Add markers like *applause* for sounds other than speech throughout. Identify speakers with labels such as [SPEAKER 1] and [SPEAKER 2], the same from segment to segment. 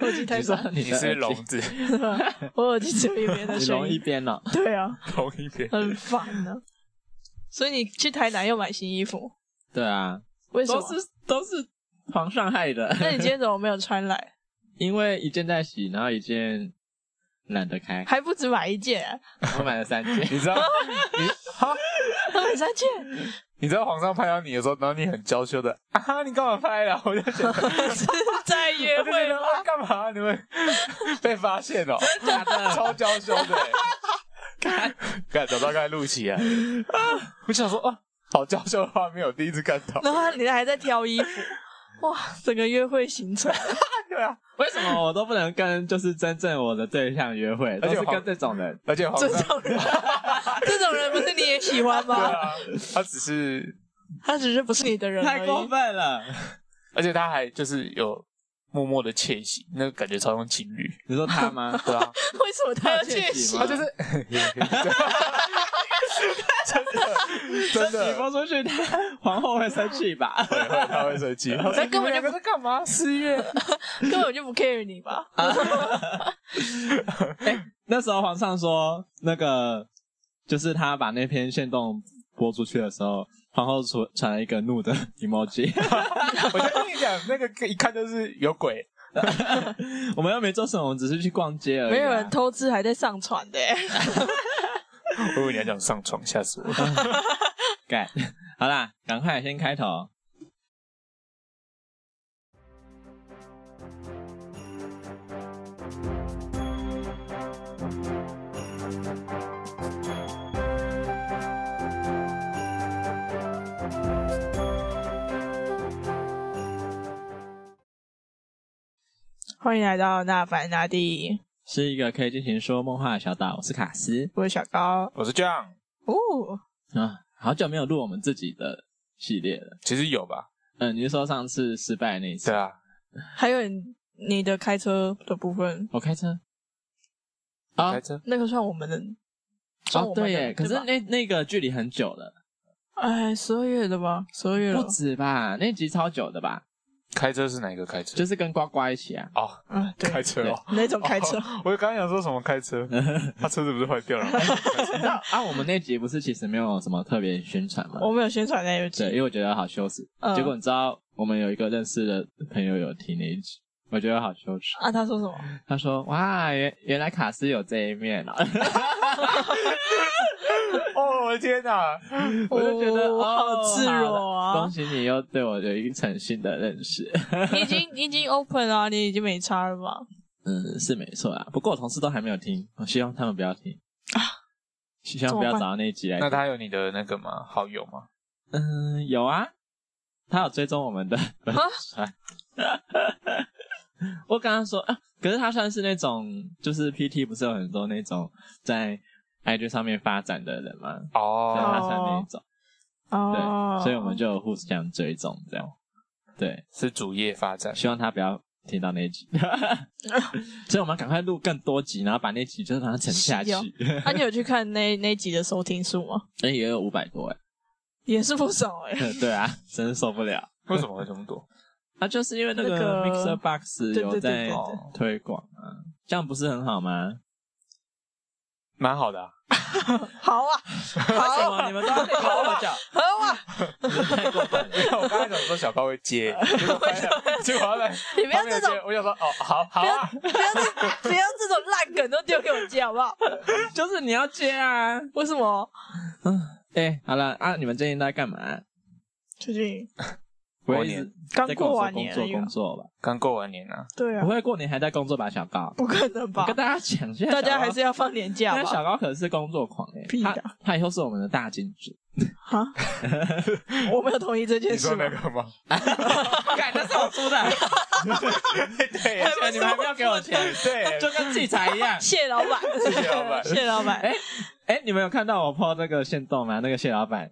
[SPEAKER 1] 耳机太少，
[SPEAKER 2] 你
[SPEAKER 3] 你
[SPEAKER 2] 的
[SPEAKER 3] 是
[SPEAKER 2] 耳
[SPEAKER 3] 聋
[SPEAKER 2] 机，
[SPEAKER 3] 子， *laughs*
[SPEAKER 1] 我耳机只有一边的
[SPEAKER 2] *laughs* 你
[SPEAKER 1] 声
[SPEAKER 2] 聋一
[SPEAKER 1] 音。
[SPEAKER 2] 边了。
[SPEAKER 1] 对啊，
[SPEAKER 3] 聋一
[SPEAKER 1] *laughs*
[SPEAKER 3] 边。
[SPEAKER 1] 很烦呢、所以你去台南又买新衣服，
[SPEAKER 2] 对啊，
[SPEAKER 1] 为什
[SPEAKER 2] 都
[SPEAKER 1] 么？
[SPEAKER 2] 是都是皇上害的，
[SPEAKER 1] 那你今天怎么没有穿来？
[SPEAKER 2] *laughs* 因为一件在洗，然后一件懒得 *laughs* 开，
[SPEAKER 1] 还不止买一件、啊，
[SPEAKER 2] 我买了三 *laughs* 件。
[SPEAKER 3] 你知道，你哈，
[SPEAKER 1] 买三件，
[SPEAKER 3] 你知道皇上拍到你的时候，然后你很娇羞的啊哈，你干嘛拍了？我就觉得，
[SPEAKER 1] 是在约
[SPEAKER 3] 我就觉
[SPEAKER 1] 会
[SPEAKER 3] 得
[SPEAKER 1] 吗？
[SPEAKER 3] 啊，干嘛？
[SPEAKER 1] *laughs*
[SPEAKER 3] 你们被发现了，
[SPEAKER 2] 假的，
[SPEAKER 3] 超娇羞的
[SPEAKER 1] *laughs*
[SPEAKER 3] 欸。看，找到刚才录起来，我想说啊，好娇羞的画面，我第一次看
[SPEAKER 1] *laughs*
[SPEAKER 3] 到。
[SPEAKER 1] 然后你还在挑衣服，哇，整个约会行程，
[SPEAKER 3] 对啊，
[SPEAKER 2] 为什么我都不能跟就是真正我的对象约会，
[SPEAKER 3] 而
[SPEAKER 2] 都
[SPEAKER 3] 且
[SPEAKER 2] 是
[SPEAKER 3] 皇
[SPEAKER 2] 跟这种人？
[SPEAKER 3] 而且皇
[SPEAKER 1] 这
[SPEAKER 3] 上，
[SPEAKER 1] 种人，这种人不是你也喜欢
[SPEAKER 3] 对
[SPEAKER 1] 吗？
[SPEAKER 3] 啊，他只是，
[SPEAKER 1] 他只是不是你的人而
[SPEAKER 2] *laughs* 太过
[SPEAKER 1] 已。
[SPEAKER 2] 分了！
[SPEAKER 3] 而且他还就是有默默的窃喜，那个感觉超像情
[SPEAKER 1] *laughs*
[SPEAKER 3] 侣，
[SPEAKER 2] 你说他 *laughs* 吗？
[SPEAKER 3] 对啊，
[SPEAKER 1] 为什么他要窃喜？
[SPEAKER 3] 他就是真的真
[SPEAKER 2] 你
[SPEAKER 3] 的
[SPEAKER 2] 播出去， *laughs* 他皇后会生气吧？ *laughs*
[SPEAKER 3] 会会他会生气，
[SPEAKER 1] 那根本就不
[SPEAKER 3] 你们两个在干嘛？四月
[SPEAKER 1] 根本就不 care 你吧？
[SPEAKER 2] 那时候皇上说，那个就是他把那篇线动播出去的时候，皇后传传了一个怒的 *laughs* emoji，
[SPEAKER 3] *laughs* 我就跟你讲，那个一看就是有鬼，
[SPEAKER 2] 我们又没做什么，我们只是去逛街而已、啊。
[SPEAKER 1] 没有人偷吃还在上传的、欸，
[SPEAKER 3] 我哦以为你要讲上床，吓死我！
[SPEAKER 2] 干。 *laughs* 好啦，赶快先开头。
[SPEAKER 1] 欢迎来到那凡那地，
[SPEAKER 2] 是一个可以尽情说梦话的小岛，我是卡斯
[SPEAKER 1] 我是小高
[SPEAKER 3] 我是这样，
[SPEAKER 1] 哦。
[SPEAKER 2] 啊，好久没有录我们自己的系列了。
[SPEAKER 3] 其实有吧？
[SPEAKER 2] 嗯、你是说上次失败那一次？
[SPEAKER 3] 对啊，
[SPEAKER 1] 还有你你的开车的部分，
[SPEAKER 2] 我开车啊
[SPEAKER 3] 开车
[SPEAKER 1] 那个算我们的，算
[SPEAKER 2] 哦
[SPEAKER 1] 我，们的
[SPEAKER 2] 对耶，可是
[SPEAKER 1] 吧
[SPEAKER 2] 那那个距离很久了，
[SPEAKER 1] 哎，十二月的吧，十二月
[SPEAKER 2] 不
[SPEAKER 1] 了，
[SPEAKER 2] 止吧？那集超久的吧？
[SPEAKER 3] 开车是哪个开车？
[SPEAKER 2] 就是跟呱呱一
[SPEAKER 3] *laughs*
[SPEAKER 2] 起啊。
[SPEAKER 3] 哦，
[SPEAKER 1] 啊，对，
[SPEAKER 3] 开车哦，
[SPEAKER 1] 哪种开
[SPEAKER 2] *laughs*
[SPEAKER 1] 车？
[SPEAKER 3] 哦。我刚刚想说什么开车，他车子不是坏掉了吗？
[SPEAKER 2] 你知道啊，我们那集不是其实没有什么特别宣传嘛？
[SPEAKER 1] 我们有宣传那一
[SPEAKER 2] 对，因
[SPEAKER 1] 集，
[SPEAKER 2] 为我觉得好羞耻。
[SPEAKER 1] 哦嗯
[SPEAKER 2] 结果你知道，我们有一个认识的朋友有听那一集，我觉得好羞耻。
[SPEAKER 1] 啊，他说什么？
[SPEAKER 2] 他说：“哇，原原来卡斯有这一面啊！”
[SPEAKER 3] 哦，我的天哪！
[SPEAKER 2] *laughs* 我就觉得、
[SPEAKER 1] 哦
[SPEAKER 2] 哦、
[SPEAKER 1] 好赤裸
[SPEAKER 2] 好的
[SPEAKER 1] 啊
[SPEAKER 2] 恭！喜你又对我有一个诚信的认识。
[SPEAKER 1] 你已经你已经 open 了啊，你已经没差了吧？
[SPEAKER 2] 嗯，是没错啊。不过我同事都还没有听，我希望他们不要听。
[SPEAKER 1] 啊
[SPEAKER 2] 希望不要找到那一集来听。
[SPEAKER 3] 那他有你的那个吗？好友吗？
[SPEAKER 2] 嗯，有啊，他有追踪我
[SPEAKER 1] 啊
[SPEAKER 2] 们的粉砖。 *laughs* 我刚刚说啊，可是他算是那种，就是 PT 不是有很多那种在 IG 上面发展的人吗？对，啊
[SPEAKER 3] 哦，
[SPEAKER 2] 他算那一种，
[SPEAKER 1] 哦，
[SPEAKER 2] *laughs* 对，所以我们就互相追踪这样。对，
[SPEAKER 3] 是主业发展。
[SPEAKER 2] 希望他不要听到那
[SPEAKER 1] *laughs*
[SPEAKER 2] 一集，所以我们要赶快录更多集，然后把那集就是把它沉下去
[SPEAKER 1] 是。
[SPEAKER 2] *laughs*
[SPEAKER 1] 啊，你有去看那那集的收听数吗？
[SPEAKER 2] 那也有五百多哎， *laughs*
[SPEAKER 1] 也是不少哎。
[SPEAKER 2] 对啊，真是受不了。
[SPEAKER 3] 为什么会这么多？
[SPEAKER 2] 啊，就是因为那
[SPEAKER 1] 那
[SPEAKER 2] 个
[SPEAKER 1] 个
[SPEAKER 2] Mixer Box
[SPEAKER 1] 对
[SPEAKER 2] 有
[SPEAKER 1] 对对
[SPEAKER 2] 在
[SPEAKER 1] 对对
[SPEAKER 3] 哦
[SPEAKER 2] 推广啊，这样不是很好吗？
[SPEAKER 3] 蛮好的啊，
[SPEAKER 1] *laughs*
[SPEAKER 3] *laughs*
[SPEAKER 1] 好啊，
[SPEAKER 2] 为什么你们都要内耗
[SPEAKER 1] *laughs*
[SPEAKER 2] 我脚？
[SPEAKER 1] 好啊，
[SPEAKER 2] 你们太过分了！
[SPEAKER 3] 我刚才想说小高会接，结果发现结果他在
[SPEAKER 1] 你不要
[SPEAKER 3] 他没有
[SPEAKER 1] 这种
[SPEAKER 3] 接，我想说哦，好好
[SPEAKER 1] 不要
[SPEAKER 3] 啊，
[SPEAKER 1] 不要这 *laughs* 不要这种烂梗都丢给我接好不好？
[SPEAKER 2] 就是你要接啊！
[SPEAKER 1] 为什么？
[SPEAKER 2] 哎，好了啊，你们最近都在干嘛？
[SPEAKER 1] 最近
[SPEAKER 2] 不
[SPEAKER 3] 过
[SPEAKER 2] 会一
[SPEAKER 3] 年
[SPEAKER 2] 直
[SPEAKER 1] 刚
[SPEAKER 2] 在跟
[SPEAKER 1] 过
[SPEAKER 2] 我说
[SPEAKER 1] 完
[SPEAKER 2] 工
[SPEAKER 1] 年
[SPEAKER 2] 作
[SPEAKER 1] 而已啊
[SPEAKER 2] 工作吧？
[SPEAKER 3] 刚过完年啊，
[SPEAKER 1] 对啊
[SPEAKER 2] 不，会过年还在工作吧，小高？
[SPEAKER 1] 不可能
[SPEAKER 2] 我
[SPEAKER 1] 吧
[SPEAKER 2] 跟？大家讲，现在
[SPEAKER 1] 大家
[SPEAKER 2] 小高
[SPEAKER 1] 还是要放年
[SPEAKER 2] 现
[SPEAKER 1] 假
[SPEAKER 2] 在
[SPEAKER 1] 吧？
[SPEAKER 2] 小高可是工作狂哎，
[SPEAKER 1] 屁
[SPEAKER 2] 他
[SPEAKER 1] 的
[SPEAKER 2] 他以后是我们的大金主，
[SPEAKER 1] 啊，我没有同意这
[SPEAKER 3] 你
[SPEAKER 1] 件事
[SPEAKER 3] 说
[SPEAKER 1] 吗
[SPEAKER 3] 那？个吗？
[SPEAKER 2] *laughs* 干那是我出的，
[SPEAKER 3] 对
[SPEAKER 2] 而且你们还没有给我钱，*laughs*
[SPEAKER 3] 对，
[SPEAKER 2] 就跟器材一样。
[SPEAKER 1] 谢老板，
[SPEAKER 3] 谢谢老
[SPEAKER 1] *laughs*
[SPEAKER 3] 板
[SPEAKER 1] 谢老板，
[SPEAKER 2] 哎，你们有看到我 PO 那个线动吗？那个谢老板，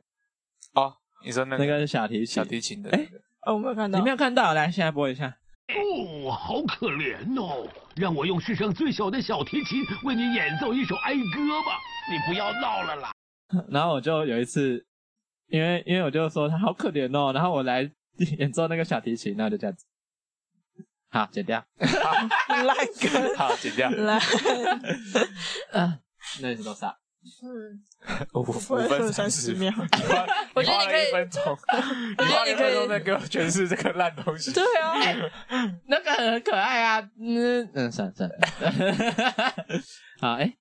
[SPEAKER 3] 哦，你说那
[SPEAKER 2] 那
[SPEAKER 3] 个哎
[SPEAKER 2] 个是小提琴
[SPEAKER 3] 小，提琴的那个，
[SPEAKER 1] 哦，我没有看到
[SPEAKER 2] 你没，有看到？来，现在播一下。 *laughs*
[SPEAKER 4] 哦，好可怜哦！让我用世上最小的小提琴为你演奏一首哀歌吧。你不要闹了啦。
[SPEAKER 2] 然后我就有一次，因为因为我就说他好可怜哦，然后我来演奏那个小提琴，然后就这样子，好，剪掉。
[SPEAKER 1] 烂梗，
[SPEAKER 3] 好，剪掉
[SPEAKER 1] 烂，
[SPEAKER 2] 那你是多少？
[SPEAKER 1] 嗯，
[SPEAKER 3] *laughs* 五五分三十
[SPEAKER 1] 30秒
[SPEAKER 3] 我 *laughs*
[SPEAKER 5] 我觉得你可以
[SPEAKER 3] 一分钟，
[SPEAKER 5] 我觉得
[SPEAKER 3] 你
[SPEAKER 5] 你
[SPEAKER 3] 花了
[SPEAKER 5] 可以
[SPEAKER 3] 一分钟在给我诠释这个烂东西。
[SPEAKER 1] 对啊，
[SPEAKER 5] 那个很可爱啊，嗯，
[SPEAKER 2] 嗯，算了算 *laughs* 了。好，哎、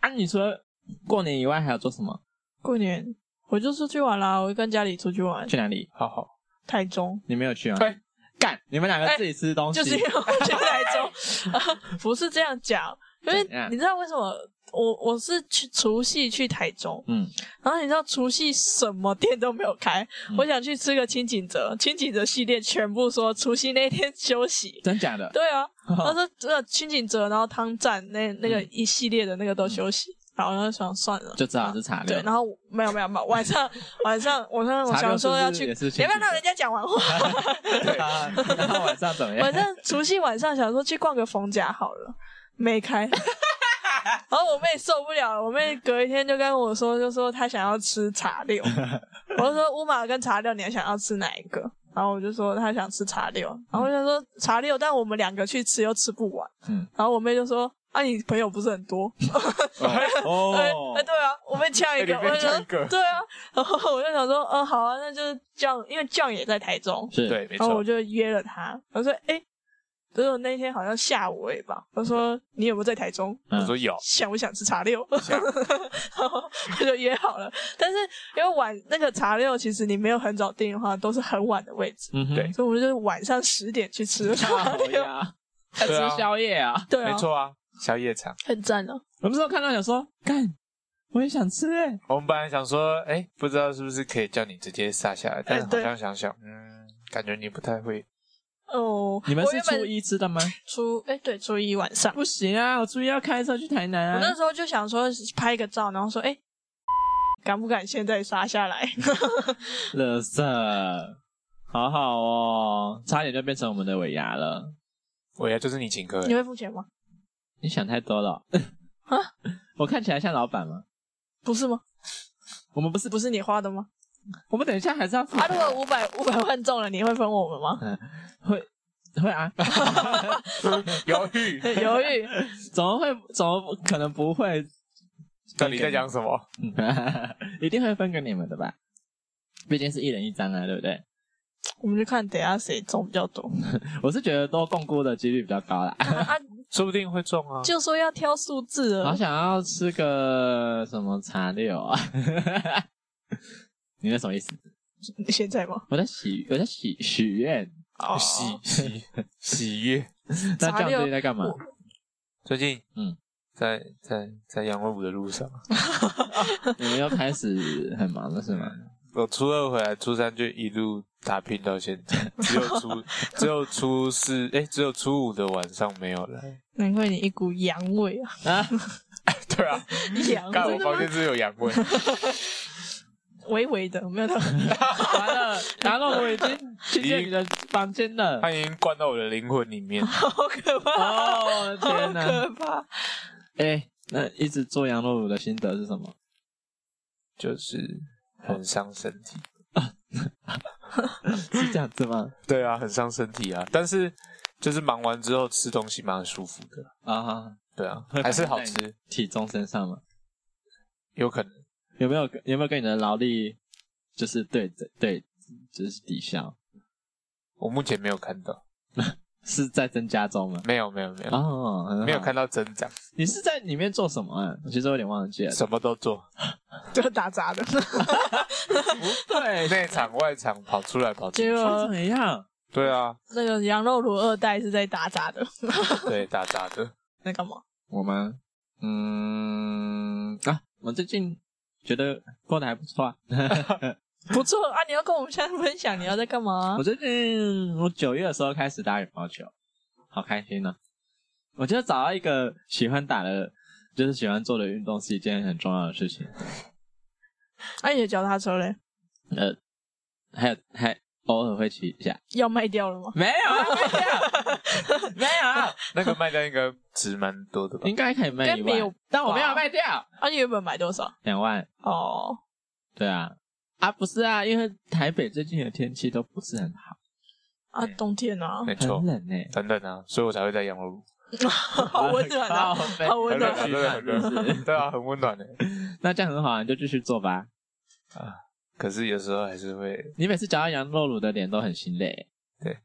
[SPEAKER 2] 啊，你除了过年以外还有做什么？
[SPEAKER 1] 过年我就出去玩啦，我就跟家里出去玩，
[SPEAKER 2] 去哪里？
[SPEAKER 3] 好好，
[SPEAKER 1] 台中，
[SPEAKER 2] 你没有去啊？
[SPEAKER 3] 对
[SPEAKER 2] 干，你们两个
[SPEAKER 1] 哎
[SPEAKER 2] 自己吃东西。
[SPEAKER 1] 就是因为我去台中，
[SPEAKER 2] *laughs*
[SPEAKER 1] 啊不是这样讲，因为
[SPEAKER 2] 怎样
[SPEAKER 1] 你知道为什么？我我是去除夕去台中，
[SPEAKER 2] 嗯，
[SPEAKER 1] 然后你知道除夕什么店都没有开，
[SPEAKER 2] 嗯
[SPEAKER 1] 我想去吃个清景泽，清景泽系列全部说除夕那天休息，
[SPEAKER 2] 真假的？ *laughs*
[SPEAKER 1] 对啊，
[SPEAKER 2] 哦
[SPEAKER 1] 他说这个清景泽，然后汤站那那个一系列的那个都休息，然后我就想算了，
[SPEAKER 2] 嗯就知道是茶六
[SPEAKER 1] 对，然后没有没有没有，晚上晚上晚上我
[SPEAKER 2] *laughs* 茶六
[SPEAKER 1] 想
[SPEAKER 2] 是不
[SPEAKER 1] 说
[SPEAKER 2] 是
[SPEAKER 1] 要去，
[SPEAKER 2] 也是
[SPEAKER 1] 你
[SPEAKER 2] 清
[SPEAKER 1] 要不要
[SPEAKER 2] 景泽
[SPEAKER 1] 让人家讲完话？
[SPEAKER 2] 啊 *laughs* 然后晚上怎
[SPEAKER 1] *laughs*
[SPEAKER 2] 么样？
[SPEAKER 1] 晚上除夕晚上想说去逛个逢甲好了，没开。然后我妹受不了了，我妹隔一天就跟我说，就说她想要吃茶六，
[SPEAKER 3] *laughs*
[SPEAKER 1] 我就说乌马跟茶六，你还想要吃哪一个？然后我就说她想吃茶六，然后我就说茶六，但我们两个去吃又吃不完，
[SPEAKER 2] 嗯
[SPEAKER 1] 然后我妹就说。啊，你朋友不是很多？哎、
[SPEAKER 2] 哦
[SPEAKER 1] 哎，，对啊，我被呛一个，
[SPEAKER 3] 哎你被
[SPEAKER 1] 我就
[SPEAKER 3] 呛
[SPEAKER 1] 说
[SPEAKER 3] 一个
[SPEAKER 1] 对啊，然后我就想说，嗯，好啊，那就是酱，因为酱也在台中，
[SPEAKER 2] 是，
[SPEAKER 3] 对，没
[SPEAKER 1] 然哦后我
[SPEAKER 3] 错，
[SPEAKER 1] 就约了他，我说：“哎、可是我那天好像下午哎吧。”我说：“你有没有在台中？
[SPEAKER 2] 嗯
[SPEAKER 3] 我说有，
[SPEAKER 1] 想不想吃茶六？” *laughs* 然后我就约好了。但是因为晚那个茶六，其实你没有很早订的话，都是很晚的位置，
[SPEAKER 2] 嗯哼
[SPEAKER 3] 对
[SPEAKER 1] 所以我们就晚上十点去
[SPEAKER 2] *laughs*
[SPEAKER 1] 吃茶
[SPEAKER 2] 靠
[SPEAKER 1] 六。
[SPEAKER 2] 啊呀，
[SPEAKER 5] 他
[SPEAKER 3] 对啊
[SPEAKER 5] 吃宵夜啊，
[SPEAKER 1] 对啊，
[SPEAKER 3] 没，错啊，宵夜场。
[SPEAKER 1] 很赞啊。
[SPEAKER 2] 我那时候看到想说，干，我也想吃哎、
[SPEAKER 3] 我们本来想说，哎，不知道是不是可以叫你直接撒下来，但是
[SPEAKER 1] 哎
[SPEAKER 3] 好
[SPEAKER 1] 对
[SPEAKER 3] 像想想，嗯，感觉你不太会。
[SPEAKER 1] 哦，
[SPEAKER 2] 你们
[SPEAKER 1] 我
[SPEAKER 2] 是
[SPEAKER 1] 原
[SPEAKER 2] 初
[SPEAKER 1] 本
[SPEAKER 2] 一吃的吗？
[SPEAKER 1] 初哎、对初一晚上，
[SPEAKER 2] 不行啊，我初一要开车去台南
[SPEAKER 1] 我那
[SPEAKER 2] 啊。
[SPEAKER 1] 时候就想说拍个照，然后说哎。敢不敢现在杀下来？ *laughs*
[SPEAKER 2] 乐色，好好哦，差点就变成我们的尾牙了。
[SPEAKER 3] 我呀，就是你请客，
[SPEAKER 1] 你会付钱吗？
[SPEAKER 2] 你想太多了。
[SPEAKER 1] 啊，
[SPEAKER 2] *laughs* 我看起来像老板吗？
[SPEAKER 1] 不是吗？
[SPEAKER 2] 我们不是，
[SPEAKER 1] 不是你花的吗？
[SPEAKER 2] 我们等一下还是要付
[SPEAKER 1] 啊，如果五百 *laughs* 五百万中了，你会分我们吗？ *laughs*
[SPEAKER 2] 会会啊？
[SPEAKER 3] *laughs* 犹豫，
[SPEAKER 1] 犹豫，
[SPEAKER 2] 怎么会？怎么可能不 *laughs* 会？
[SPEAKER 3] 到底在讲什么？
[SPEAKER 2] 一定会分给你们的吧？毕竟是一人一张啊，对不对？
[SPEAKER 1] 我们就看等一下谁中比较
[SPEAKER 2] *laughs*
[SPEAKER 1] 多。
[SPEAKER 2] 我是觉得多共估的几率比较高啦。
[SPEAKER 1] 啊，
[SPEAKER 3] 说不定会中啊。
[SPEAKER 1] 就说要挑数字
[SPEAKER 2] 好
[SPEAKER 1] 了，
[SPEAKER 2] 想要吃个什么茶六啊？ *laughs* 你那什么意思？
[SPEAKER 1] 现在吗？
[SPEAKER 2] 我在许我在许许愿。
[SPEAKER 1] 哦，
[SPEAKER 3] 喜喜喜悦。
[SPEAKER 2] 那这
[SPEAKER 1] 茶
[SPEAKER 2] 样
[SPEAKER 1] 六
[SPEAKER 2] 最近在干嘛？
[SPEAKER 3] 最近，
[SPEAKER 2] 嗯，
[SPEAKER 3] 在在在羊肉舞的路上，
[SPEAKER 2] 你们又开始很忙了是 *laughs* 吗？
[SPEAKER 3] 我初二回来，初三就一路打拼到现在，只有初
[SPEAKER 2] *laughs*
[SPEAKER 3] 只有初四，哎，只有初五的晚上没有来。
[SPEAKER 1] 难怪你一股洋味
[SPEAKER 2] *laughs*
[SPEAKER 1] 啊，
[SPEAKER 2] 啊，
[SPEAKER 3] 对啊，
[SPEAKER 1] 洋
[SPEAKER 3] 看我
[SPEAKER 1] 真的
[SPEAKER 3] 房
[SPEAKER 1] 吗？
[SPEAKER 3] 间是有
[SPEAKER 2] *laughs*
[SPEAKER 3] 羊味，
[SPEAKER 1] 微微的，没有到，
[SPEAKER 2] 完了，然后我已经去你的房间 *laughs* 了。
[SPEAKER 3] 它已经灌到我的灵魂里面。
[SPEAKER 1] 好可怕，
[SPEAKER 2] 哦
[SPEAKER 1] 好
[SPEAKER 2] 天哪！
[SPEAKER 1] 可怕。
[SPEAKER 2] 哎，那一直做羊肉乳的心得是什么？
[SPEAKER 3] 就是很伤身体。
[SPEAKER 2] 是这样子吗？
[SPEAKER 3] 对啊，很伤身体啊。但是就是忙完之后吃东西蛮舒服的。
[SPEAKER 2] 啊，
[SPEAKER 3] 对啊
[SPEAKER 2] 会，
[SPEAKER 3] 还是好
[SPEAKER 2] 反映在
[SPEAKER 3] 吃，
[SPEAKER 2] 体重身上吗？
[SPEAKER 3] 有可能。
[SPEAKER 2] 有没有有没有跟你的劳力就是对对就是抵消？
[SPEAKER 3] 我目前没有看到，
[SPEAKER 2] 是在增加中吗？
[SPEAKER 3] 没有没有没有
[SPEAKER 2] 哦，很好
[SPEAKER 3] 啊没有看。到增长，
[SPEAKER 2] 你是在里面做什么啊？其实我有点忘记了。
[SPEAKER 3] 什么都做，
[SPEAKER 1] 就打杂的， *laughs*
[SPEAKER 2] 对，
[SPEAKER 3] 内场外场跑出来跑进
[SPEAKER 1] 结
[SPEAKER 2] *laughs*
[SPEAKER 3] 去。
[SPEAKER 1] 果
[SPEAKER 2] 怎么样？
[SPEAKER 3] 对啊，
[SPEAKER 1] 那个羊肉炉二代是在打杂的，
[SPEAKER 3] *laughs* 对，打杂 *laughs* 的。
[SPEAKER 1] 那干嘛？
[SPEAKER 2] 我吗？嗯啊，我最近觉得过得还不错啊。
[SPEAKER 1] 不错啊！你要跟我们现在分享你要在干嘛
[SPEAKER 2] 我？最近我九月的时候开始打羽毛球，好开心呢、我觉得找到一个喜欢打的，就是喜欢做的运动是一件很重要的事情。
[SPEAKER 1] 啊，你的脚踏车嘞，
[SPEAKER 2] 呃，还有还偶尔会骑一下，
[SPEAKER 1] 要卖掉了吗？啊
[SPEAKER 2] 没有啊， *laughs* 没有，没啊有，
[SPEAKER 3] 那个卖掉应该值蛮多的吧？
[SPEAKER 2] 应该可以卖一
[SPEAKER 1] 应该没有
[SPEAKER 2] 万
[SPEAKER 1] 吧，
[SPEAKER 2] 但我没有卖掉
[SPEAKER 1] 啊，你原本买多少？
[SPEAKER 2] 两万。
[SPEAKER 1] 哦，
[SPEAKER 2] 对啊，啊不是啊，因为台北最近的天气都不是很好，
[SPEAKER 1] 啊，冬天啊，
[SPEAKER 3] 没错
[SPEAKER 2] 很，冷呢、欸
[SPEAKER 3] 等等啊，所以我才会在羊肉
[SPEAKER 1] *laughs* 好温暖
[SPEAKER 2] *laughs*
[SPEAKER 1] 啊，
[SPEAKER 2] 靠背
[SPEAKER 1] 好温暖
[SPEAKER 3] 很热很热
[SPEAKER 2] 是不是
[SPEAKER 3] *laughs* 炉。对啊，很温暖的。
[SPEAKER 2] 那这样很好啊，你就继续做吧。
[SPEAKER 3] 可是有时候还是会，
[SPEAKER 2] 你每次讲到羊肉卤的脸都很心累，
[SPEAKER 3] 对，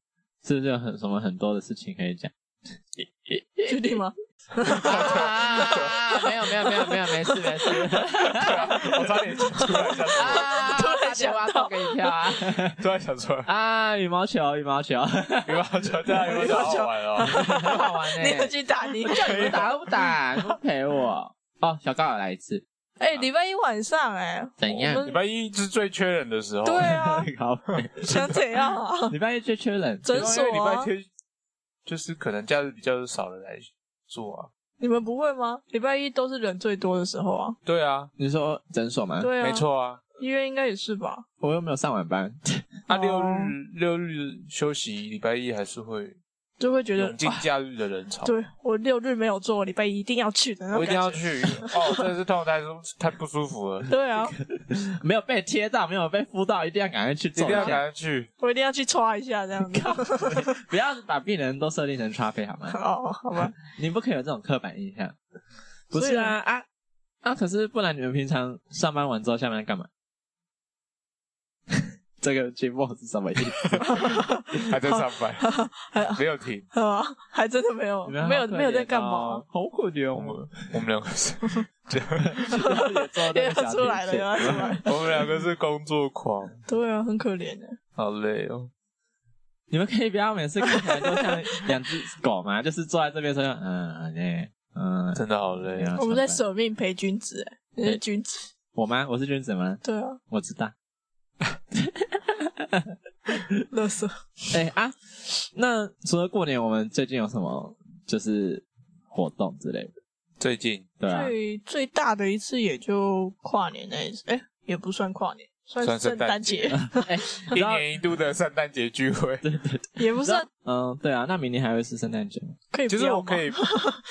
[SPEAKER 2] 是不是有很什么很多的事情可
[SPEAKER 1] *laughs*
[SPEAKER 2] 以讲？
[SPEAKER 1] 确定吗？
[SPEAKER 5] 啊没有没有没有没有，没事没事。
[SPEAKER 3] 我差点突然想出 *laughs* 来，
[SPEAKER 5] 啊，
[SPEAKER 1] *laughs* 突然
[SPEAKER 5] 大姐
[SPEAKER 1] 想
[SPEAKER 5] 挖
[SPEAKER 1] 到
[SPEAKER 5] 洞给你跳啊！
[SPEAKER 3] 突然想 *laughs* 出来，
[SPEAKER 2] 啊，羽毛球，羽毛球，
[SPEAKER 3] 羽毛球对啊，羽毛球好好玩哦。
[SPEAKER 5] 很好玩呢、
[SPEAKER 1] *laughs* 你要去打你？
[SPEAKER 5] 叫你们打都不打，
[SPEAKER 2] 欸不陪我。哦，小高有来一次，
[SPEAKER 1] *laughs* 哎，礼拜一晚上哎，
[SPEAKER 5] 怎样
[SPEAKER 1] 我
[SPEAKER 3] 礼
[SPEAKER 1] 们
[SPEAKER 3] 拜一是最缺人的时候，
[SPEAKER 1] 对 *laughs* 啊，
[SPEAKER 2] 好北，
[SPEAKER 1] 想怎样啊？
[SPEAKER 2] 礼拜一最缺人，
[SPEAKER 1] 诊所
[SPEAKER 3] 因为礼拜
[SPEAKER 1] 啊，
[SPEAKER 3] 天就是可能假日比较少人来做啊。
[SPEAKER 1] *laughs* 你们不会吗？礼拜一都是人最多的时候啊。
[SPEAKER 3] 对啊，
[SPEAKER 2] 你说诊所吗？，
[SPEAKER 1] 对啊，
[SPEAKER 3] 没，错啊。
[SPEAKER 1] 医院应该也是吧？
[SPEAKER 2] 我又没有上晚班， *laughs*
[SPEAKER 3] 那
[SPEAKER 1] 哦
[SPEAKER 3] 六日六日休息，礼拜一还是会
[SPEAKER 1] 就会觉得啊
[SPEAKER 3] 涌进假日的人潮。
[SPEAKER 1] 对我六日没有做，礼拜一一定要去的
[SPEAKER 2] *laughs*
[SPEAKER 1] 那种
[SPEAKER 3] 我一定要
[SPEAKER 1] 感觉。
[SPEAKER 3] 去 *laughs* 哦，真的是痛，太舒太不舒服
[SPEAKER 2] *laughs*
[SPEAKER 3] 了，
[SPEAKER 1] 对啊，
[SPEAKER 2] 没有被贴到，没有被敷到，一定要赶快去
[SPEAKER 3] 一
[SPEAKER 2] 做
[SPEAKER 3] 定要
[SPEAKER 2] 一下，
[SPEAKER 3] 赶快去。
[SPEAKER 1] 我一定要去刷一下这样 *laughs* 子。
[SPEAKER 2] 不要把病人都设定成差费好吗？
[SPEAKER 1] 哦，好吧，
[SPEAKER 2] 你不可以有这种刻板印象。不
[SPEAKER 1] 所以
[SPEAKER 2] 是啊啊啊！可是不然你们平常上班完之后下班干嘛？ *laughs* 这个寂寞是什么意思？
[SPEAKER 3] 还在上班，
[SPEAKER 1] 还 *laughs*
[SPEAKER 3] *laughs* 没有停。
[SPEAKER 1] 好吧，还真的没有，
[SPEAKER 2] *laughs* 你们
[SPEAKER 1] 没有
[SPEAKER 2] 好可怜
[SPEAKER 1] 没有在干
[SPEAKER 2] 哦
[SPEAKER 1] 嘛，，
[SPEAKER 2] *laughs* 好可怜
[SPEAKER 3] 我
[SPEAKER 2] 我
[SPEAKER 3] 们
[SPEAKER 2] 们。
[SPEAKER 3] 我们两个是，
[SPEAKER 2] 也做那
[SPEAKER 1] *laughs* 又
[SPEAKER 2] 个
[SPEAKER 1] *laughs* 要
[SPEAKER 2] 小
[SPEAKER 1] 出来了，
[SPEAKER 2] 提
[SPEAKER 1] 又
[SPEAKER 2] 琴
[SPEAKER 1] 要出 *laughs* 来。
[SPEAKER 3] 我们两个是工作狂，
[SPEAKER 1] 对啊，很可怜的。
[SPEAKER 3] 好累哦。
[SPEAKER 2] 你们可以不要每次看起来都像两只狗吗？就是坐在这边说，嗯，哎，嗯，
[SPEAKER 3] 真的好累啊！
[SPEAKER 1] 我们在
[SPEAKER 2] 上
[SPEAKER 1] 舍命陪君子，哎，你是君子。
[SPEAKER 2] 我吗？我是君子吗？
[SPEAKER 1] 对啊，
[SPEAKER 2] 我知道。
[SPEAKER 1] 乐色。
[SPEAKER 2] 哎啊，那除了过年，我们最近有什么就是活动之类的？
[SPEAKER 3] 最近
[SPEAKER 2] 对啊，
[SPEAKER 1] 最最大的一次也就跨年那一次，哎，也不算跨年，算
[SPEAKER 3] 算圣
[SPEAKER 1] 圣
[SPEAKER 3] 诞
[SPEAKER 1] 诞节，
[SPEAKER 3] 节
[SPEAKER 1] *laughs*
[SPEAKER 2] 哎
[SPEAKER 3] 一年一度的圣诞节聚会，
[SPEAKER 1] 也不算。
[SPEAKER 2] 嗯，对啊，那明年还会是圣诞节吗？
[SPEAKER 1] 可以不
[SPEAKER 3] 其实
[SPEAKER 1] 要
[SPEAKER 3] 我
[SPEAKER 1] 吗 *laughs*
[SPEAKER 3] 可 *laughs* 以，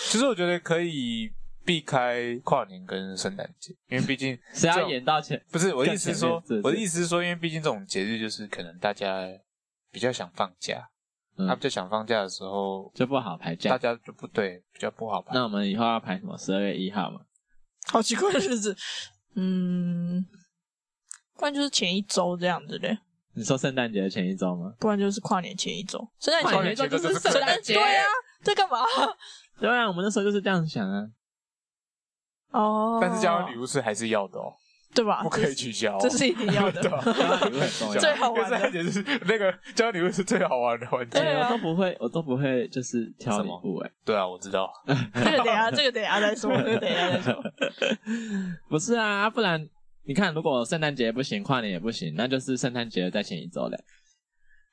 [SPEAKER 3] 其实我觉得可以避开跨年跟圣诞节，因为毕竟
[SPEAKER 2] *laughs* 谁
[SPEAKER 3] 这
[SPEAKER 2] 要
[SPEAKER 3] 种
[SPEAKER 2] 演到前？
[SPEAKER 3] 不是我的意思是说
[SPEAKER 2] 更前面是，
[SPEAKER 3] 我的意思是说，因为毕竟这种节日就是可能大家比较想放假，
[SPEAKER 2] 嗯
[SPEAKER 3] 他比较想放假的时候，
[SPEAKER 2] 就不好排假。
[SPEAKER 3] 大家就不对，比较不好吧？
[SPEAKER 2] 那我们以后要排什么？十二月一号嘛？
[SPEAKER 1] 好奇怪的日子。嗯，不然就是前一周这样子嘞，
[SPEAKER 2] 你说圣诞节的前一周吗？
[SPEAKER 1] 不然就是跨年前一周。圣诞
[SPEAKER 3] 跨
[SPEAKER 1] 节
[SPEAKER 3] 年节
[SPEAKER 2] 就是
[SPEAKER 1] 圣
[SPEAKER 3] 圣
[SPEAKER 1] 诞
[SPEAKER 3] 诞
[SPEAKER 1] 节对啊，在干
[SPEAKER 3] *laughs*
[SPEAKER 1] 嘛？
[SPEAKER 2] 对啊，我们那时候就是这样想啊。
[SPEAKER 1] 哦，
[SPEAKER 3] 但是交换礼物是还是要的哦，
[SPEAKER 1] 对吧？
[SPEAKER 3] 不可以取消哦。
[SPEAKER 1] 这是，这是一定要的
[SPEAKER 3] *laughs* 对。啊
[SPEAKER 2] 交换礼物很重要
[SPEAKER 1] 最好玩的
[SPEAKER 3] 圣诞节是那个交换礼物是最好玩的环
[SPEAKER 1] 对
[SPEAKER 3] 节。
[SPEAKER 1] 啊
[SPEAKER 2] 我都不会，我都不会，就是挑礼物哎、
[SPEAKER 3] 对啊，我知道。
[SPEAKER 1] 这个等一下，这个等一下再说，这个等一下再
[SPEAKER 2] 啊
[SPEAKER 1] 说。
[SPEAKER 2] 不是啊，不然你看，如果圣诞节不行，跨年也不行，那就是圣诞节在前一周嘞。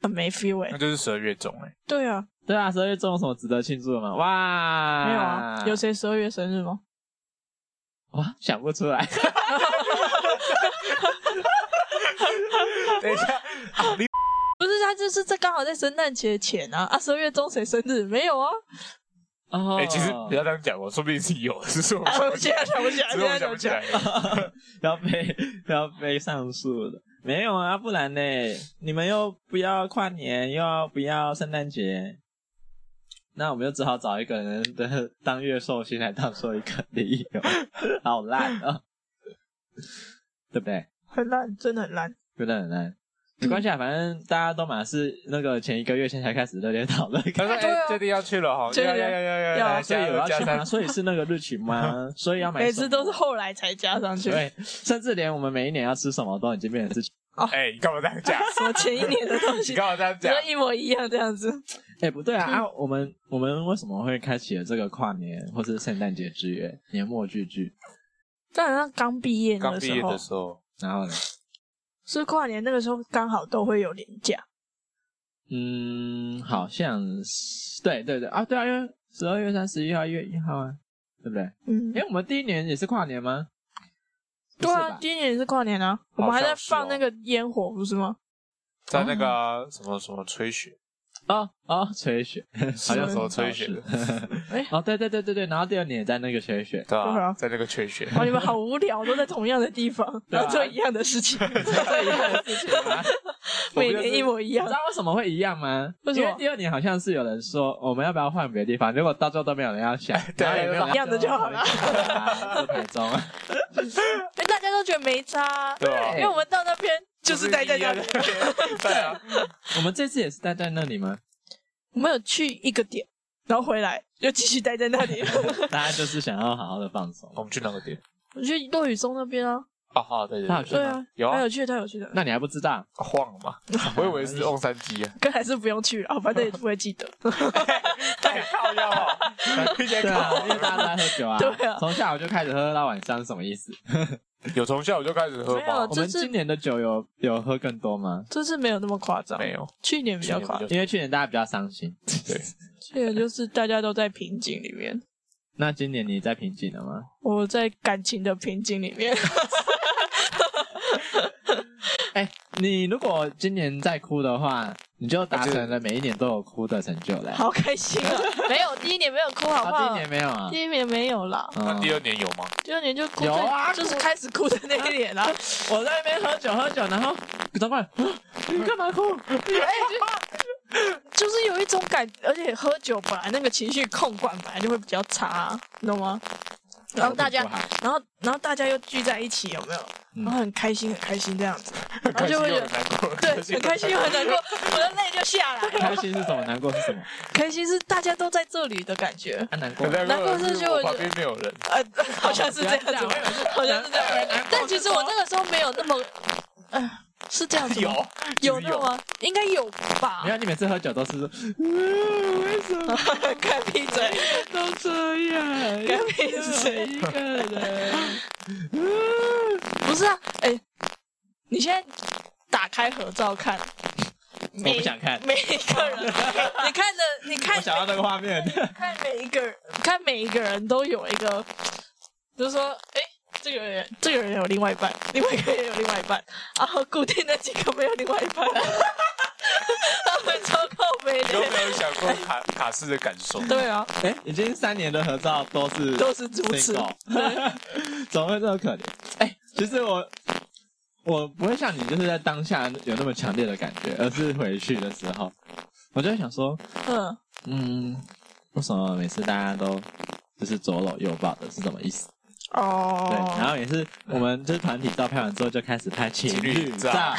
[SPEAKER 1] 很没 feel 哎、
[SPEAKER 3] 那就是十二月中
[SPEAKER 1] *laughs*
[SPEAKER 3] 哎、
[SPEAKER 1] 对啊，
[SPEAKER 2] 对啊，十二月中有什么值得庆祝的吗？哇，
[SPEAKER 1] 没有啊，有谁十二月生日吗？
[SPEAKER 2] 哇想不 *laughs* 出来，
[SPEAKER 3] 等一下，欸
[SPEAKER 1] 不是，他啊就是在刚好在圣诞节前啊，啊，十二月中谁生日？没有啊，
[SPEAKER 2] 哦，
[SPEAKER 3] 哎、其实不要这样讲哦，说不定是有，只是我
[SPEAKER 1] *laughs*
[SPEAKER 3] 们
[SPEAKER 1] 啊，我现在想不起来，现
[SPEAKER 3] 只是我
[SPEAKER 1] 在
[SPEAKER 3] 们想
[SPEAKER 1] 想
[SPEAKER 3] 不
[SPEAKER 1] 不起
[SPEAKER 3] 起
[SPEAKER 1] 来
[SPEAKER 3] 来。。
[SPEAKER 2] *laughs* 要被要被上诉的。没有啊，不然呢？你们又不要跨年，又要不要圣诞节？那我们就只好找一个人的当月寿星来当做一个理由， *laughs* 好烂啊、对不对？
[SPEAKER 1] 很烂，真的很烂。
[SPEAKER 2] 觉得很烂。没关系啊，反正大家都满是那个前一个月先才开始热烈讨论，
[SPEAKER 3] 他说：“
[SPEAKER 1] 对
[SPEAKER 3] 哎、
[SPEAKER 1] 啊
[SPEAKER 3] 这里要去了哈，
[SPEAKER 1] 这
[SPEAKER 3] 要
[SPEAKER 1] 里
[SPEAKER 3] 要
[SPEAKER 1] 要
[SPEAKER 3] 要要要，
[SPEAKER 1] 要
[SPEAKER 3] 来
[SPEAKER 2] 所以
[SPEAKER 3] 加
[SPEAKER 2] 有
[SPEAKER 3] 油
[SPEAKER 2] 要
[SPEAKER 3] 加
[SPEAKER 2] 去吗？
[SPEAKER 3] 三，
[SPEAKER 2] 所以是那个日期吗？所以要买什么。
[SPEAKER 1] *laughs* 每次都是后来才加上去，
[SPEAKER 2] 对，甚至连我们每一年要吃什么都已经变成事情。
[SPEAKER 3] 哎、你干嘛这样
[SPEAKER 1] *laughs*
[SPEAKER 3] 讲？
[SPEAKER 1] 什么前一年的东
[SPEAKER 3] 你
[SPEAKER 1] 西，
[SPEAKER 3] 干 *laughs* 嘛这样
[SPEAKER 1] 只
[SPEAKER 3] 讲
[SPEAKER 1] 是？一模一样这样子。
[SPEAKER 2] 哎、不对啊！啊，我们我们为什么会开启了这个跨年或是圣诞节之约、年末聚聚？
[SPEAKER 1] 但好像刚毕业
[SPEAKER 3] 刚
[SPEAKER 1] 那
[SPEAKER 3] 毕
[SPEAKER 1] 时
[SPEAKER 3] 业
[SPEAKER 1] 候
[SPEAKER 3] 的，时候，
[SPEAKER 2] 然后呢？
[SPEAKER 1] 是跨年那个时候刚好都会有年假，
[SPEAKER 2] 嗯，好像是对对对啊，对啊，因为十二月三十一号、一月一号啊，对不对？
[SPEAKER 1] 嗯
[SPEAKER 2] 哎、，我们第一年也是跨年吗？不
[SPEAKER 1] 对
[SPEAKER 2] 是
[SPEAKER 1] 啊
[SPEAKER 2] 吧，
[SPEAKER 1] 今年也是跨年啊，我
[SPEAKER 3] 好
[SPEAKER 1] 们还
[SPEAKER 3] 像
[SPEAKER 1] 在
[SPEAKER 3] 是
[SPEAKER 1] 放
[SPEAKER 3] 哦
[SPEAKER 1] 那个烟火，不是吗？
[SPEAKER 3] 在那个啊、
[SPEAKER 1] 哦
[SPEAKER 3] 什么什么
[SPEAKER 1] *laughs*
[SPEAKER 3] 吹雪，
[SPEAKER 2] 哦哦，吹雪，
[SPEAKER 3] 好像什么吹雪的，
[SPEAKER 1] *laughs* 哎
[SPEAKER 2] 哦，对对对对对，然后第二年也在那个吹雪，
[SPEAKER 3] 对
[SPEAKER 1] 对
[SPEAKER 3] 啊，
[SPEAKER 1] 啊
[SPEAKER 3] 在那个吹雪，
[SPEAKER 1] 哦，你们好无聊，都在同样的地方，
[SPEAKER 2] 对啊
[SPEAKER 1] 然后做一样的事情。
[SPEAKER 2] 一样的事情啊我不
[SPEAKER 1] 每
[SPEAKER 2] 就是
[SPEAKER 1] 年一模一样
[SPEAKER 2] 你知。道为什么会一样吗？
[SPEAKER 1] 为什么
[SPEAKER 2] 因为第二年好像是有人说我们要不要换别的地方，结果到最后都没有人要
[SPEAKER 1] *laughs*
[SPEAKER 2] 想，
[SPEAKER 3] 对
[SPEAKER 2] 然后有人
[SPEAKER 3] 没有
[SPEAKER 2] 说
[SPEAKER 1] 一样的就好了
[SPEAKER 2] 啊 *laughs* 是台中，
[SPEAKER 1] 哎，大家都觉得没差啊，
[SPEAKER 3] 对啊
[SPEAKER 1] 因为我们到那边就是待在那 *laughs* 里。
[SPEAKER 3] 对啊，
[SPEAKER 2] 我们这次也是待在那
[SPEAKER 1] *laughs*
[SPEAKER 2] 里吗？
[SPEAKER 1] 我们有去一个点，然后回来又继续待在那里。
[SPEAKER 2] 大家就是想要好好的放松。
[SPEAKER 3] 哦我们去哪个点？
[SPEAKER 1] *laughs* 我去落雨松那边啊，
[SPEAKER 3] 啊哈，对对
[SPEAKER 2] 那有
[SPEAKER 3] 对，
[SPEAKER 2] 去
[SPEAKER 1] 对
[SPEAKER 2] 吗？
[SPEAKER 1] 啊，
[SPEAKER 3] 有啊
[SPEAKER 1] 太有趣的，太有趣的。
[SPEAKER 2] 那你还不知道？
[SPEAKER 3] 晃了
[SPEAKER 2] *laughs*
[SPEAKER 3] 嘛，我以为是用三 G 啊，
[SPEAKER 1] 跟还是不用去了，反正也不会记得。
[SPEAKER 3] 太靠腰了，一些
[SPEAKER 2] 对啊，因为大
[SPEAKER 3] 靠
[SPEAKER 2] 家都在喝酒啊，
[SPEAKER 1] *laughs* 对啊
[SPEAKER 2] 从下午就开始喝到晚上，什么意思？
[SPEAKER 3] 有从下午就开始喝
[SPEAKER 1] 没有
[SPEAKER 3] 吗？
[SPEAKER 2] 我
[SPEAKER 1] 这
[SPEAKER 2] 们
[SPEAKER 1] 次
[SPEAKER 2] 今年的酒有有喝更多吗？
[SPEAKER 1] 这次没有那么夸张，
[SPEAKER 3] 没有，
[SPEAKER 1] 去年比较夸张，
[SPEAKER 2] 因为去年大家比较伤心，
[SPEAKER 3] 对，
[SPEAKER 1] 去年就是大家都在瓶颈里面，
[SPEAKER 2] 那今年你在平静了吗？
[SPEAKER 1] 我在感情的瓶颈里 *laughs* 面。
[SPEAKER 2] 哎、你如果今年再哭的话，你就达成了每一年都有哭的成就了。
[SPEAKER 1] 好开心啊！没有第一年没有哭，好不
[SPEAKER 2] 啊，
[SPEAKER 1] 好？
[SPEAKER 2] 今年没有啊。
[SPEAKER 1] 第一年没有啦，
[SPEAKER 2] 嗯
[SPEAKER 3] 那第二年有吗？
[SPEAKER 1] 第二年就哭最，
[SPEAKER 2] 有啊哭
[SPEAKER 1] 就是开始哭的那一年啦。
[SPEAKER 2] 我在那边喝酒喝酒，然后长官，啊你干嘛 *laughs* 哭？
[SPEAKER 1] *laughs* 就是有一种感，而且喝酒本来那个情绪控管本来就会比较差、你懂吗？然后大家
[SPEAKER 2] 不好，
[SPEAKER 1] 然后然后大家又聚在一起，有没有？
[SPEAKER 2] 嗯
[SPEAKER 1] 然后很开心，很开心这样子，然后就会
[SPEAKER 3] 很
[SPEAKER 1] 觉得
[SPEAKER 3] 难过，
[SPEAKER 1] 对，很开
[SPEAKER 3] *laughs*
[SPEAKER 1] 心又很难过，我的泪就下来了。
[SPEAKER 2] 开心是什么？难过是什么？
[SPEAKER 1] 开心是大家都在这里的感觉，
[SPEAKER 2] 啊，难过
[SPEAKER 3] 很。难
[SPEAKER 1] 难
[SPEAKER 3] 过
[SPEAKER 1] 过
[SPEAKER 3] 的
[SPEAKER 1] 是
[SPEAKER 3] 是
[SPEAKER 1] 就
[SPEAKER 3] 我
[SPEAKER 1] 我
[SPEAKER 3] 旁边没有人，
[SPEAKER 1] 呃，好像是这样子
[SPEAKER 2] 不要这样我以为，
[SPEAKER 1] 好像是这样。但其实我那个时候没有那么，嗯，是这样子吗
[SPEAKER 3] 有
[SPEAKER 1] *laughs* 有那么应该有吧 *laughs*
[SPEAKER 2] 没？有，你每次喝酒都是说，嗯
[SPEAKER 1] 该闭嘴，
[SPEAKER 2] 都这样，
[SPEAKER 1] 该闭嘴。
[SPEAKER 2] 一个人。 *laughs* 嗯
[SPEAKER 1] 不是啊，哎、你现在打开合照看，
[SPEAKER 2] 我不想看，
[SPEAKER 1] 每一个
[SPEAKER 2] *laughs*
[SPEAKER 1] 人，你看的，你看
[SPEAKER 2] 我想要那个画面。
[SPEAKER 1] 看每一个人，看每一个人都有一个，就是说，哎、这个人，这个人有另外一半，另外一个人有另外一半， *laughs* 然后固定那几个没有另外一半，他们超靠北
[SPEAKER 3] 有没
[SPEAKER 1] 的。
[SPEAKER 3] 有想过卡卡斯的感受？
[SPEAKER 1] 对啊，
[SPEAKER 2] 哎、 *laughs* 已经三年的合照都是
[SPEAKER 1] 都是如此
[SPEAKER 2] single *laughs* 怎么会这么可怜？哎、其实我我不会像你，就是在当下有那么强烈的感觉，而是回去的时候，我就会想说，
[SPEAKER 1] 嗯，
[SPEAKER 2] 嗯，为什么每次大家都就是左搂右抱的，是什么意思？
[SPEAKER 1] 哦，
[SPEAKER 2] 对，然后也是我们就是团体照拍完之后就开始拍情
[SPEAKER 3] 情
[SPEAKER 2] 侣
[SPEAKER 3] 侣
[SPEAKER 2] 照，
[SPEAKER 3] 照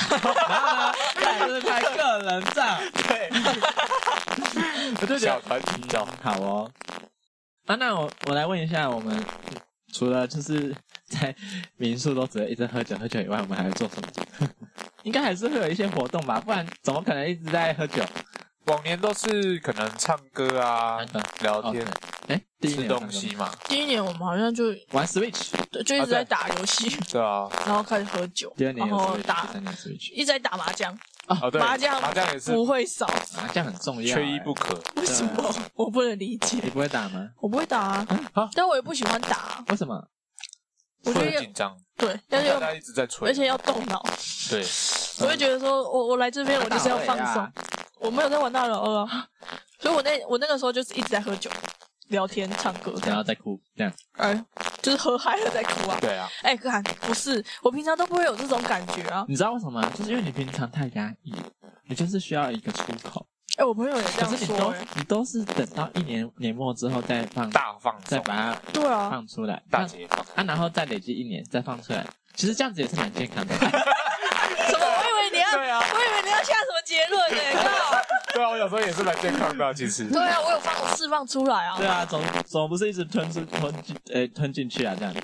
[SPEAKER 2] 然后呢，再来就是拍个人照，
[SPEAKER 3] 对，
[SPEAKER 2] *laughs* 我就觉得
[SPEAKER 3] 小团体照，
[SPEAKER 2] 好哦。啊，那我我来问一下，我们除了就是在民宿都只会一直喝酒喝酒以外，我们还会做什么？ *laughs* 应该还是会有一些活动吧，不然怎么可能一直在喝酒？
[SPEAKER 3] 往年都是可能唱歌啊
[SPEAKER 2] 唱歌、
[SPEAKER 3] 聊天、
[SPEAKER 2] 哎，第一
[SPEAKER 3] 吃
[SPEAKER 2] 年有唱
[SPEAKER 3] 东
[SPEAKER 2] 歌
[SPEAKER 3] 西嘛，
[SPEAKER 1] 第一年我们好像就
[SPEAKER 2] 玩 Switch，
[SPEAKER 1] 就一直在打游戏，
[SPEAKER 3] 对啊，
[SPEAKER 1] 然后开始喝酒，
[SPEAKER 2] 啊第二年
[SPEAKER 1] 然
[SPEAKER 2] 有
[SPEAKER 1] 后
[SPEAKER 2] Switch，
[SPEAKER 1] 打
[SPEAKER 2] 第三年有 Switch，
[SPEAKER 1] 一直在打麻将，
[SPEAKER 3] 哦对，
[SPEAKER 1] 麻将
[SPEAKER 3] 麻将也是
[SPEAKER 1] 不会少，
[SPEAKER 2] 麻啊将很重要、
[SPEAKER 3] 缺一不
[SPEAKER 2] 哎。
[SPEAKER 3] 可，
[SPEAKER 1] 为什么？我不能理解，
[SPEAKER 2] 你不会打吗？嗯
[SPEAKER 1] 我不会打啊，
[SPEAKER 3] 啊
[SPEAKER 1] 但我也不喜欢打啊，
[SPEAKER 2] 为什么？
[SPEAKER 1] 我觉得
[SPEAKER 3] 会
[SPEAKER 1] 要
[SPEAKER 3] 紧张，
[SPEAKER 1] 对，要
[SPEAKER 3] 大
[SPEAKER 1] 是要
[SPEAKER 3] 家一直在催，
[SPEAKER 1] 而且要动脑，
[SPEAKER 3] 对，
[SPEAKER 1] 我会觉得说，我我来这边我就是要放
[SPEAKER 2] 打
[SPEAKER 1] 松
[SPEAKER 2] 尾啊，
[SPEAKER 1] 我没有在玩大老二啊，所以我那我那个时候就是一直在喝酒、聊天、唱歌这
[SPEAKER 2] 然
[SPEAKER 1] 样，
[SPEAKER 2] 后再哭这样。
[SPEAKER 1] 哎，就是喝嗨了在哭啊，
[SPEAKER 3] 对啊，
[SPEAKER 1] 哎，看不是，我平常都不会有这种感觉啊，
[SPEAKER 2] 你知道为什么吗？就是因为你平常太压抑，你就是需要一个出口。
[SPEAKER 1] 哎，我朋友也这
[SPEAKER 2] 可
[SPEAKER 1] 样
[SPEAKER 2] 是你
[SPEAKER 1] 说
[SPEAKER 2] 都
[SPEAKER 1] 哎，
[SPEAKER 2] 你都是等到一年年末之后再放
[SPEAKER 3] 大放
[SPEAKER 2] 再
[SPEAKER 3] 松，
[SPEAKER 2] 把它
[SPEAKER 1] 对啊，
[SPEAKER 2] 放出来，
[SPEAKER 3] 大
[SPEAKER 2] 那
[SPEAKER 3] 解放，
[SPEAKER 2] 啊，然后再累积一年再放出来，其实这样子也是蛮健康的。
[SPEAKER 3] *laughs*
[SPEAKER 1] 什么？我以为你要，
[SPEAKER 3] 对啊
[SPEAKER 1] 我以为你要下什么结论呢？靠，
[SPEAKER 3] 对啊，我有时候也是蛮健康的啊，
[SPEAKER 1] *laughs*
[SPEAKER 3] 其实，
[SPEAKER 1] 对啊，我有放我释放出来啊，
[SPEAKER 2] 对啊，总总不是一直吞出吞进呃吞进去啊，这样。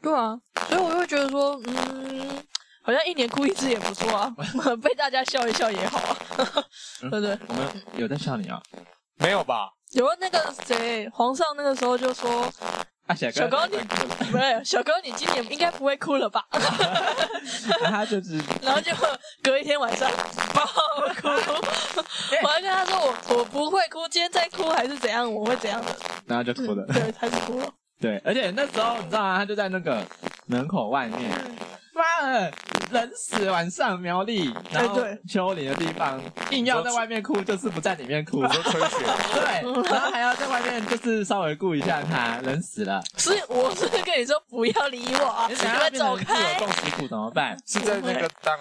[SPEAKER 1] 对啊，所以我就会觉得说，嗯，好像一年哭一次也不错啊， *laughs* 被大家笑一笑也好啊， *laughs* 对不对？
[SPEAKER 2] 我们有在笑你啊，
[SPEAKER 3] 没有吧？
[SPEAKER 1] 有啊那个谁，皇上那个时候就说，
[SPEAKER 2] 啊小哥，
[SPEAKER 1] 小高你不是小哥，你今年应该不会哭了吧？ *laughs*
[SPEAKER 2] 啊他就是
[SPEAKER 1] 然后就隔一天晚上 *laughs* 爆哭，我还跟他说我我不会哭，今天再哭还是怎样，我会怎样的？
[SPEAKER 2] 然后就哭了。
[SPEAKER 1] 对，他是哭了。
[SPEAKER 2] 对，而且那时候你知道吗？他就在那个门口外面，妈的，冷死！晚上苗栗，然后
[SPEAKER 1] 哎对
[SPEAKER 2] 丘陵的地方，硬要在外面哭，就是不在里面哭
[SPEAKER 1] *laughs*
[SPEAKER 3] 我。说吹雪，
[SPEAKER 2] 对，然后还要在外面就是稍微顾一下他，冷死
[SPEAKER 1] *laughs*
[SPEAKER 2] 了。哎
[SPEAKER 1] 所以我是跟你说不要理我啊，你
[SPEAKER 2] 想要
[SPEAKER 1] 们
[SPEAKER 2] 变成
[SPEAKER 1] 走
[SPEAKER 2] 自我
[SPEAKER 1] 开。
[SPEAKER 2] 共识股怎么办？
[SPEAKER 3] 是在那个当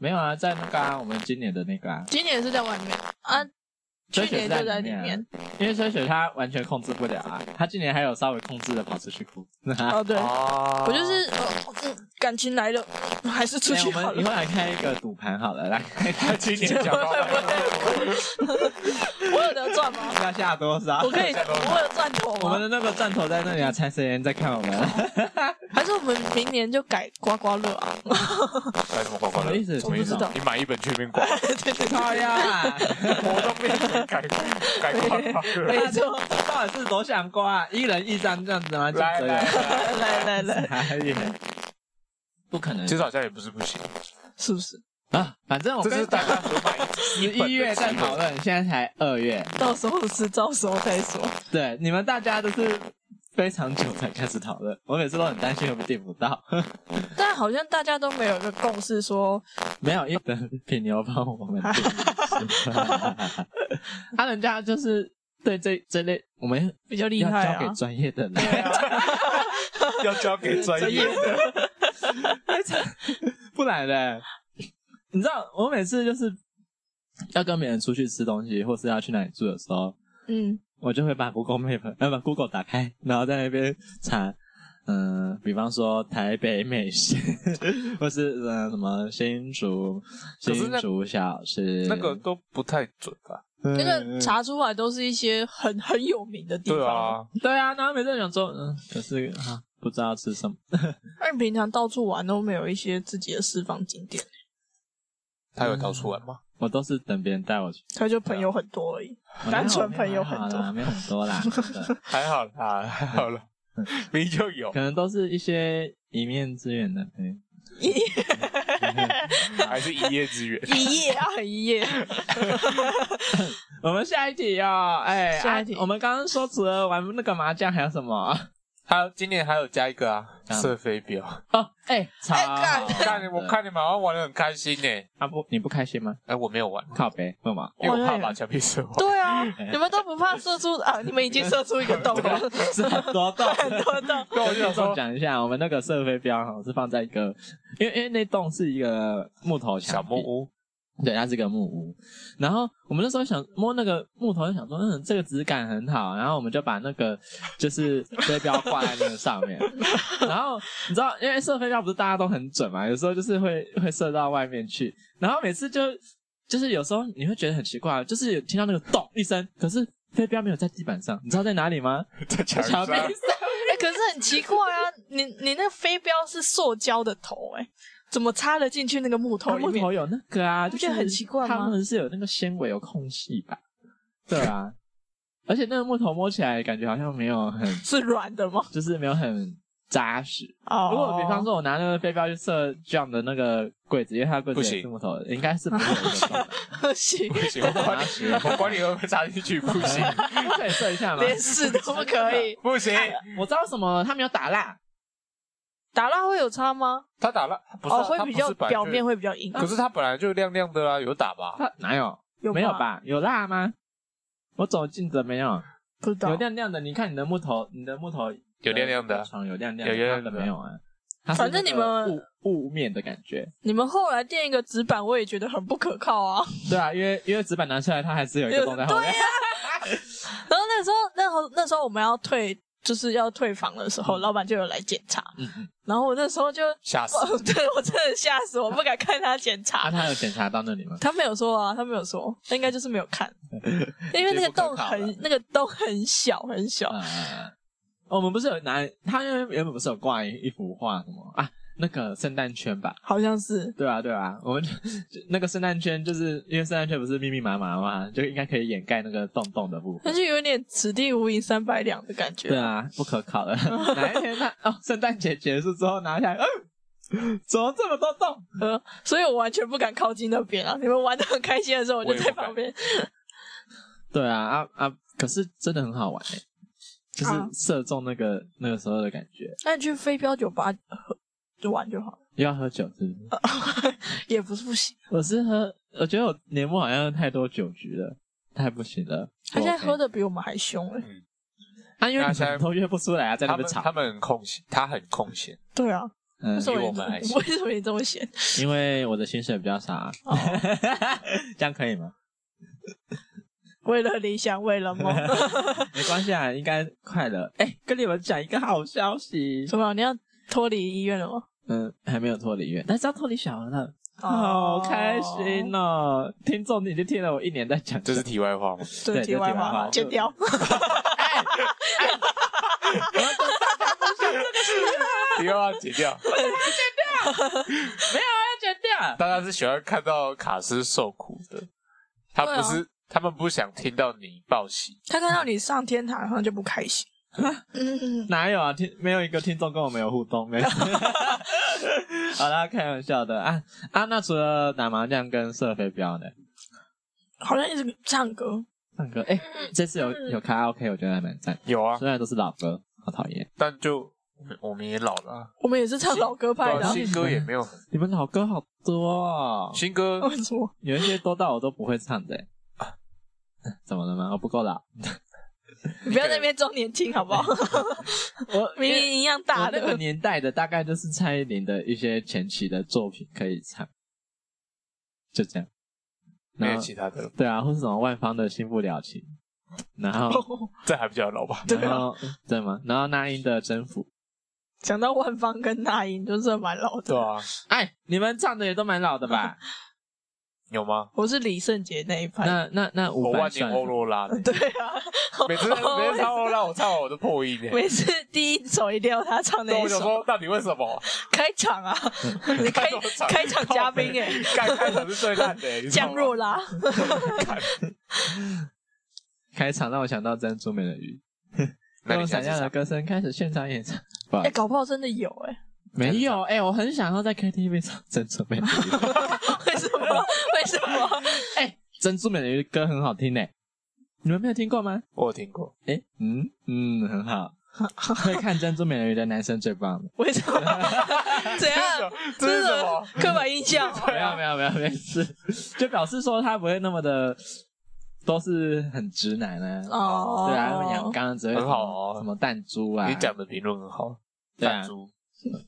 [SPEAKER 2] 没有啊，在那个、啊、我们今年的那个、啊，
[SPEAKER 1] 今年是在外面啊，去
[SPEAKER 2] 吹雪
[SPEAKER 1] 年
[SPEAKER 2] 是
[SPEAKER 1] 就在里
[SPEAKER 2] 里
[SPEAKER 1] 面。
[SPEAKER 2] 啊，因为吹雪他完全控制不了啊，他今年还有稍微控制的跑出去哭。
[SPEAKER 1] *laughs* 哦，对，
[SPEAKER 3] 啊，
[SPEAKER 1] 我就是呃嗯，感情来了，还是出
[SPEAKER 2] 哎
[SPEAKER 1] 去
[SPEAKER 2] 我
[SPEAKER 1] 好
[SPEAKER 2] 们以
[SPEAKER 1] 了。
[SPEAKER 2] 后来开一个赌盘好了，来，
[SPEAKER 3] 今年讲
[SPEAKER 2] *laughs*
[SPEAKER 3] 到了，
[SPEAKER 1] 我有得赚吗？
[SPEAKER 2] 要下多少？
[SPEAKER 1] 我可以，我有赚啊头
[SPEAKER 2] 我们
[SPEAKER 1] 吗？
[SPEAKER 2] 的那个钻头在那里
[SPEAKER 3] 哦
[SPEAKER 2] 啊，财神爷在看我们，
[SPEAKER 1] 还是我们明年就改刮刮乐啊？
[SPEAKER 3] 哎，什么刮刮乐？
[SPEAKER 2] 什么意思
[SPEAKER 3] 什么意思
[SPEAKER 1] 我不知道？
[SPEAKER 3] 你买一本去那边刮，
[SPEAKER 1] *laughs* 对对
[SPEAKER 2] 靠哎
[SPEAKER 3] *laughs*
[SPEAKER 2] 呀！
[SPEAKER 3] 我都没有改改刮
[SPEAKER 1] *laughs*
[SPEAKER 3] 刮乐。
[SPEAKER 1] 没错，
[SPEAKER 2] 到底是多想刮、啊，一人一张这样子吗？
[SPEAKER 3] 来来来，
[SPEAKER 1] 来来来，
[SPEAKER 2] 来，不可能
[SPEAKER 3] 其实好像也不是不行，
[SPEAKER 1] 是不是？
[SPEAKER 2] 啊！反正我
[SPEAKER 3] 这
[SPEAKER 2] 们
[SPEAKER 3] 就是大家合买
[SPEAKER 2] 十一月在讨论，现在才二月，
[SPEAKER 1] 到时候是到时候再说。
[SPEAKER 2] 对，你们大家都是非常久才开始讨论，我每次都很担心会不会订不到。 *laughs*
[SPEAKER 1] 但好像大家都没有一个共识，说
[SPEAKER 2] 没有，因为等品牛帮我们定
[SPEAKER 3] *laughs*
[SPEAKER 2] 义。他人家就是对这这类，我们
[SPEAKER 1] 比较厉
[SPEAKER 2] 要
[SPEAKER 1] 害
[SPEAKER 2] 交给
[SPEAKER 1] 啊。
[SPEAKER 2] 专业的人，
[SPEAKER 3] *laughs* 要交给专业的。
[SPEAKER 2] *laughs* 不然呢？你知道，我每次就是要跟别人出去吃东西，或是要去哪里住的时候，
[SPEAKER 1] 嗯，
[SPEAKER 2] 我就会把 Google Map，呃，把 Google 打开，然后在那边查，嗯、比方说台北美食， *laughs* 或是呃什么新竹
[SPEAKER 3] 可是
[SPEAKER 2] 新
[SPEAKER 3] 那
[SPEAKER 2] 竹小吃，
[SPEAKER 3] 那个都不太准吧？
[SPEAKER 1] 那
[SPEAKER 2] 那
[SPEAKER 1] 个查出来都是一些很很有名的地
[SPEAKER 3] 对
[SPEAKER 1] 方。
[SPEAKER 3] 啊，
[SPEAKER 2] 对啊，然后每次想说，嗯，可是啊，不知道吃什么。
[SPEAKER 1] 那你平常到处玩都没有一些自己的私房景点，
[SPEAKER 3] 他有逃出来吗？
[SPEAKER 2] 我都是等别人带我去，
[SPEAKER 1] 他就朋友很多而已。
[SPEAKER 2] 我
[SPEAKER 1] 单纯
[SPEAKER 2] 没有
[SPEAKER 1] 朋友很多
[SPEAKER 2] 还好啦没有很
[SPEAKER 1] *laughs*
[SPEAKER 2] 多啦，对
[SPEAKER 3] 还好啦，还好
[SPEAKER 2] *laughs*
[SPEAKER 3] 啦，明明就有
[SPEAKER 2] 可，能都是一些一面之缘的哎朋友。
[SPEAKER 3] 还是一夜之缘。
[SPEAKER 1] 一夜啊，一夜，
[SPEAKER 2] 我们下一题哦，哎，
[SPEAKER 1] 下一题
[SPEAKER 2] 啊我们刚刚说除了玩那个麻将还有什么？ *laughs*
[SPEAKER 3] 他今年还有加一个啊，
[SPEAKER 2] 啊
[SPEAKER 3] 射飞镖。
[SPEAKER 2] 哦，哎，超
[SPEAKER 1] 干
[SPEAKER 2] 好
[SPEAKER 3] 看你，我 *laughs* 看你们好像玩的很开心呢。
[SPEAKER 2] 啊不，你不开心吗？
[SPEAKER 3] 哎，我没有玩，
[SPEAKER 2] 靠北，为什么？ *laughs*
[SPEAKER 3] 因为我怕把墙壁射坏。
[SPEAKER 1] 对啊，你们都不怕射出啊？你们已经射出一个洞了，哎
[SPEAKER 2] 是很多
[SPEAKER 1] *laughs*
[SPEAKER 2] 洞。
[SPEAKER 1] 很多洞。
[SPEAKER 3] *laughs* 对，我就想 *laughs* 说，
[SPEAKER 2] 讲一下，我们那个射飞镖哈是放在一个，因为因为那栋是一个木头墙
[SPEAKER 3] 小木
[SPEAKER 2] 壁
[SPEAKER 3] 屋，
[SPEAKER 2] 对，它是个木屋。然后我们那时候想摸那个木头，就想说，嗯，这个质感很好。然后我们就把那个就是飞镖挂在那个上面。然后你知道，因为射飞镖不是大家都很准嘛，有时候就是会会射到外面去。然后每次就就是有时候你会觉得很奇怪，就是有听到那个咚一声，可是飞镖没有在地板上，你知道在哪里吗？
[SPEAKER 3] *laughs* 在墙
[SPEAKER 2] 墙
[SPEAKER 3] 上
[SPEAKER 2] 壁。
[SPEAKER 3] *laughs*
[SPEAKER 1] 哎、可是很奇怪啊，你你那飞镖是塑胶的头、哎，怎么插得进去那个木头
[SPEAKER 2] 头
[SPEAKER 1] 里
[SPEAKER 2] 木
[SPEAKER 1] 面？
[SPEAKER 2] 头有那个啊，
[SPEAKER 1] 不
[SPEAKER 2] 就
[SPEAKER 1] 觉
[SPEAKER 2] 是
[SPEAKER 1] 得很奇怪吗
[SPEAKER 2] 他们是有那个纤维有空隙吧？对啊，而且那个木头摸起来感觉好像没有很， *laughs*
[SPEAKER 1] 是软的吗？
[SPEAKER 2] 就是没有很扎实。
[SPEAKER 1] 哦
[SPEAKER 2] 如果比
[SPEAKER 1] *laughs*
[SPEAKER 2] 方，说我拿那个飞镖去射 John 的那个柜子，因为它的柜
[SPEAKER 3] 不
[SPEAKER 2] 子
[SPEAKER 3] 行
[SPEAKER 2] 也是木头的，应该是不会有那个洞的
[SPEAKER 1] 不行，
[SPEAKER 3] 不行，我管 *laughs* 你，我管你会不会插进去，不 *laughs* 行，
[SPEAKER 2] 可以射一下吗？
[SPEAKER 1] 连试都不可以。
[SPEAKER 3] *laughs* 不行。
[SPEAKER 2] 我知道什么，他没有打蜡，
[SPEAKER 1] 打蜡会有差吗？
[SPEAKER 3] 他打了，不是啊
[SPEAKER 1] 哦，会
[SPEAKER 3] 他
[SPEAKER 1] 比
[SPEAKER 3] 不
[SPEAKER 1] 较
[SPEAKER 3] 是本来
[SPEAKER 1] 表
[SPEAKER 3] 就
[SPEAKER 1] 面，会比较硬，
[SPEAKER 3] *laughs*
[SPEAKER 1] 啊
[SPEAKER 3] 可是他本来就亮亮的啊，有
[SPEAKER 1] *laughs*
[SPEAKER 3] 打吧？
[SPEAKER 2] 他哪有？
[SPEAKER 1] 有
[SPEAKER 2] 没有
[SPEAKER 1] 吗？
[SPEAKER 2] 吧？有蜡吗？我走近的没有，
[SPEAKER 1] 不知道
[SPEAKER 2] 有。亮亮的。你看你的木头，你的木头呃
[SPEAKER 3] 有亮亮的啊，
[SPEAKER 2] 床有亮亮的，
[SPEAKER 3] 有亮亮的
[SPEAKER 2] 他没有啊？它是
[SPEAKER 1] 反正你们
[SPEAKER 2] 那个雾雾面的感觉，
[SPEAKER 1] 你们后来垫一个纸板，我也觉得很不可靠啊。 *laughs*
[SPEAKER 2] 对啊，因为因为纸板拿出来，它还是有一
[SPEAKER 1] 有
[SPEAKER 2] 个洞在后面。
[SPEAKER 1] 然后那时候，那时候那时候我们要退，就是要退房的时候，老板就有来检查。
[SPEAKER 2] 嗯嗯
[SPEAKER 1] 然后我那时候就，
[SPEAKER 3] 吓死！
[SPEAKER 1] *laughs* 对我真的吓死，我不敢看他检
[SPEAKER 2] *laughs* 啊，
[SPEAKER 1] 查。
[SPEAKER 2] 他有检查到那里吗？
[SPEAKER 1] 他没有说啊，他没有说，他应该就是没有
[SPEAKER 3] *laughs*
[SPEAKER 1] 看，因为那个洞
[SPEAKER 2] 这不可
[SPEAKER 1] 很那个洞很小很小。
[SPEAKER 2] 啊啊啊我们不是有拿，他因为原本不是有挂一一幅画什么啊？那个圣诞圈吧，
[SPEAKER 1] 好像是
[SPEAKER 2] 对啊，对啊，我们 *laughs* 就就那个圣诞圈，就是因为圣诞圈不是密密麻麻嘛，就应该可以掩盖那个洞洞的部分
[SPEAKER 1] 那。就有点此地无银三百两的感觉。
[SPEAKER 2] 对啊，不可
[SPEAKER 1] *laughs*
[SPEAKER 2] 考的。哪一天他哦，圣诞节结束之后拿下来，嗯，怎么这么多洞？
[SPEAKER 1] 呃，所以我完全不敢靠近那边啊。你们玩的很开心的时候，我就
[SPEAKER 3] 我也
[SPEAKER 1] 在
[SPEAKER 3] 不敢
[SPEAKER 1] 旁边。
[SPEAKER 2] 对啊啊啊！可是真的很好玩哎、就是
[SPEAKER 1] 啊
[SPEAKER 2] 射中那个那个时候的感觉。
[SPEAKER 1] 那你去飞镖酒吧喝就玩就好了，
[SPEAKER 2] 又要喝酒是不是？
[SPEAKER 1] 也不是不行。
[SPEAKER 2] 我是喝，我觉得我年末好像太多酒局了，太不行了。
[SPEAKER 1] 他现在
[SPEAKER 2] 不 OK
[SPEAKER 1] 喝的比我们还凶哎、
[SPEAKER 2] 啊，因为
[SPEAKER 3] 他
[SPEAKER 2] 你
[SPEAKER 3] 现在
[SPEAKER 2] 们都约不出来啊，在那
[SPEAKER 3] 他
[SPEAKER 2] 边
[SPEAKER 3] 们
[SPEAKER 2] 吵
[SPEAKER 3] 他。们很空闲，他很空闲，
[SPEAKER 1] 对啊，
[SPEAKER 2] 嗯
[SPEAKER 1] 为，什么
[SPEAKER 3] 比我
[SPEAKER 1] 你
[SPEAKER 3] 们还
[SPEAKER 1] 这 *laughs*
[SPEAKER 3] 闲
[SPEAKER 1] 为什么你这么闲？
[SPEAKER 2] 因为我的薪水比较少啊，
[SPEAKER 1] 哦
[SPEAKER 2] *laughs* 这样可以吗？
[SPEAKER 1] 为了理想，为了
[SPEAKER 3] *laughs*
[SPEAKER 1] 梦，
[SPEAKER 2] 没关系啊，应该快乐。哎、跟你们讲一个好消息，
[SPEAKER 1] 怎么你要脱离医院了吗？
[SPEAKER 2] 嗯，还没有脱离院，但是要脱离小儿了，好
[SPEAKER 1] 哦
[SPEAKER 2] 开心哦！听众已经听了我一年在讲，
[SPEAKER 3] 这是题外话吗？ *laughs*
[SPEAKER 1] 这
[SPEAKER 2] 对
[SPEAKER 1] 是题
[SPEAKER 2] 这是
[SPEAKER 1] 外
[SPEAKER 2] 题外话
[SPEAKER 1] 话，剪掉。
[SPEAKER 3] 题外话啊剪掉。
[SPEAKER 2] 剪掉。
[SPEAKER 3] 大家是喜欢看到卡斯受苦的，他不是、
[SPEAKER 1] 啊
[SPEAKER 3] 他们不想听到你报喜，
[SPEAKER 1] 他看到你上天堂，然后就不开心。嗯，
[SPEAKER 2] 哪有啊？听没有一个听众跟我们有互动，没事。 *laughs* 好啦，开玩笑的啊啊！那除了打麻将跟射飞镖呢？
[SPEAKER 1] 好像一直唱歌，
[SPEAKER 2] 唱歌哎、这次有有卡拉 OK，我觉得还蛮赞，
[SPEAKER 3] 有啊，
[SPEAKER 2] 虽然都是老歌，好讨厌。
[SPEAKER 3] 但就我们也老了啊，
[SPEAKER 1] 我们也是唱老歌
[SPEAKER 3] 对
[SPEAKER 1] 派的
[SPEAKER 3] 啊
[SPEAKER 1] 啊。
[SPEAKER 3] 新歌也没有很，
[SPEAKER 2] 你们老歌好多、
[SPEAKER 1] 嗯
[SPEAKER 2] 哦，
[SPEAKER 3] 新歌
[SPEAKER 1] 为什么？
[SPEAKER 2] 有一些多到我都不会唱的、啊 *laughs* 怎么了吗？我不够老，
[SPEAKER 1] 你不要在那边装年轻好不好？
[SPEAKER 2] 我
[SPEAKER 1] 明明一样大
[SPEAKER 2] 我那个
[SPEAKER 1] 的，
[SPEAKER 2] 年代的大概就是蔡依林的一些前期的作品可以唱，就这样。
[SPEAKER 3] 没
[SPEAKER 2] 然
[SPEAKER 3] 有
[SPEAKER 2] 后
[SPEAKER 3] 其他的，
[SPEAKER 2] 对啊，或是什么万芳的《新不了情》，然后
[SPEAKER 3] 这还比较老吧？
[SPEAKER 1] 哦对
[SPEAKER 2] 然
[SPEAKER 1] 啊。
[SPEAKER 2] 后对吗？然后那英的《征服》，
[SPEAKER 1] 讲到万芳跟那英，就是蛮老
[SPEAKER 3] *laughs* 对
[SPEAKER 1] 的。
[SPEAKER 3] 啊，
[SPEAKER 2] 哎，你们唱的也都蛮老的吧？
[SPEAKER 1] *laughs*
[SPEAKER 3] 有吗？
[SPEAKER 1] 我是李圣杰那一派。
[SPEAKER 2] 那那那
[SPEAKER 3] 我
[SPEAKER 2] 五百
[SPEAKER 3] 万年
[SPEAKER 2] 算
[SPEAKER 3] 欧
[SPEAKER 1] *laughs*
[SPEAKER 3] 罗拉呢，
[SPEAKER 1] 对啊，
[SPEAKER 3] 每次
[SPEAKER 1] 哦
[SPEAKER 3] 每次唱欧罗拉，我唱完我都破音的。
[SPEAKER 1] 每次第一首一定要他唱
[SPEAKER 3] 那
[SPEAKER 1] 那
[SPEAKER 3] 我
[SPEAKER 1] 一
[SPEAKER 3] 想
[SPEAKER 1] 首
[SPEAKER 3] 说，到底为什么？ *laughs*
[SPEAKER 1] 开场啊，你开
[SPEAKER 3] 多长
[SPEAKER 1] 开场嘉宾哎、
[SPEAKER 3] *laughs* 干开
[SPEAKER 1] *laughs*
[SPEAKER 3] 场是最烂的欸，你知道
[SPEAKER 1] 江
[SPEAKER 3] 吗
[SPEAKER 1] 若
[SPEAKER 3] *laughs*
[SPEAKER 1] 拉，
[SPEAKER 2] 开场让我想到《珍珠美人鱼》，
[SPEAKER 3] 那你
[SPEAKER 2] 用
[SPEAKER 3] 想
[SPEAKER 2] 闪亮的
[SPEAKER 3] 想，
[SPEAKER 2] 歌声开始现场演唱。不好
[SPEAKER 1] 哎、
[SPEAKER 2] 意思
[SPEAKER 1] 搞不好真的有哎、
[SPEAKER 2] 没有哎、我很想要在 KTV 唱《珍珠美人鱼》。
[SPEAKER 1] 为什
[SPEAKER 2] *laughs*
[SPEAKER 1] 么？为什么？
[SPEAKER 2] 哎、珍珠美人鱼》歌很好听哎、你们没有听过吗？
[SPEAKER 3] 我有
[SPEAKER 1] *laughs*
[SPEAKER 3] 听过，
[SPEAKER 2] 哎、嗯嗯，很好。 *laughs* 会看《珍珠美人鱼》的男生最棒
[SPEAKER 3] *laughs*
[SPEAKER 2] 的。
[SPEAKER 1] 为
[SPEAKER 2] *laughs*
[SPEAKER 1] 什么？怎样？
[SPEAKER 3] 这是什么？
[SPEAKER 1] 这是刻板印象哦？
[SPEAKER 3] 啊
[SPEAKER 2] 没有没有没有没事， *laughs* 就表示说他不会那么的，都是很直男啊。
[SPEAKER 1] 哦
[SPEAKER 2] 对啊，那么阳刚只会
[SPEAKER 3] 很好哦
[SPEAKER 2] 什么弹珠啊，
[SPEAKER 3] 你讲的评论很好，
[SPEAKER 2] 对啊
[SPEAKER 3] 弹珠，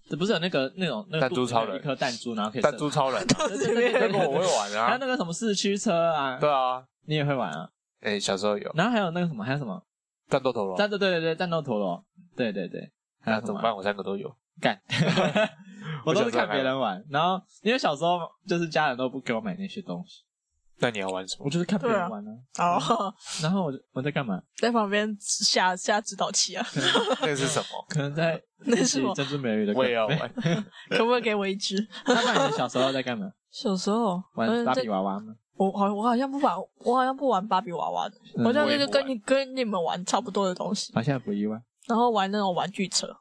[SPEAKER 2] 这不是有那个那种那个
[SPEAKER 3] 弹珠超人
[SPEAKER 2] 有一颗弹珠，然后可以射
[SPEAKER 3] 弹珠超人啊，
[SPEAKER 1] 肚子里面
[SPEAKER 3] *laughs* 那
[SPEAKER 2] *laughs*
[SPEAKER 3] 个我会玩
[SPEAKER 2] 还有
[SPEAKER 3] 啊，
[SPEAKER 2] 那个什么四驱车啊，
[SPEAKER 3] 对啊，
[SPEAKER 2] 你也会玩啊。
[SPEAKER 3] 哎，小时候有
[SPEAKER 2] 然后还有那个什么，还有什么
[SPEAKER 3] 战斗陀螺，
[SPEAKER 2] 战斗？对对对，战斗陀螺，对对对。还
[SPEAKER 3] 那
[SPEAKER 2] 有什
[SPEAKER 3] 怎么
[SPEAKER 2] 么
[SPEAKER 3] 办？我三个都哦有， *laughs*
[SPEAKER 2] 干？我都是看别人玩，然后因为小时候就是家人都不给我买那些东西，
[SPEAKER 3] 那你要玩什么
[SPEAKER 2] 我？就是看别
[SPEAKER 1] 对
[SPEAKER 2] 人
[SPEAKER 1] 啊
[SPEAKER 2] 玩啊。
[SPEAKER 1] 哦，
[SPEAKER 2] 然后我就我在干嘛？
[SPEAKER 1] 在旁边下下指导
[SPEAKER 2] *laughs*
[SPEAKER 1] 棋啊，
[SPEAKER 3] *laughs* 那是什么？
[SPEAKER 2] 可能在
[SPEAKER 1] *laughs* 那是
[SPEAKER 2] 是
[SPEAKER 1] 我
[SPEAKER 2] 珍珠美人鱼的歌。
[SPEAKER 3] *laughs* 我也要玩，
[SPEAKER 1] 可不可以给我一支？
[SPEAKER 2] 那不然你小时候在
[SPEAKER 1] *laughs*
[SPEAKER 2] 干嘛？
[SPEAKER 1] 小时候
[SPEAKER 2] 玩
[SPEAKER 1] 嗯
[SPEAKER 2] 芭
[SPEAKER 1] 在
[SPEAKER 2] 比娃娃吗？
[SPEAKER 1] 我好我好像不玩，我好像不玩芭比娃娃的，
[SPEAKER 2] 嗯
[SPEAKER 1] 我好像
[SPEAKER 3] 我也
[SPEAKER 1] 就是
[SPEAKER 3] 不
[SPEAKER 1] 跟你跟你们玩差不多的东西，
[SPEAKER 2] 好像不意外。
[SPEAKER 1] 然后玩那种玩具车，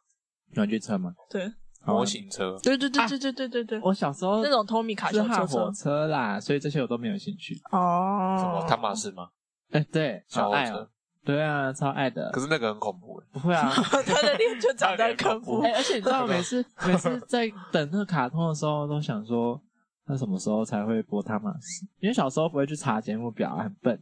[SPEAKER 2] 玩具车吗？
[SPEAKER 1] 对，
[SPEAKER 2] 好玩
[SPEAKER 3] *laughs* 模
[SPEAKER 2] 吗。
[SPEAKER 3] 型车，
[SPEAKER 1] 对对对对对对对对，
[SPEAKER 2] 啊我小时候
[SPEAKER 1] 那种托米卡
[SPEAKER 2] 是
[SPEAKER 1] 丘
[SPEAKER 2] 哈
[SPEAKER 1] 车
[SPEAKER 2] 火
[SPEAKER 1] 车
[SPEAKER 2] 车啦，所以这些我都没有兴趣。
[SPEAKER 3] 什
[SPEAKER 1] 哦
[SPEAKER 3] 么，汤马士吗？
[SPEAKER 2] 哎，对，
[SPEAKER 3] 小
[SPEAKER 2] 好
[SPEAKER 3] 火
[SPEAKER 2] 爱
[SPEAKER 3] 车
[SPEAKER 2] 哦，，对啊，超爱的
[SPEAKER 3] 可。是那个很恐怖欸，
[SPEAKER 2] 不
[SPEAKER 1] *laughs*
[SPEAKER 2] 会啊，
[SPEAKER 1] *laughs* 他的脸就长在科普
[SPEAKER 2] 哎，，而且你知道，每次每次在等那个卡通的时候，都想说，那什么时候才会播他马斯？因为小时候不会去查节目表啊，很笨。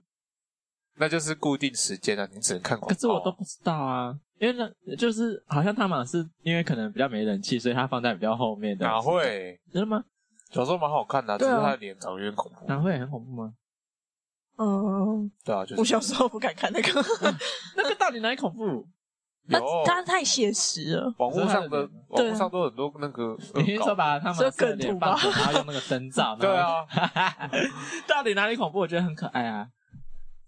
[SPEAKER 3] 那就是固定时间啊，你只能看广告啊。
[SPEAKER 2] 可是我都不知道啊，因为那就是好像他马斯，因为可能比较没人气，所以他放在比较后面的。
[SPEAKER 3] 哪？啊会？
[SPEAKER 2] 真的吗？
[SPEAKER 3] 小时候蛮好看的啊，只
[SPEAKER 1] 对
[SPEAKER 3] 是
[SPEAKER 1] 啊
[SPEAKER 3] 他的脸长得有点恐怖。
[SPEAKER 2] 哪会很恐怖吗？
[SPEAKER 1] 嗯，
[SPEAKER 3] 对啊，就
[SPEAKER 1] 我
[SPEAKER 3] 是
[SPEAKER 1] 小时候不敢看那个，
[SPEAKER 2] 那个到底哪里恐
[SPEAKER 3] 嗯
[SPEAKER 2] 怖？
[SPEAKER 1] 他
[SPEAKER 3] 有
[SPEAKER 1] *laughs* 他太写实了，
[SPEAKER 3] 网络上
[SPEAKER 2] 对
[SPEAKER 3] 的
[SPEAKER 2] 啊
[SPEAKER 3] 网络上都很多那个恶搞
[SPEAKER 2] 你是说把他马斯的脸放着，
[SPEAKER 1] 这
[SPEAKER 2] 然后用那个灯罩？
[SPEAKER 3] *laughs* 对啊，
[SPEAKER 2] 然后， *laughs* 到底哪里恐怖？我觉得很可爱啊。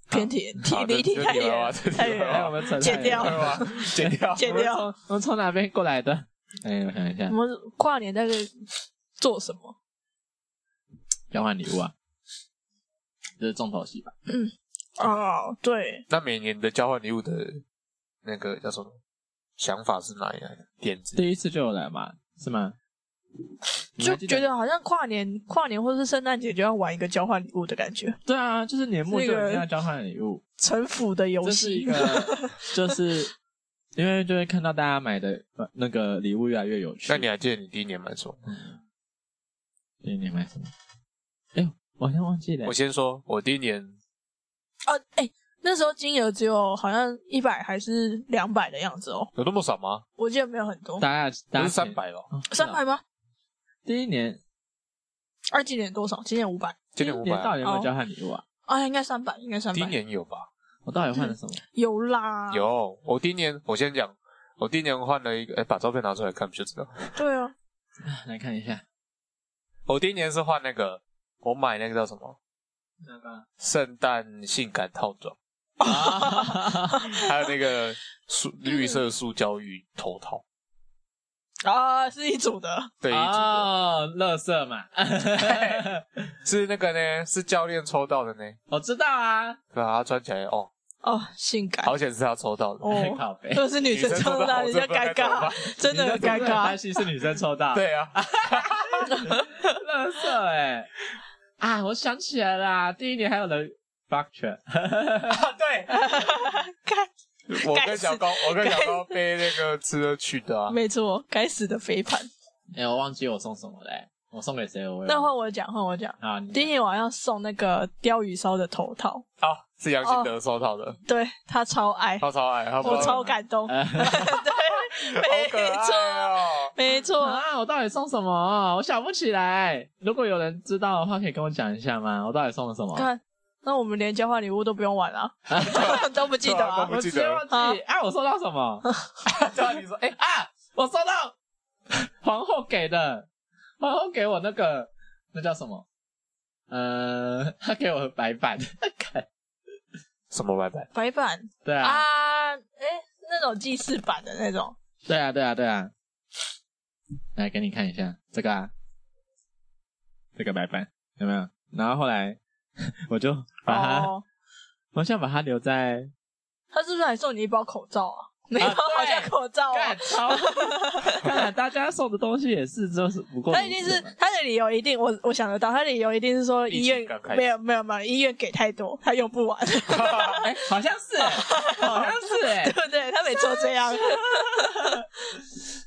[SPEAKER 1] 偏题
[SPEAKER 3] 好
[SPEAKER 1] 题离题
[SPEAKER 3] 这
[SPEAKER 1] 太
[SPEAKER 3] 这题外
[SPEAKER 1] 远
[SPEAKER 3] 话
[SPEAKER 1] 了
[SPEAKER 3] 啊这题
[SPEAKER 1] 太
[SPEAKER 3] 外
[SPEAKER 1] 远
[SPEAKER 3] 话
[SPEAKER 2] 哎，
[SPEAKER 1] 了，
[SPEAKER 2] 我们扯太
[SPEAKER 1] 剪掉
[SPEAKER 2] 远
[SPEAKER 3] 对
[SPEAKER 2] 了
[SPEAKER 3] 吧？剪掉，
[SPEAKER 1] 剪
[SPEAKER 2] 我
[SPEAKER 1] 掉
[SPEAKER 2] 们。从我们从哪边过来的？哎，我想一下
[SPEAKER 1] 我，们跨年在做什么？
[SPEAKER 2] 交换礼物啊，这是重头戏吧？
[SPEAKER 1] 哦，对，
[SPEAKER 3] 那每年的交换礼物的那个叫什么想法是哪里来的？点子？
[SPEAKER 2] 第一次就有来嘛，是吗？你
[SPEAKER 1] 就
[SPEAKER 2] 还记
[SPEAKER 1] 觉得好像跨年跨年或是圣诞节就要玩一个交换礼物的感觉，
[SPEAKER 2] 对啊，就是年末就
[SPEAKER 1] 这
[SPEAKER 2] 一
[SPEAKER 1] 个
[SPEAKER 2] 定要交换礼物，
[SPEAKER 1] 城府的游
[SPEAKER 2] 这是一
[SPEAKER 1] 戏
[SPEAKER 2] 个。，
[SPEAKER 1] *laughs*
[SPEAKER 2] 就是因为就会看到大家买的呃那个礼物越来越有趣。
[SPEAKER 3] 那你还记得你第一年买什么？
[SPEAKER 2] 你你买什么？哎呦，我好像忘记了
[SPEAKER 3] 我。先说，我第一年
[SPEAKER 1] 啊，哎、那时候金额只有好像一百还是两百的样子哦，
[SPEAKER 3] 有那么少吗？
[SPEAKER 1] 我记得没有很多，
[SPEAKER 2] 大概
[SPEAKER 3] 不
[SPEAKER 2] 大概
[SPEAKER 3] 是三，百了，
[SPEAKER 1] 三百吗？
[SPEAKER 2] 哦第一年
[SPEAKER 1] 二今年多少？今年五百，
[SPEAKER 3] 今年五
[SPEAKER 2] 第一到
[SPEAKER 3] 百，
[SPEAKER 2] 底有没有交换礼物啊？
[SPEAKER 1] 啊，应该三百，应该三
[SPEAKER 3] 第一
[SPEAKER 1] 百，
[SPEAKER 3] 年有吧？
[SPEAKER 2] 我到底换了什么？ *laughs*
[SPEAKER 1] 有
[SPEAKER 2] 啊
[SPEAKER 1] 啦，，
[SPEAKER 3] 有，我第一年我先讲，我第一年换了一个，哎，把照片拿出来看不就知道？
[SPEAKER 1] 对啊，
[SPEAKER 2] 来看一下，
[SPEAKER 3] 我第一年是换那个，我买那个叫什么
[SPEAKER 2] 那个啊
[SPEAKER 3] 圣诞性感套装，
[SPEAKER 1] 哦
[SPEAKER 3] 还有那个
[SPEAKER 2] *laughs*
[SPEAKER 3] 塑
[SPEAKER 2] 嗯
[SPEAKER 3] 绿色塑胶鱼头套，
[SPEAKER 1] 啊，是一组的，
[SPEAKER 2] *laughs*
[SPEAKER 3] 对，一组的
[SPEAKER 2] 哦，乐色嘛， *laughs*
[SPEAKER 3] 是那个呢，是教练抽到的呢，
[SPEAKER 2] 我知道啊，
[SPEAKER 3] 对啊，他穿起来哦，
[SPEAKER 1] 哦，性感，
[SPEAKER 3] 好险是他抽到的，
[SPEAKER 1] 哦 *laughs*
[SPEAKER 2] 靠背
[SPEAKER 1] 如果是女生抽
[SPEAKER 3] 哎女生抽
[SPEAKER 1] 到，
[SPEAKER 3] 到
[SPEAKER 1] 人家尴尬
[SPEAKER 3] 我，
[SPEAKER 1] 真的很尴
[SPEAKER 2] 拍
[SPEAKER 1] 尬。
[SPEAKER 2] 戏是女生抽到，，
[SPEAKER 1] *laughs*
[SPEAKER 3] 对啊，
[SPEAKER 2] 乐色哎，啊，我想起来啦，第一年还有人 fuck
[SPEAKER 1] 啊
[SPEAKER 3] 我跟小
[SPEAKER 1] *laughs*
[SPEAKER 3] 高，我跟小高被那个吃的去的啊，
[SPEAKER 1] 没错，该死的肥盘。
[SPEAKER 2] 哎，我忘记我送什么嘞，我送给谁了？我
[SPEAKER 1] 那换我讲，换我讲。
[SPEAKER 2] 啊，
[SPEAKER 1] 第一年我要送那个鲷鱼烧的头套，
[SPEAKER 3] 啊，是杨新德收到的，
[SPEAKER 1] 对他超爱，
[SPEAKER 3] 他超爱，他
[SPEAKER 1] 哦我超
[SPEAKER 3] 感，
[SPEAKER 1] 感
[SPEAKER 3] *laughs*
[SPEAKER 1] 动。
[SPEAKER 2] 呃
[SPEAKER 1] *laughs* 对，
[SPEAKER 3] 好可
[SPEAKER 1] 没
[SPEAKER 3] 爱
[SPEAKER 1] 错，
[SPEAKER 3] 哦，
[SPEAKER 1] 没错。
[SPEAKER 2] 啊，我到底送什么？我想不起来。如果有人知道的话，可以跟我讲一下吗？我到底送了什么？
[SPEAKER 1] 看，那我们连交换礼物都不用玩
[SPEAKER 3] *laughs*
[SPEAKER 1] 了，都不记得
[SPEAKER 3] 对啊
[SPEAKER 1] 啊
[SPEAKER 3] 都。不记得
[SPEAKER 2] 我直接忘记。啊，我收到什么？
[SPEAKER 3] 对啊，你说，哎，
[SPEAKER 2] 啊，我收到皇后给的，皇后给我那个那叫什么？呃，她给我白板， *laughs* 看
[SPEAKER 3] 什么拜拜？
[SPEAKER 1] 白板
[SPEAKER 2] 对啊，
[SPEAKER 1] 啊，哎，那种记事版的那种，
[SPEAKER 2] 对啊，对啊，对啊。来给你看一下这个啊，这个白板有没有？然后后来 *laughs* 我就
[SPEAKER 3] 啊
[SPEAKER 2] 把它，
[SPEAKER 1] 哦，
[SPEAKER 2] *laughs* 我想把它留在
[SPEAKER 1] 他是不是还送你一包口罩啊？那一包好
[SPEAKER 2] 对
[SPEAKER 1] 像口罩啊 *laughs*
[SPEAKER 2] 干。超，看来大家送的东西也是，就是不过
[SPEAKER 1] 他一定是他的理由一定，我我想得到，他的理由一定是说
[SPEAKER 3] 疫
[SPEAKER 1] 医
[SPEAKER 3] 情
[SPEAKER 1] 院
[SPEAKER 3] 刚开始
[SPEAKER 1] 没有没有没有医院给太多，他用不完，对
[SPEAKER 2] 哎、好像
[SPEAKER 1] *laughs*
[SPEAKER 2] 是、好像是 *laughs* 哎、
[SPEAKER 1] 不对？他每次都这 *laughs* 样，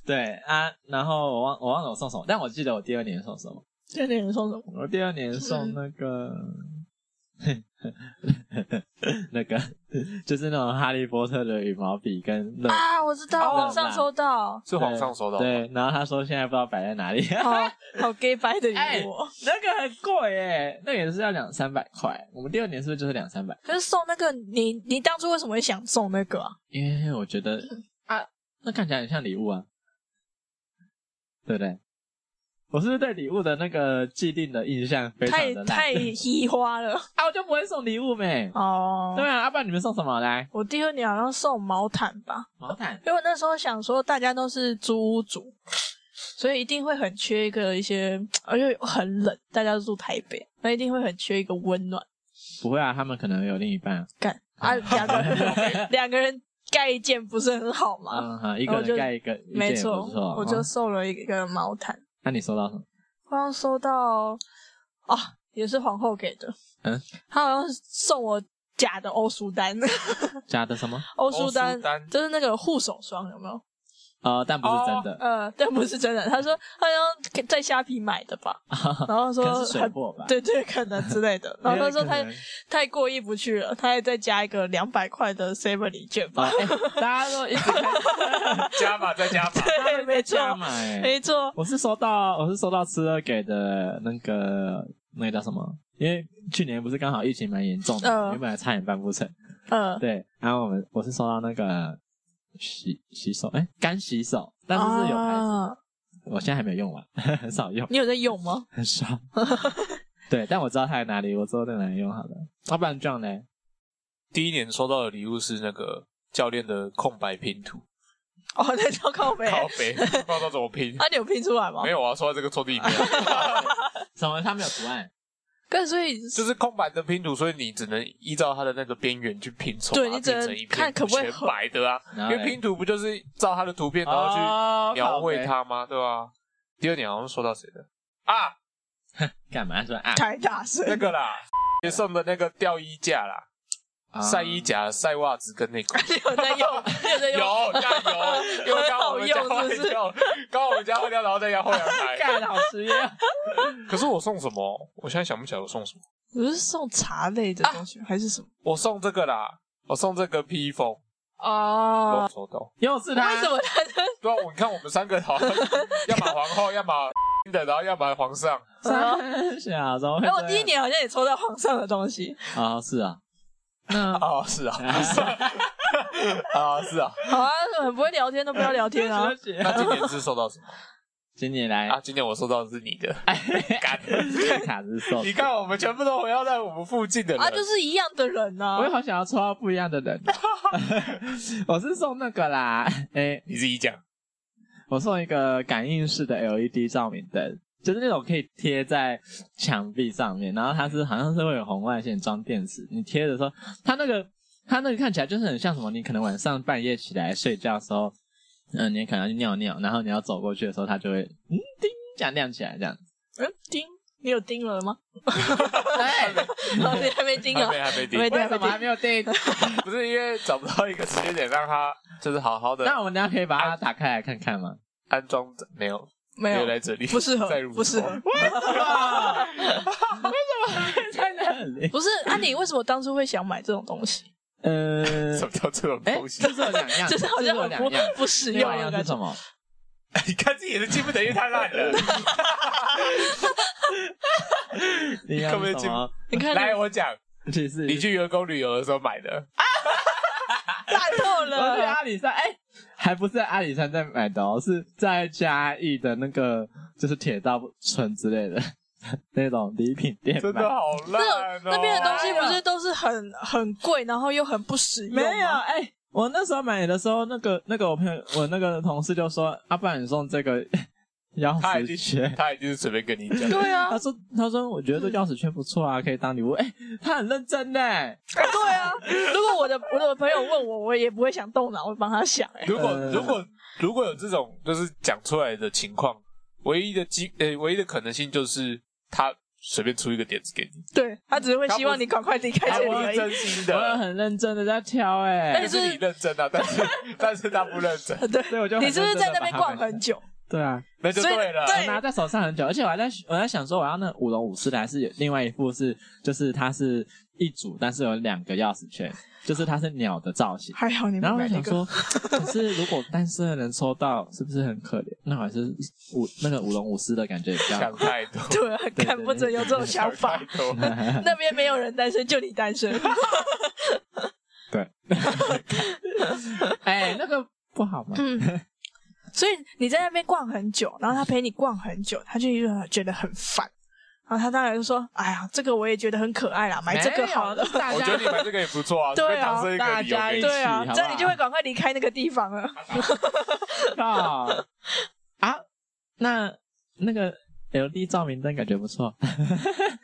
[SPEAKER 2] 对啊，然后我忘我忘了我送什么，但我记得我第二年送什么。
[SPEAKER 1] 这女人送什么？
[SPEAKER 2] 我第二年
[SPEAKER 1] 嗯
[SPEAKER 2] 送那个，那个 *laughs* 就是那种哈利波特的羽毛笔跟乐、
[SPEAKER 1] 啊，我知道，
[SPEAKER 2] 哦
[SPEAKER 1] 网上收到，
[SPEAKER 3] 是皇上收到的，
[SPEAKER 2] 对，然后他说现在不知道摆在 *laughs* 哪里，
[SPEAKER 1] 好好 gay 白的
[SPEAKER 2] 哎
[SPEAKER 1] 礼物哦。
[SPEAKER 2] 那个很贵哎，那个也是要两三百块。我们第二年是不是就是两三百？
[SPEAKER 1] 可是送那个，你你当初为什么会想送那个啊？
[SPEAKER 2] 因为我觉得啊，那看起来很像礼物啊，对不对？我是不是对礼物的那个既定的印象非常
[SPEAKER 1] 太
[SPEAKER 2] 的烂？
[SPEAKER 1] 太 *laughs* 稀花了
[SPEAKER 2] *laughs* 啊，我就不会送礼物呗。
[SPEAKER 1] 哦。
[SPEAKER 2] 对啊，阿爸，你们送什么来？
[SPEAKER 1] 我第二年好像送毛毯吧，
[SPEAKER 2] 毛毯。
[SPEAKER 1] 因为我那时候想说大家都是租屋族，所以一定会很缺一个一些，而且很冷，大家都住台北，那一定会很缺一个温暖。
[SPEAKER 2] 不会啊，他们可能有另一半。
[SPEAKER 1] 干啊，两个
[SPEAKER 2] *laughs*
[SPEAKER 1] 人两个人盖一件不是很好吗？
[SPEAKER 2] 嗯，好，一个
[SPEAKER 1] 我就
[SPEAKER 2] 人盖一个，一件
[SPEAKER 1] 没
[SPEAKER 2] 也
[SPEAKER 1] 错
[SPEAKER 2] 不错。，
[SPEAKER 1] 我就
[SPEAKER 2] 哦
[SPEAKER 1] 送了一个毛毯，
[SPEAKER 2] 那你收到 *laughs* 什么？
[SPEAKER 1] 好像收到啊，也是皇后给的，
[SPEAKER 2] 嗯，
[SPEAKER 1] 她好像是送我假的欧舒
[SPEAKER 2] *laughs*
[SPEAKER 1] 丹，
[SPEAKER 2] 假的什么？
[SPEAKER 1] 欧舒
[SPEAKER 3] 欧舒丹
[SPEAKER 1] 就是那个护手霜，有没有？
[SPEAKER 2] 呃，但不是真的，
[SPEAKER 1] 呃，但不是真的，她说好像在虾皮买的吧，然后
[SPEAKER 2] 啊可能
[SPEAKER 1] 说
[SPEAKER 2] 是水
[SPEAKER 1] 很
[SPEAKER 2] 货吧？
[SPEAKER 1] 对对，可能之类
[SPEAKER 2] *laughs*
[SPEAKER 1] 的。然后他说他
[SPEAKER 2] 因为可能
[SPEAKER 1] 太过意不去了，他还再加一个两百块的 seven 礼券吧
[SPEAKER 2] *laughs* 啊。哎大家都一直开
[SPEAKER 3] 加码再加码，
[SPEAKER 1] 对，没错，
[SPEAKER 2] 加买。 *laughs*
[SPEAKER 1] 没错。
[SPEAKER 2] 我是收到，我是收到吃了给的那个那个叫什么？因为去年不是刚好疫情蛮严重的，
[SPEAKER 1] 嗯
[SPEAKER 2] 原本还差点办不成。
[SPEAKER 1] 嗯，
[SPEAKER 2] 对，然后我们我是收到那个洗洗手，哎、干洗手， *laughs* 但是是有牌子，
[SPEAKER 1] 啊
[SPEAKER 2] 我现在还没有用完， *laughs* 很少用，
[SPEAKER 1] 你有在用吗？
[SPEAKER 2] 很少。对，但我知道它在哪里，我之后再拿来用好了。要、不然这样呢？
[SPEAKER 3] 第一年收到的礼物是那个教练的空白拼图，
[SPEAKER 1] 哦，那张靠背。
[SPEAKER 3] 靠
[SPEAKER 1] 啊，
[SPEAKER 3] 背，不知道怎么
[SPEAKER 1] *laughs*
[SPEAKER 3] 拼。
[SPEAKER 1] 你有拼出来吗
[SPEAKER 3] 没？有啊，说到这个抽屉里面，
[SPEAKER 2] 什么？它没有图案？
[SPEAKER 1] 对，所以
[SPEAKER 3] 就是空白的拼图，所以你只能依照它的那个边缘去拼凑，
[SPEAKER 1] 对
[SPEAKER 3] 把它
[SPEAKER 1] 你只能
[SPEAKER 3] 拼成一片
[SPEAKER 1] 看可不可以
[SPEAKER 3] 全
[SPEAKER 1] 合
[SPEAKER 3] 白的啊。
[SPEAKER 2] 然后嘞
[SPEAKER 3] 因为拼图不就是照它的图片，然后去
[SPEAKER 2] 哦
[SPEAKER 3] 描绘
[SPEAKER 2] 靠
[SPEAKER 3] 它吗？对吧、第二年好像说到谁的啊？
[SPEAKER 2] 背干嘛？说啊，
[SPEAKER 1] *laughs* 太大声。
[SPEAKER 3] 那个啦，也送的那个吊衣架啦、
[SPEAKER 2] 啊
[SPEAKER 3] *laughs* 晒衣夹、晒袜子跟
[SPEAKER 1] *laughs*
[SPEAKER 3] 内裤。
[SPEAKER 1] 你有在用？你有在
[SPEAKER 2] *laughs*
[SPEAKER 3] 有，
[SPEAKER 1] 用？
[SPEAKER 3] 那
[SPEAKER 1] *laughs*
[SPEAKER 3] 有，因为刚好我们家
[SPEAKER 1] 哎很好用
[SPEAKER 3] 坏
[SPEAKER 1] 是不是
[SPEAKER 3] 掉，刚好我们家坏掉，然后再压后
[SPEAKER 1] *laughs*
[SPEAKER 3] 阳台。
[SPEAKER 2] 哦干好吃呀！
[SPEAKER 3] 可是我送什么？我现在想不起来我送什么。
[SPEAKER 2] 啊
[SPEAKER 1] 我是送茶类的东西还是什么？
[SPEAKER 3] 我送这个啦，我送这个披风，我
[SPEAKER 1] 哦
[SPEAKER 3] 有，收到。
[SPEAKER 2] 又是他，
[SPEAKER 1] 为
[SPEAKER 2] *laughs*
[SPEAKER 1] 什么他的
[SPEAKER 3] 对啊，我你看我们三个
[SPEAKER 1] *laughs*
[SPEAKER 3] 好像，要么皇后，要么的，然后要么皇上。
[SPEAKER 2] 三小啊怎么会
[SPEAKER 1] 哎、
[SPEAKER 2] 这样？
[SPEAKER 1] 我第一年好像也抽到皇上的东西，
[SPEAKER 2] 啊，是
[SPEAKER 1] *laughs*
[SPEAKER 2] 啊，
[SPEAKER 3] 啊，是 *laughs* 啊，啊是啊。
[SPEAKER 1] 好啊，很不会聊天都不要聊天啊
[SPEAKER 2] *laughs* 学。姐
[SPEAKER 3] 那今年是收到什 *laughs* 么
[SPEAKER 2] 今年来
[SPEAKER 3] 啊？今年我收到的是你的， *laughs* 干
[SPEAKER 2] 卡子送，
[SPEAKER 3] 你看我们全部都围绕在我们附近的人，
[SPEAKER 1] 啊，就是一样的人啊呐、
[SPEAKER 2] 我也好想要抽到不一样的人。
[SPEAKER 1] *laughs*
[SPEAKER 2] 我是送那个啦，哎、
[SPEAKER 3] 你自己讲。
[SPEAKER 2] 我送一个感应式的 LED 照明灯，就是那种可以贴在墙壁上面，然后它是好像是会有红外线装电池，你贴的时候，它那个它那个看起来就是很像什么，你可能晚上半夜起来睡觉的时候，嗯、你可能要去尿尿，然后你要走过去的时候，它就会嗯叮这样亮起来，这
[SPEAKER 3] *laughs*
[SPEAKER 2] 样。
[SPEAKER 1] 嗯，叮，你有叮了吗？
[SPEAKER 5] 对，
[SPEAKER 1] 哦你还没叮
[SPEAKER 3] 还
[SPEAKER 1] 啊
[SPEAKER 3] 没？还没定，
[SPEAKER 1] 还没
[SPEAKER 5] 为什么还没有定？
[SPEAKER 3] 不是因为找不到一个时间点让它就是好好的
[SPEAKER 2] 那我们等一下可以把它打开来看看
[SPEAKER 3] *laughs*
[SPEAKER 2] 吗？ *laughs*
[SPEAKER 3] 安装，没有
[SPEAKER 1] 没有，
[SPEAKER 3] 来这里，
[SPEAKER 1] 不适合
[SPEAKER 3] 再入，
[SPEAKER 1] 不适合。
[SPEAKER 3] 手
[SPEAKER 2] 在那里。
[SPEAKER 1] 不是，啊，你为什么当初会想买这种东西？
[SPEAKER 2] 呃，
[SPEAKER 3] *laughs* 什么叫这种
[SPEAKER 2] 哎，
[SPEAKER 3] 东西
[SPEAKER 2] 就？是有两样，
[SPEAKER 1] *laughs* 就是好像
[SPEAKER 2] 有
[SPEAKER 1] 很
[SPEAKER 2] 两
[SPEAKER 1] 不
[SPEAKER 2] 样。啊
[SPEAKER 1] 不实
[SPEAKER 2] 另
[SPEAKER 1] 用
[SPEAKER 2] 外一
[SPEAKER 1] 的
[SPEAKER 2] 样
[SPEAKER 1] 感
[SPEAKER 2] 是
[SPEAKER 1] 觉
[SPEAKER 2] 什。么？
[SPEAKER 1] 哎
[SPEAKER 3] *laughs* 你看自己的进步等于太烂了。
[SPEAKER 2] 另
[SPEAKER 3] *laughs*
[SPEAKER 2] 一样
[SPEAKER 3] 根
[SPEAKER 2] 是
[SPEAKER 3] 本
[SPEAKER 2] 什么？
[SPEAKER 1] 你 *laughs* 看，
[SPEAKER 3] 来，啊我讲，
[SPEAKER 2] 其实
[SPEAKER 3] 你去员工旅游的时候买的，
[SPEAKER 1] 烂透
[SPEAKER 2] 我去
[SPEAKER 1] 了。
[SPEAKER 2] 阿里山，哎，还不是在阿里山在买的哦，是在嘉义的那个就是铁道村之类的那种礼品店
[SPEAKER 3] 真的
[SPEAKER 2] 买。
[SPEAKER 3] 好烂
[SPEAKER 1] 那
[SPEAKER 3] 哦
[SPEAKER 1] 种。那边的东西不是都是很很贵，然后又很不实用
[SPEAKER 2] 没
[SPEAKER 1] 吗？
[SPEAKER 2] 有，哎、我那时候买的时候，那个那个我朋友，我那个同事就说，阿、啊、不然你送这个钥
[SPEAKER 3] 他
[SPEAKER 2] 匙
[SPEAKER 3] 已
[SPEAKER 2] 圈
[SPEAKER 3] 经，。他已经是随便跟你讲，
[SPEAKER 1] 对啊
[SPEAKER 2] *laughs* 他，说：“他说我觉得这钥匙圈不错啊，可以当礼物。哎、他很认真呢。
[SPEAKER 1] 对啊。如果我的我的朋友问我，我也不会想动脑，我会帮他想。哎，
[SPEAKER 3] 如果
[SPEAKER 2] 呃
[SPEAKER 3] 如果如果有这种就是讲出来的情况，唯一的机呃、唯一的可能性就是他随便出一个点子给你，
[SPEAKER 1] 对他只是会希望你赶快离开
[SPEAKER 3] 他
[SPEAKER 1] 这里
[SPEAKER 3] 不
[SPEAKER 1] 而
[SPEAKER 3] 是
[SPEAKER 1] 已。
[SPEAKER 3] 真心
[SPEAKER 2] 我有
[SPEAKER 3] 的，
[SPEAKER 2] 很认真的在挑、哎，
[SPEAKER 1] 但
[SPEAKER 3] 就是是你认真啊，但是但是他不认真，
[SPEAKER 1] 对，
[SPEAKER 2] 所以我就很
[SPEAKER 1] 你是不是
[SPEAKER 2] 认真
[SPEAKER 1] 在那
[SPEAKER 2] 地把
[SPEAKER 1] 边
[SPEAKER 2] 它
[SPEAKER 1] 逛
[SPEAKER 2] 买
[SPEAKER 1] 很久？
[SPEAKER 2] 对啊，
[SPEAKER 3] 那就
[SPEAKER 1] 所以
[SPEAKER 3] 对了。
[SPEAKER 1] 对
[SPEAKER 2] 我拿在手上很久，而且我还在我在想说，我要那舞龙舞狮的，还是有另外一副是，就是它是一组，但是有两个钥匙圈，就是它是鸟的造型。
[SPEAKER 1] 还好你们
[SPEAKER 2] 然后我
[SPEAKER 1] 买那
[SPEAKER 2] 想
[SPEAKER 1] 个，
[SPEAKER 2] 说，可是如果单身的人抽到，是不是很可怜？那还是舞那个舞龙舞狮的感觉比较
[SPEAKER 3] 想太多，
[SPEAKER 1] *laughs* 对啊，
[SPEAKER 2] 对
[SPEAKER 1] 看不准有这种想
[SPEAKER 3] 想
[SPEAKER 1] 法
[SPEAKER 3] 太。多，
[SPEAKER 1] *laughs* 那边没有人单身，就你单身。
[SPEAKER 2] 对。哎，那个不好吗？
[SPEAKER 1] 嗯， *laughs* 所以你在那边逛很久，然后他陪你逛很久，他就觉得很烦。然后他当然就说：“哎呀，这个我也觉得很可爱啦，买这个好了。
[SPEAKER 2] 大
[SPEAKER 3] 我觉
[SPEAKER 2] 家
[SPEAKER 3] 得你买这个也不错啊，
[SPEAKER 1] 对啊
[SPEAKER 3] 随便当成一个理由
[SPEAKER 2] 大家
[SPEAKER 3] 给”你
[SPEAKER 2] 一起
[SPEAKER 1] 对啊
[SPEAKER 2] 好不，好
[SPEAKER 1] 这样你就会赶快离开那个地方了。
[SPEAKER 2] 靠啊，那那个 LED 照明灯感觉不错。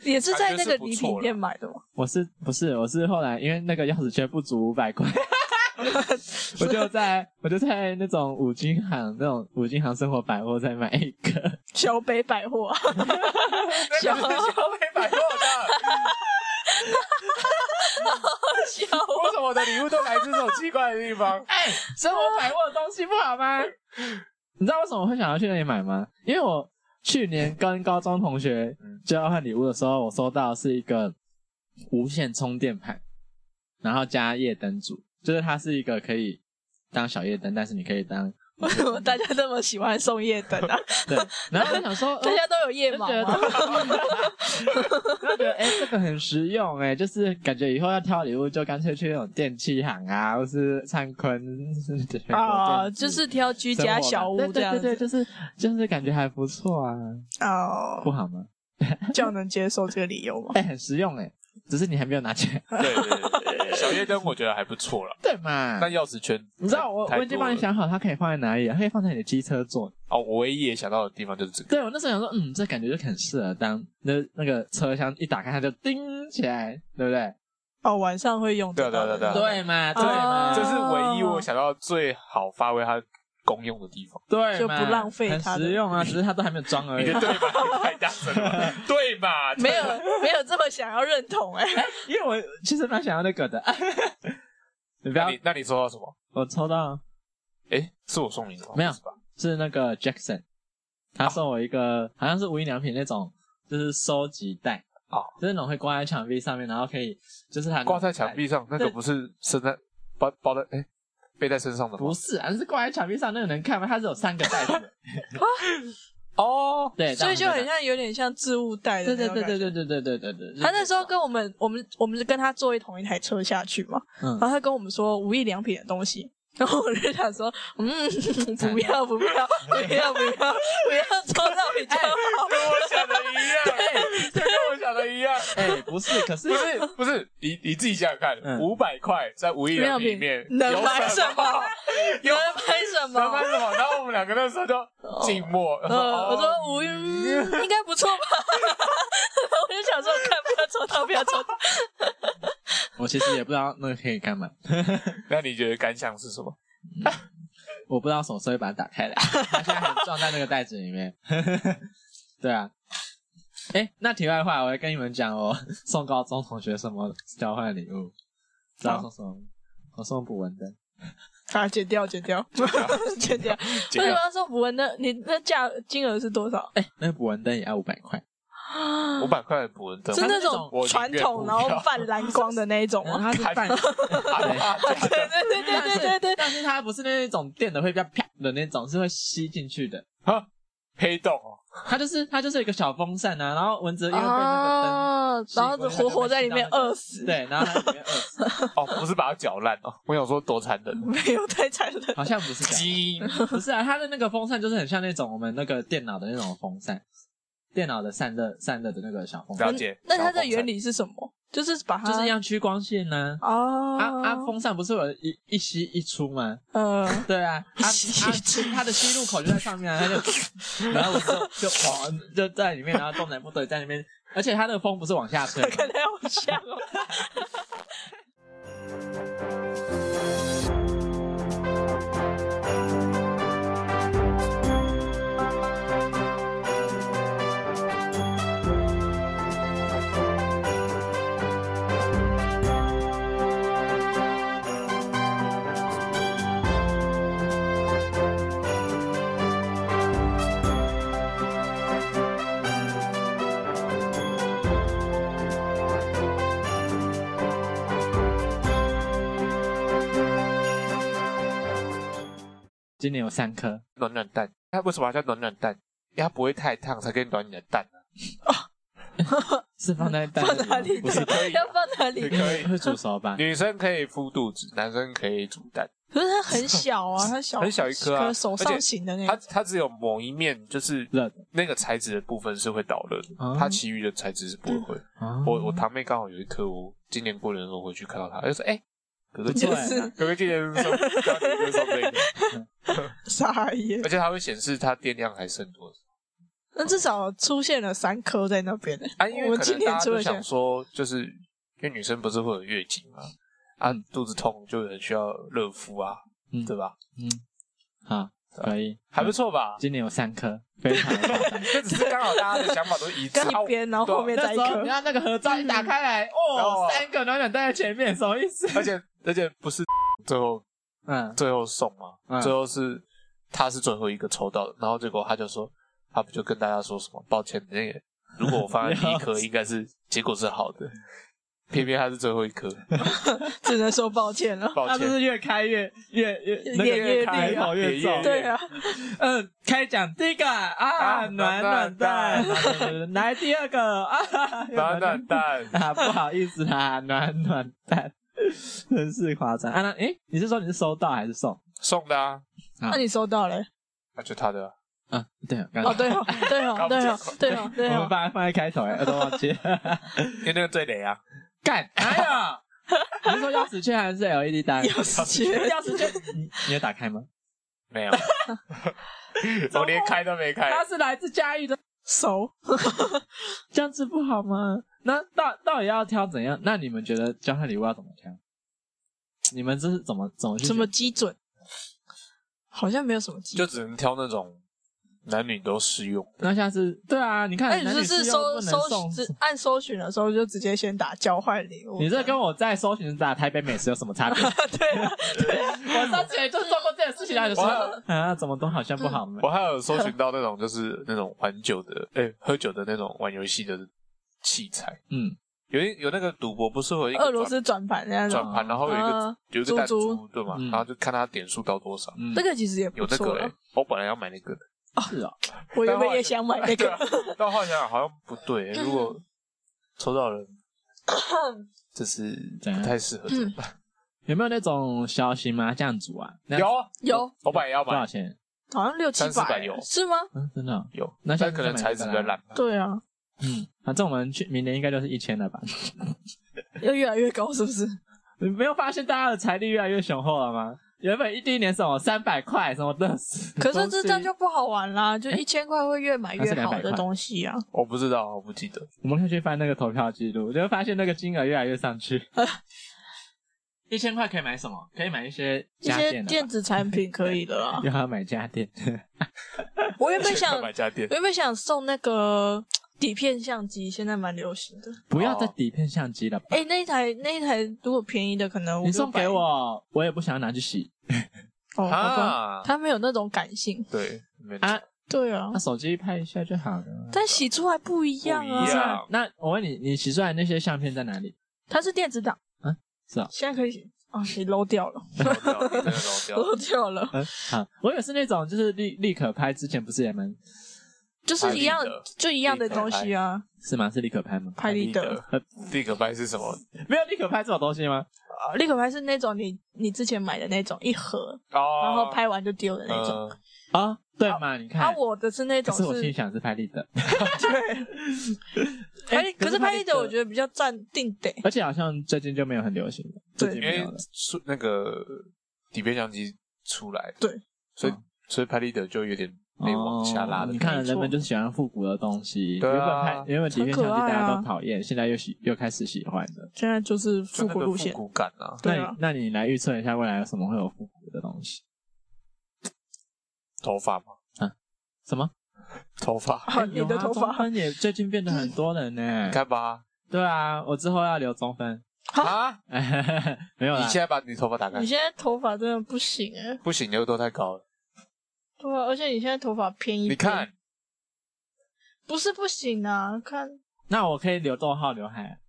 [SPEAKER 1] 也是在那个礼品店买的吗？
[SPEAKER 2] 我是不是我是后来因为那个钥匙圈不足五百
[SPEAKER 3] *laughs*
[SPEAKER 2] 块，我就在我就在那种五金行那种五金行生活百货再买一个，
[SPEAKER 1] 小北百货， *laughs*
[SPEAKER 3] 那个是消费百货的，
[SPEAKER 1] 小
[SPEAKER 3] 为什么我的礼物都来自这种奇怪的地方？
[SPEAKER 2] *laughs* 哎、生活百货的东西不好吗？ *laughs* 你知道为什么我会想要去那里买吗？因为我去年跟高中同学交换礼物的时候，我收到的是一个无线充电盘，然后加夜灯组，就是它是一个可以当小夜灯，但是你可以当
[SPEAKER 1] 为什么大家那么喜欢送夜
[SPEAKER 2] *laughs*
[SPEAKER 1] 灯啊？
[SPEAKER 2] 对，然后我就想
[SPEAKER 3] *laughs*
[SPEAKER 2] 说，
[SPEAKER 1] 大
[SPEAKER 2] 呃
[SPEAKER 1] 家都有夜
[SPEAKER 2] 就
[SPEAKER 1] 盲
[SPEAKER 2] *laughs*
[SPEAKER 1] 啊
[SPEAKER 2] 觉得，
[SPEAKER 1] 吗？
[SPEAKER 2] 就觉得哎、这个很实用哎、就是感觉以后要挑礼物，就干脆去那种电器行啊，或是灿坤
[SPEAKER 1] 啊，就是挑居家小屋这样
[SPEAKER 2] 对对
[SPEAKER 1] 子
[SPEAKER 2] 对，就是就是感觉还不错啊，不
[SPEAKER 1] 哦，
[SPEAKER 2] 好吗？
[SPEAKER 1] 这样能接受这个理由吗？
[SPEAKER 2] 哎、很实用哎、只是你还没有拿钱，
[SPEAKER 3] 对对对，小夜灯我觉得还不错了，
[SPEAKER 2] 对嘛
[SPEAKER 3] 那？钥匙圈太，
[SPEAKER 2] 嗯你知道我
[SPEAKER 3] 太
[SPEAKER 2] 我已经
[SPEAKER 3] 多
[SPEAKER 2] 帮你
[SPEAKER 3] 了
[SPEAKER 2] 想好，它可以放在哪里了，它可以放在你的机车座。
[SPEAKER 3] 哦，我唯一也想到的地方就是这个，
[SPEAKER 2] 对我那时候想说，嗯，这感觉就很适合当那那个车厢一打开它就叮起来，对不对？
[SPEAKER 1] *laughs* 哦，晚上会用得到的
[SPEAKER 3] 对啊
[SPEAKER 2] 对嘛，对
[SPEAKER 1] 哦
[SPEAKER 2] 嘛，
[SPEAKER 3] 这是唯一我想到最好发挥它功用的地方。
[SPEAKER 2] 对
[SPEAKER 1] 就
[SPEAKER 2] 嘛，
[SPEAKER 1] 不浪费它
[SPEAKER 2] 很
[SPEAKER 1] 的
[SPEAKER 2] 实用啊，只是它都还没有装而
[SPEAKER 3] 你
[SPEAKER 2] 已
[SPEAKER 3] 的。对吧？太大声
[SPEAKER 2] *laughs*
[SPEAKER 3] 了吧，对吧？
[SPEAKER 1] 没有没有这么想要认同哎、
[SPEAKER 2] 因为我其实蛮想要那个的。你不
[SPEAKER 3] 那
[SPEAKER 2] 要
[SPEAKER 3] 你，那你收到什么？
[SPEAKER 2] 我抽到
[SPEAKER 3] 诶，是我送你的吗？
[SPEAKER 2] 没有
[SPEAKER 3] 是吧？
[SPEAKER 2] 是那个 Jackson，他送我一个好像是无印良品那种，就是收集袋，
[SPEAKER 3] 哦，
[SPEAKER 2] 就是那种会挂在墙壁上面，然后可以就是它
[SPEAKER 3] 挂在墙，壁上，那个不是身在包包在哎、背在身上的吗
[SPEAKER 2] 不？是啊，就是挂在墙壁上那个能看吗？它是有三个袋子的，
[SPEAKER 3] 哦，
[SPEAKER 2] 对，
[SPEAKER 1] 所以就很
[SPEAKER 2] 像，
[SPEAKER 1] 像有点像置物袋的
[SPEAKER 2] 对
[SPEAKER 1] 那种
[SPEAKER 2] 对对对
[SPEAKER 1] 感觉。
[SPEAKER 2] 对对对对对对。
[SPEAKER 1] 他那时候跟我们，我们我们是跟他坐一同一台车下去嘛，
[SPEAKER 2] 嗯
[SPEAKER 1] 然后他跟我们说无印良品的东西，然后我就想说，嗯，不要不要不要不要不要抽到比较好。
[SPEAKER 3] 跟我想的一
[SPEAKER 2] *laughs*
[SPEAKER 3] 样，这跟我想的一样。
[SPEAKER 2] 哎，不是，可是
[SPEAKER 3] 不是不是，你你自己想想看，
[SPEAKER 2] 嗯
[SPEAKER 3] 五百块在无印良品里面
[SPEAKER 1] 能买什么？
[SPEAKER 3] *laughs* 有
[SPEAKER 1] 能买什
[SPEAKER 3] 能
[SPEAKER 1] 么？
[SPEAKER 3] 买什么？然后我们两个那时候就静默。
[SPEAKER 1] 呃，
[SPEAKER 3] 哦
[SPEAKER 1] 我说无印嗯应该不错吧， *laughs* 我就想说，看不要抽到，不要抽到。
[SPEAKER 2] 我其实也不知道那个可以干嘛，
[SPEAKER 3] 那你觉得感想是什么？
[SPEAKER 2] 我不知道什么时候会把它打 *laughs* 开来，它现在还撞在那个袋子里面。对啊，哎，那题外话，我要跟你们讲哦， *laughs* 送高中同学什么交换礼物，知道送什么吗？我送捕蚊灯，
[SPEAKER 1] 啊，剪掉，剪掉，剪掉。
[SPEAKER 3] 剪
[SPEAKER 1] 为什
[SPEAKER 3] 掉
[SPEAKER 1] 么要送符文呢？你那价金额是多少？
[SPEAKER 2] 哎，那个捕蚊灯也要五百块。
[SPEAKER 3] 五百块的普文灯，
[SPEAKER 1] 是那
[SPEAKER 2] 它是那
[SPEAKER 1] 种
[SPEAKER 3] 种
[SPEAKER 1] 传
[SPEAKER 3] 我
[SPEAKER 1] 统然
[SPEAKER 3] 宁愿不要
[SPEAKER 1] 后泛蓝光的那一种吗？
[SPEAKER 2] 它是半， *laughs*
[SPEAKER 3] *laughs*
[SPEAKER 1] 对对对对对对对，
[SPEAKER 2] 但是它不是那种电的会比较啪的那种，是会吸进去的。
[SPEAKER 3] 啊黑洞哦，
[SPEAKER 2] 它就是它就是一个小风扇啊，然后蚊子因为被那个灯，
[SPEAKER 1] 然后就活活在里面饿死，，
[SPEAKER 2] 对，然后它里面饿死，
[SPEAKER 3] 哦，不是把它搅烂哦，我想说多残忍哦，
[SPEAKER 1] 没有太残忍。
[SPEAKER 2] 好像不是这样，
[SPEAKER 3] 鸡
[SPEAKER 1] *laughs*
[SPEAKER 2] 不是啊，它的那个风扇就是很像那种我们那个电脑的那种风扇，电脑的散热散热的那个小风扇
[SPEAKER 3] 了，
[SPEAKER 1] *laughs*
[SPEAKER 3] 解。
[SPEAKER 1] 那它
[SPEAKER 3] 小
[SPEAKER 1] 的
[SPEAKER 3] 风
[SPEAKER 1] 原
[SPEAKER 3] 扇
[SPEAKER 1] 理是什么？就是把它
[SPEAKER 2] 就是要趋光线呢、
[SPEAKER 1] 啊哦，
[SPEAKER 2] 啊。啊啊！风扇不是有一一吸一出吗？
[SPEAKER 1] 呃，
[SPEAKER 2] 对啊，啊
[SPEAKER 1] 吸
[SPEAKER 2] 啊，它的吸入口就在上面啊，它就，然后我就就往就在里面，然后动弹不得在里面，而且它的风不是往下吹吗，
[SPEAKER 1] *laughs* 可能好像哦。
[SPEAKER 2] 今年有三颗，
[SPEAKER 3] 暖暖蛋，它为什么要叫暖暖蛋？因为它不会太烫才可以暖你的蛋啊，
[SPEAKER 2] 是放在袋
[SPEAKER 1] 放
[SPEAKER 2] 子
[SPEAKER 1] 哪
[SPEAKER 2] 里
[SPEAKER 1] 里
[SPEAKER 2] 吗？不是
[SPEAKER 1] 的？
[SPEAKER 3] 可以
[SPEAKER 1] 要放哪里
[SPEAKER 3] 你？可以
[SPEAKER 2] 会煮熟
[SPEAKER 1] *laughs*
[SPEAKER 2] 吧？
[SPEAKER 3] 女生可以敷肚子，男生可以煮蛋。
[SPEAKER 1] 可是它很小啊，它小
[SPEAKER 3] 很小一颗啊
[SPEAKER 1] 手上型的那
[SPEAKER 3] 它
[SPEAKER 1] 个。
[SPEAKER 3] 它只有某一面就是
[SPEAKER 2] 热的
[SPEAKER 3] 那个材质的部分是会导热的
[SPEAKER 1] 啊
[SPEAKER 2] 哦，
[SPEAKER 3] 它其余的材质是不会。
[SPEAKER 2] 啊
[SPEAKER 3] 我
[SPEAKER 1] 哦
[SPEAKER 3] 我堂妹刚好有一颗，我今年过年的时候回去看到她，她就说：“哎，哥哥
[SPEAKER 2] 不
[SPEAKER 3] 今
[SPEAKER 2] 错
[SPEAKER 3] 年
[SPEAKER 1] 就是
[SPEAKER 2] 欸
[SPEAKER 3] 哥哥今年送，哥哥今年送这个，
[SPEAKER 1] 傻眼
[SPEAKER 3] *laughs* 而，且它会显示它电量还剩多少。”
[SPEAKER 1] *laughs* 那至少出现了三颗在那边呢。
[SPEAKER 3] 啊，因为
[SPEAKER 1] 我
[SPEAKER 3] 可
[SPEAKER 1] 今
[SPEAKER 3] 能大
[SPEAKER 1] 年
[SPEAKER 3] 家
[SPEAKER 1] 出
[SPEAKER 3] 就
[SPEAKER 1] 了
[SPEAKER 3] 想说，就是因为女生不是会有月经嘛，啊，肚子痛就很需要热敷啊，
[SPEAKER 2] 嗯
[SPEAKER 3] 对吧？
[SPEAKER 2] 嗯，好，可以，嗯
[SPEAKER 3] 还不错吧？
[SPEAKER 2] 今年有三颗，非常
[SPEAKER 1] *laughs*
[SPEAKER 2] 的夸张
[SPEAKER 3] *laughs* 这只是刚好大家的想法都一致
[SPEAKER 1] 跟，嗯一边然后
[SPEAKER 3] 对啊
[SPEAKER 1] 后面再
[SPEAKER 2] 那
[SPEAKER 1] 一
[SPEAKER 2] 时候
[SPEAKER 1] 颗
[SPEAKER 2] 你。看那个合照一打开来，哦，
[SPEAKER 3] 哦
[SPEAKER 2] 三个暖暖蛋在前面，什么意思？
[SPEAKER 3] 而且而且不是最后
[SPEAKER 2] 嗯，
[SPEAKER 3] 最后送吗？
[SPEAKER 2] 嗯
[SPEAKER 3] 最后是他是最后一个抽到的，然后结果他就说，他不就跟大家说什么抱歉，那个如果我放在第一颗，应该是结果是好
[SPEAKER 2] *laughs*
[SPEAKER 3] 的，偏偏他是最后一颗，
[SPEAKER 1] 只能说抱歉了。啊
[SPEAKER 3] 抱
[SPEAKER 2] 他不
[SPEAKER 3] 歉。
[SPEAKER 2] 是越开越越越
[SPEAKER 1] 越
[SPEAKER 2] 那个
[SPEAKER 1] 越
[SPEAKER 2] 开
[SPEAKER 1] 厉害
[SPEAKER 2] 跑越
[SPEAKER 3] 越
[SPEAKER 2] 早
[SPEAKER 3] 越。
[SPEAKER 1] 对啊，
[SPEAKER 2] 嗯，开奖第一个啊，
[SPEAKER 3] 啊
[SPEAKER 2] 暖暖
[SPEAKER 3] 暖
[SPEAKER 2] 蛋
[SPEAKER 3] 蛋，
[SPEAKER 2] 来第二个啊， *laughs*
[SPEAKER 3] 暖暖蛋，
[SPEAKER 2] 啊，不好意思啦，暖暖蛋，真是夸张啊！那诶，你是说你是收到还是送？
[SPEAKER 3] 送的啊，
[SPEAKER 1] 那你收到嘞？
[SPEAKER 3] 那就他的啊。
[SPEAKER 2] 啊，对啊，刚
[SPEAKER 1] 哦，
[SPEAKER 2] 刚
[SPEAKER 1] 对哦，对哦，
[SPEAKER 3] *laughs*
[SPEAKER 1] 对哦，对哦，对
[SPEAKER 2] 我
[SPEAKER 1] 哦
[SPEAKER 2] 们。把它放在开头，哎，我都忘记了。
[SPEAKER 3] 因为那个最雷啊，
[SPEAKER 2] *laughs* 干，哎呀，你是说钥匙圈还是 LED 灯？
[SPEAKER 1] 钥匙圈
[SPEAKER 2] *laughs* 钥匙圈，你你有打开吗？*laughs*
[SPEAKER 3] 没有，我连开都没开。
[SPEAKER 2] 它是来自嘉义的，
[SPEAKER 1] 熟，
[SPEAKER 2] 这样子不好吗？那到到底要挑怎样？那你们觉得交换礼物要怎么挑？你们这是怎么怎么去
[SPEAKER 1] 什么
[SPEAKER 2] 选
[SPEAKER 1] 基准？好像没有什么基
[SPEAKER 3] 就
[SPEAKER 1] 准。
[SPEAKER 3] 只能挑那种男女都适用。
[SPEAKER 2] 那下次对啊，你看，
[SPEAKER 1] 哎那你
[SPEAKER 2] 男
[SPEAKER 1] 就
[SPEAKER 2] 女
[SPEAKER 1] 是
[SPEAKER 2] 适用
[SPEAKER 1] 搜
[SPEAKER 2] 不能
[SPEAKER 1] 搜
[SPEAKER 2] 送
[SPEAKER 1] 只按搜寻的时候就直接先打交换礼物。
[SPEAKER 2] 你这跟我在搜寻打台北美食有什么 *laughs* 差别？
[SPEAKER 1] 对啊，
[SPEAKER 2] *laughs* 我上次也就做过这件事情，然后就说啊，怎么都好像不好嘛
[SPEAKER 3] 我。还有搜寻到那种就是那种玩酒的，哎、喝酒的那种玩游戏的器材，
[SPEAKER 2] 嗯，
[SPEAKER 3] 有一有那个赌博不是会有一个
[SPEAKER 1] 俄罗
[SPEAKER 3] 转
[SPEAKER 1] 斯转盘那种，
[SPEAKER 3] 转盘，然后有一个
[SPEAKER 1] 嗯
[SPEAKER 3] 有一个弹
[SPEAKER 1] 珠
[SPEAKER 3] 珠对嘛，
[SPEAKER 2] 嗯
[SPEAKER 3] 然后就看他点数到多少。
[SPEAKER 2] 嗯
[SPEAKER 1] 这个其实也不
[SPEAKER 3] 有那
[SPEAKER 1] 错
[SPEAKER 3] 个哎
[SPEAKER 1] 了。，
[SPEAKER 3] 我本来要买那个的，
[SPEAKER 2] 是啊，
[SPEAKER 1] 我原
[SPEAKER 3] 但后来
[SPEAKER 1] 本也想买那
[SPEAKER 3] *laughs* 对
[SPEAKER 1] 个
[SPEAKER 3] 啊，但后来想想好像不
[SPEAKER 1] *laughs*
[SPEAKER 3] 对，如果抽
[SPEAKER 1] *coughs*
[SPEAKER 3] 到人，就是
[SPEAKER 2] 怎样
[SPEAKER 3] 不太适合。
[SPEAKER 1] 嗯
[SPEAKER 2] 有没有那种小型麻将组啊？那
[SPEAKER 3] 有
[SPEAKER 1] 有，
[SPEAKER 3] 我本来也要
[SPEAKER 2] 多少
[SPEAKER 3] 买，
[SPEAKER 2] 钱？
[SPEAKER 1] 好像六七欸
[SPEAKER 3] 三四百有
[SPEAKER 1] 是吗？
[SPEAKER 2] 嗯，真的哦、
[SPEAKER 3] 有，
[SPEAKER 2] 那下
[SPEAKER 3] 但
[SPEAKER 2] 次
[SPEAKER 3] 可能
[SPEAKER 2] 就买
[SPEAKER 3] 材
[SPEAKER 2] 这
[SPEAKER 3] 质
[SPEAKER 2] 个
[SPEAKER 3] 比较
[SPEAKER 2] 啦
[SPEAKER 3] 烂。
[SPEAKER 1] 对啊，
[SPEAKER 2] 嗯，反正我们去明年应该就是一千了吧？
[SPEAKER 1] 要越来越高是不是？
[SPEAKER 2] 你没有发现大家的财力越来越雄厚了吗？原本一第一年什么三百块什么乐死，
[SPEAKER 1] 可是这这样
[SPEAKER 2] 东西
[SPEAKER 1] 就不好玩啦，就一千块会越买
[SPEAKER 2] 还是
[SPEAKER 1] 越好
[SPEAKER 2] 200块
[SPEAKER 1] 的东西啊。
[SPEAKER 3] 我不知道，我不记得。
[SPEAKER 2] 我们可以去翻那个投票记录，就会发现那个金额越来越上去。 *laughs* 一千块可以买什么？可以买一些
[SPEAKER 1] 一
[SPEAKER 2] 家
[SPEAKER 1] 些
[SPEAKER 2] 电的吧，
[SPEAKER 1] 电子产品可以的
[SPEAKER 2] *laughs*。
[SPEAKER 1] 啦
[SPEAKER 2] 又要买家电，
[SPEAKER 1] 我原本想，
[SPEAKER 3] 买家电
[SPEAKER 1] 我，原本想送那个底片相机，现在蛮流行的。
[SPEAKER 2] 不要再底片相机了吧。
[SPEAKER 1] 哎、那一台那一台如果便宜的，可能
[SPEAKER 2] 你送给
[SPEAKER 1] 500
[SPEAKER 2] 我，我也不想要拿去洗
[SPEAKER 1] 哦，好吧，
[SPEAKER 3] 啊，
[SPEAKER 1] 它没有那种感性。
[SPEAKER 3] 对，没错
[SPEAKER 2] 啊。
[SPEAKER 1] 对啊
[SPEAKER 2] 那，手机拍一下就好了。
[SPEAKER 1] 但洗出来不一样
[SPEAKER 3] 不
[SPEAKER 1] 啊
[SPEAKER 3] 一。样
[SPEAKER 2] 那我问你，你洗出来那些相片在哪里？
[SPEAKER 1] 它是电子档
[SPEAKER 2] 啊是啊
[SPEAKER 1] 现在可以哦，你漏掉了，
[SPEAKER 3] 漏掉了真的
[SPEAKER 1] 漏
[SPEAKER 3] 漏掉了
[SPEAKER 1] *laughs* 掉了，
[SPEAKER 2] 嗯，好，我也是那种，就是立立可拍，之前不是也蛮
[SPEAKER 1] 就是一样
[SPEAKER 3] 拍立得，
[SPEAKER 1] 就一样的东西啊，
[SPEAKER 2] 是吗？是立可拍吗？
[SPEAKER 1] 拍 *laughs* 立得。
[SPEAKER 3] 呃立可白是什么？
[SPEAKER 2] 没有立可拍这种东西吗？
[SPEAKER 1] 啊立可拍是那种你你之前买的那种一盒，
[SPEAKER 3] 哦，
[SPEAKER 1] 然后拍完就丢的那种。
[SPEAKER 3] 呃，
[SPEAKER 2] 啊，对嘛？你看
[SPEAKER 1] 啊，，我的是那
[SPEAKER 2] 可
[SPEAKER 1] 种
[SPEAKER 2] 是我心里
[SPEAKER 1] 是
[SPEAKER 2] 想是拍立得，
[SPEAKER 1] 拍
[SPEAKER 2] 哎
[SPEAKER 1] 立，可是拍立得我
[SPEAKER 2] 得，
[SPEAKER 1] 觉得比较占定得，
[SPEAKER 2] 而且好像最近就没有很流行了，
[SPEAKER 1] 对
[SPEAKER 2] 最近
[SPEAKER 3] 因
[SPEAKER 2] 没
[SPEAKER 3] 为
[SPEAKER 2] 有了。
[SPEAKER 3] 出那个底片相机出来，
[SPEAKER 1] 对，
[SPEAKER 3] 所以
[SPEAKER 2] 嗯
[SPEAKER 3] 所以拍立得就有点被往下拉
[SPEAKER 2] 哦
[SPEAKER 3] 的
[SPEAKER 2] 你
[SPEAKER 3] 感觉。
[SPEAKER 2] 看人们
[SPEAKER 1] 没错
[SPEAKER 2] 就是喜欢复古的东西，
[SPEAKER 3] 对啊
[SPEAKER 2] 原本拍原本底片相
[SPEAKER 1] 很可
[SPEAKER 2] 机
[SPEAKER 1] 爱
[SPEAKER 2] 大
[SPEAKER 1] 啊
[SPEAKER 2] 家都讨厌，现在又喜又开始喜欢了。
[SPEAKER 1] 现在就是
[SPEAKER 3] 就
[SPEAKER 1] 复
[SPEAKER 3] 那
[SPEAKER 1] 古
[SPEAKER 3] 个
[SPEAKER 1] 路
[SPEAKER 3] 复
[SPEAKER 1] 线。
[SPEAKER 3] 古感啊，
[SPEAKER 2] 那
[SPEAKER 1] 对啊
[SPEAKER 2] 你，那你来预测一下未来有什么会有复古的东西？
[SPEAKER 3] 头发嘛，
[SPEAKER 2] 什么？
[SPEAKER 3] 头发，
[SPEAKER 2] *laughs*
[SPEAKER 1] 啊，你的头
[SPEAKER 2] 哎中
[SPEAKER 1] 发
[SPEAKER 2] 分也最近变得很多人呢
[SPEAKER 3] 你。 *laughs* 看吧，
[SPEAKER 2] 对啊，我之后要留中分， *laughs*
[SPEAKER 3] 啊，
[SPEAKER 2] 没有
[SPEAKER 3] 你
[SPEAKER 2] 啦
[SPEAKER 3] 现。在把你头发打开
[SPEAKER 1] 你，现在头发真的不行哎、
[SPEAKER 3] 不行，留都太高了。
[SPEAKER 1] 对啊，而且你现在头发偏一
[SPEAKER 3] 你
[SPEAKER 1] 点，
[SPEAKER 3] 看，
[SPEAKER 1] 不是不行啊，
[SPEAKER 2] *laughs*
[SPEAKER 1] 看
[SPEAKER 2] 那我可以留逗号刘海。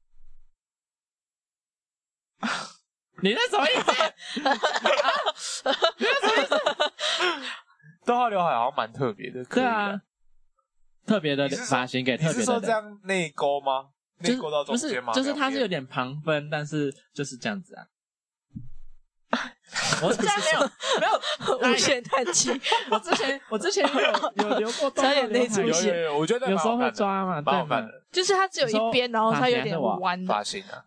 [SPEAKER 2] *laughs* 你那什么意思？
[SPEAKER 3] 逗号刘海好像蛮特别的，可
[SPEAKER 2] 对
[SPEAKER 3] 以的
[SPEAKER 2] 啊，，特别的
[SPEAKER 3] 你是说
[SPEAKER 2] 发型给
[SPEAKER 3] 你
[SPEAKER 2] 特
[SPEAKER 3] 是
[SPEAKER 2] 别
[SPEAKER 3] 说
[SPEAKER 2] 的
[SPEAKER 3] 这
[SPEAKER 2] 人，
[SPEAKER 3] 样内勾吗？
[SPEAKER 2] 就
[SPEAKER 3] 内
[SPEAKER 2] 是
[SPEAKER 3] 勾到中
[SPEAKER 2] 不是
[SPEAKER 3] 间吗？
[SPEAKER 2] 就是它是有
[SPEAKER 3] 点
[SPEAKER 2] 点旁分，但是就是这样子
[SPEAKER 3] *laughs*
[SPEAKER 2] 啊。我之前没有，
[SPEAKER 1] 无限叹气，
[SPEAKER 2] 哎 *laughs* 我之前我之前有有留过逗
[SPEAKER 1] 差
[SPEAKER 2] 号
[SPEAKER 1] 点
[SPEAKER 2] 刘
[SPEAKER 1] 内
[SPEAKER 2] 海，
[SPEAKER 1] 出
[SPEAKER 3] 有
[SPEAKER 1] 血
[SPEAKER 3] 有有，我觉得
[SPEAKER 2] 有时
[SPEAKER 3] 蛮好
[SPEAKER 2] 候会
[SPEAKER 3] 看的，
[SPEAKER 2] 抓嘛，
[SPEAKER 3] 蛮
[SPEAKER 2] 对
[SPEAKER 3] 好看
[SPEAKER 2] 嘛。
[SPEAKER 3] 的
[SPEAKER 1] *laughs* 就是它只有一边，然后它有点弯的。
[SPEAKER 3] 发型啊。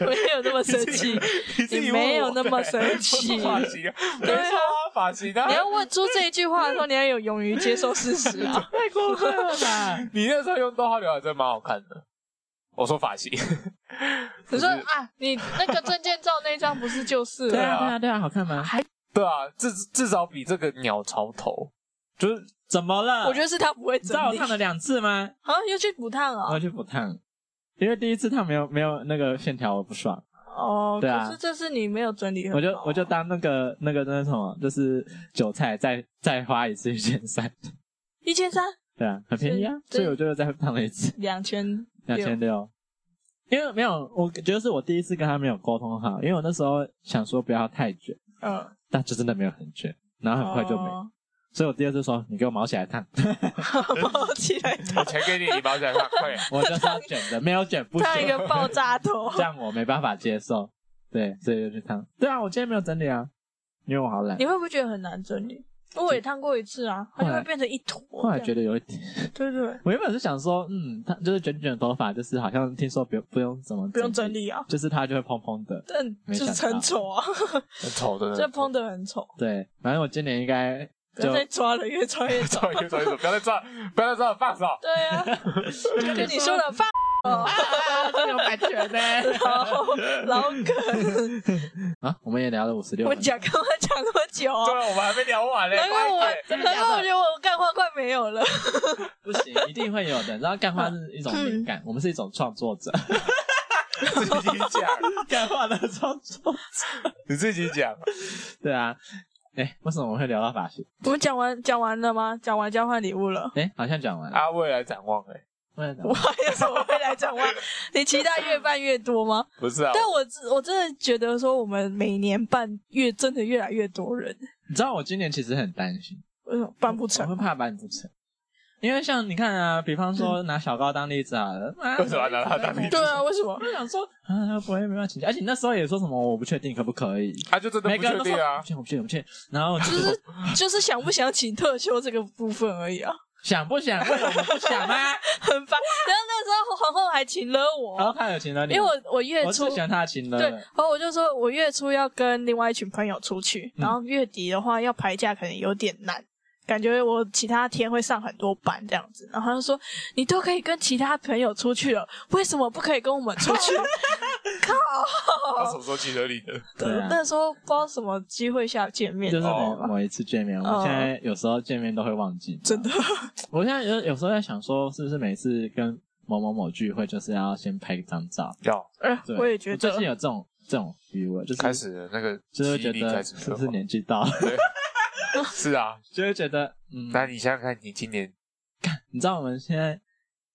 [SPEAKER 1] 没有那么生
[SPEAKER 2] *laughs*
[SPEAKER 1] 气，
[SPEAKER 3] 你自己
[SPEAKER 1] 你
[SPEAKER 3] 问
[SPEAKER 1] 没有
[SPEAKER 3] 我
[SPEAKER 1] 那么
[SPEAKER 3] 对
[SPEAKER 1] 生
[SPEAKER 3] 我说 *laughs*
[SPEAKER 1] 气
[SPEAKER 3] 发型啊，没
[SPEAKER 1] 对啊
[SPEAKER 3] 错啊，发型啊
[SPEAKER 1] 你。要问出这一句话的时候，你要有勇于接受事实
[SPEAKER 2] *laughs*
[SPEAKER 1] 啊。
[SPEAKER 2] 太过分了啦！
[SPEAKER 3] *laughs* 你那时候用逗号刘海真蛮好看的。我说发型，
[SPEAKER 1] 你说啊，你那个证件照那张不是就是
[SPEAKER 2] 对
[SPEAKER 1] 了？
[SPEAKER 2] 啊，对啊，对啊，好看吗？
[SPEAKER 3] *laughs* 对啊，至至少比这个鸟巢头，
[SPEAKER 2] 就是怎么了？
[SPEAKER 1] *laughs* 我觉得是他不会
[SPEAKER 2] 你知道呃
[SPEAKER 1] 整
[SPEAKER 2] 我
[SPEAKER 1] 理，
[SPEAKER 2] 烫了两次吗？
[SPEAKER 1] 好像又去补烫
[SPEAKER 2] 我
[SPEAKER 1] 啊。
[SPEAKER 2] 去不烫，因为第一次烫没有没有那个线条，我不爽，
[SPEAKER 1] 哦，
[SPEAKER 2] 对啊
[SPEAKER 1] 可是这是你没有整理很好
[SPEAKER 2] 我就我就当那个那个那什么，就是韭菜再再花一次一千三，
[SPEAKER 1] 一千三
[SPEAKER 2] 对啊，很便宜啊，
[SPEAKER 1] 对
[SPEAKER 2] 所以我就再烫了一次
[SPEAKER 1] 两千
[SPEAKER 2] 两千六。 *laughs* 因为没有，我觉得是我第一次跟他没有沟通好，因为我那时候想说不要太卷，
[SPEAKER 1] 嗯，
[SPEAKER 2] 但就真的没有很卷，然后很啊快就没，
[SPEAKER 1] 哦 *laughs*
[SPEAKER 2] 所以我第二次说你给我毛起来烫，
[SPEAKER 1] 毛起来烫
[SPEAKER 3] 我钱给你，你毛起来看，
[SPEAKER 1] *laughs*
[SPEAKER 3] 快点！
[SPEAKER 2] 我就是要卷的，没有卷不啊
[SPEAKER 1] 烫一
[SPEAKER 2] 行，
[SPEAKER 1] 个爆炸
[SPEAKER 2] *laughs*
[SPEAKER 1] 头
[SPEAKER 2] 这。样我没办法接受，对，所以就去烫。对啊，我今天没有整理啊，因为我好懒
[SPEAKER 1] 你。会不会觉得很难整理？我也烫过一次啊，它就会变成一坨这样。
[SPEAKER 2] 后来觉得有一点，
[SPEAKER 1] 对对，
[SPEAKER 2] 我原本是想说，嗯，他就是卷卷的头发，就是好像听说不用不用怎么
[SPEAKER 1] 不用整，理啊，
[SPEAKER 2] 就是它就会蓬蓬的。
[SPEAKER 1] 但
[SPEAKER 2] 没
[SPEAKER 1] 就
[SPEAKER 2] 想
[SPEAKER 1] 是很
[SPEAKER 2] 到
[SPEAKER 1] 丑啊，
[SPEAKER 3] 很丑的，
[SPEAKER 1] 这蓬的很丑。
[SPEAKER 2] 对，反正我今年应该
[SPEAKER 1] 不要
[SPEAKER 2] 就
[SPEAKER 1] 再抓了，越 *laughs* 抓越丑。
[SPEAKER 3] 丑，丑，丑，不要再抓，不要再抓，放手！
[SPEAKER 1] 对
[SPEAKER 2] *laughs*
[SPEAKER 1] 啊，就跟你说了，放哦，
[SPEAKER 5] 有版权呢。
[SPEAKER 1] 老 *laughs* 老梗，
[SPEAKER 2] 啊，我们也聊了五十六
[SPEAKER 1] *laughs* 我
[SPEAKER 2] 分钟，
[SPEAKER 1] 讲跟我讲那么久
[SPEAKER 3] 对
[SPEAKER 1] 哦，
[SPEAKER 3] 啊，我们还没聊完嘞，
[SPEAKER 1] 难怪
[SPEAKER 3] 快点！
[SPEAKER 1] 我，难怪我觉得我干话快没有了。
[SPEAKER 2] 不行，一定会有的。然后干话是一种灵
[SPEAKER 3] 嗯
[SPEAKER 2] 感，我们是一种创作者， *laughs*
[SPEAKER 3] 自己讲，
[SPEAKER 2] 干话的创作。
[SPEAKER 3] 你自己讲。
[SPEAKER 2] 对啊，哎，为什么我们会聊到发型？
[SPEAKER 1] 我们讲完讲完了吗？讲完交换礼物了。
[SPEAKER 2] 哎，好像讲完了。
[SPEAKER 3] 啊，未来展望哎、
[SPEAKER 2] 未来展
[SPEAKER 1] 我
[SPEAKER 2] 望
[SPEAKER 1] 还有什么未来展望？你期待越办越多吗？
[SPEAKER 3] 不是啊，
[SPEAKER 1] 但我真我真的觉得说，我们每年办越真的越来越多人，
[SPEAKER 2] 你知道我今年其实很担心，
[SPEAKER 1] 为什么办不
[SPEAKER 2] 我会
[SPEAKER 1] 成？
[SPEAKER 2] 怕办不成，因为像你看啊，比方说拿小高当例子好了，啊妈
[SPEAKER 3] 嗯为什么要拿他当例
[SPEAKER 1] *laughs*
[SPEAKER 3] 子
[SPEAKER 1] 对啊，为什么？
[SPEAKER 2] 我想说啊，他不会没办法请假，而且那时候也说什么我不确定可不可以，
[SPEAKER 3] 他就真的
[SPEAKER 2] 每
[SPEAKER 3] 不
[SPEAKER 2] 个人
[SPEAKER 3] 确
[SPEAKER 2] 都
[SPEAKER 3] 定
[SPEAKER 2] 说
[SPEAKER 3] 啊
[SPEAKER 2] 不。确定，不确定，不确定。然后
[SPEAKER 1] 就
[SPEAKER 2] 就
[SPEAKER 1] 是
[SPEAKER 3] *laughs*
[SPEAKER 1] 是就是想不想请特休这个部分而已啊，
[SPEAKER 2] 想不想？为什么不想
[SPEAKER 3] *laughs*
[SPEAKER 2] 啊？
[SPEAKER 1] 很烦。然后那时候皇后还请了
[SPEAKER 2] 然后
[SPEAKER 1] 我，
[SPEAKER 2] 他有情了你，
[SPEAKER 1] 因为我我月
[SPEAKER 2] 我
[SPEAKER 1] 初
[SPEAKER 2] 最喜欢他的情
[SPEAKER 1] 对，
[SPEAKER 2] 了
[SPEAKER 1] 然，后我就说我月初要跟另外一群朋友出去，
[SPEAKER 2] 嗯
[SPEAKER 1] 然后月底的话要排假可能有点难。感觉我其他天会上很多班这样子，然后他就说你都可以跟其他朋友出去了，为什么不可以跟我们出去？
[SPEAKER 3] 他什么时候记得你的？
[SPEAKER 2] *laughs* 对啊，
[SPEAKER 1] *laughs* 那时候不知道什么机会下见面，
[SPEAKER 2] 就是
[SPEAKER 3] 哦
[SPEAKER 2] 某某一次见面，我们
[SPEAKER 1] 哦
[SPEAKER 2] 现在有时候见面都会忘记，
[SPEAKER 1] 真的。
[SPEAKER 2] *laughs* 我现在有有时候在想说，是不是每次跟某某某聚会，就是要先拍一张照？
[SPEAKER 3] 要
[SPEAKER 1] 哎、
[SPEAKER 2] 对，
[SPEAKER 1] 我也觉
[SPEAKER 2] 最近
[SPEAKER 1] 得，
[SPEAKER 2] 有这种这种 feel，了就是
[SPEAKER 3] 开始了那个
[SPEAKER 2] 就
[SPEAKER 3] 记
[SPEAKER 2] 会
[SPEAKER 3] 忆
[SPEAKER 2] 觉
[SPEAKER 3] 力
[SPEAKER 2] 得
[SPEAKER 3] 开始
[SPEAKER 2] 是
[SPEAKER 3] 退
[SPEAKER 2] 不是
[SPEAKER 3] 化
[SPEAKER 2] 年纪到了， *laughs*
[SPEAKER 3] 是啊，
[SPEAKER 2] 就会觉得嗯，
[SPEAKER 3] 那你想想看，你今年
[SPEAKER 2] 你知道我们现在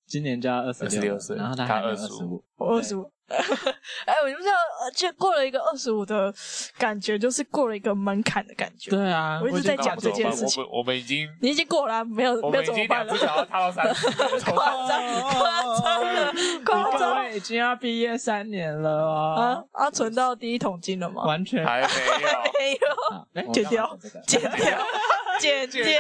[SPEAKER 2] 今年就要二十
[SPEAKER 3] 26岁
[SPEAKER 2] 然后
[SPEAKER 3] 他
[SPEAKER 2] 还二
[SPEAKER 3] 25
[SPEAKER 2] 十五，
[SPEAKER 1] 我二十五， *laughs* 哎，我就知道，呃就过了一个二十五的感觉，就是过了一个门槛的感觉。
[SPEAKER 2] 对啊，
[SPEAKER 1] 我一直在
[SPEAKER 2] 已经
[SPEAKER 1] 讲这件事
[SPEAKER 3] 我
[SPEAKER 1] 情
[SPEAKER 3] 们我们已经
[SPEAKER 1] 你已经过了啊、没有
[SPEAKER 3] 我
[SPEAKER 1] 没有
[SPEAKER 3] 们已
[SPEAKER 1] 怎么
[SPEAKER 3] 经
[SPEAKER 1] 办
[SPEAKER 3] 两
[SPEAKER 1] 了
[SPEAKER 3] 只？脚要踏到
[SPEAKER 1] *laughs*
[SPEAKER 3] 三十，
[SPEAKER 1] 夸张，夸张了，
[SPEAKER 2] 搞
[SPEAKER 1] *laughs* 夸
[SPEAKER 2] 到
[SPEAKER 1] 张
[SPEAKER 2] 我已经要毕业三年了
[SPEAKER 1] 啊
[SPEAKER 2] 哦，！
[SPEAKER 1] 啊，存到第一桶金了吗？
[SPEAKER 2] 完全
[SPEAKER 3] 还没
[SPEAKER 1] *laughs*
[SPEAKER 3] 有。
[SPEAKER 1] 没有，
[SPEAKER 2] 啊哎
[SPEAKER 1] 剪掉
[SPEAKER 2] 我干嘛讲这个
[SPEAKER 1] 剪掉，剪掉。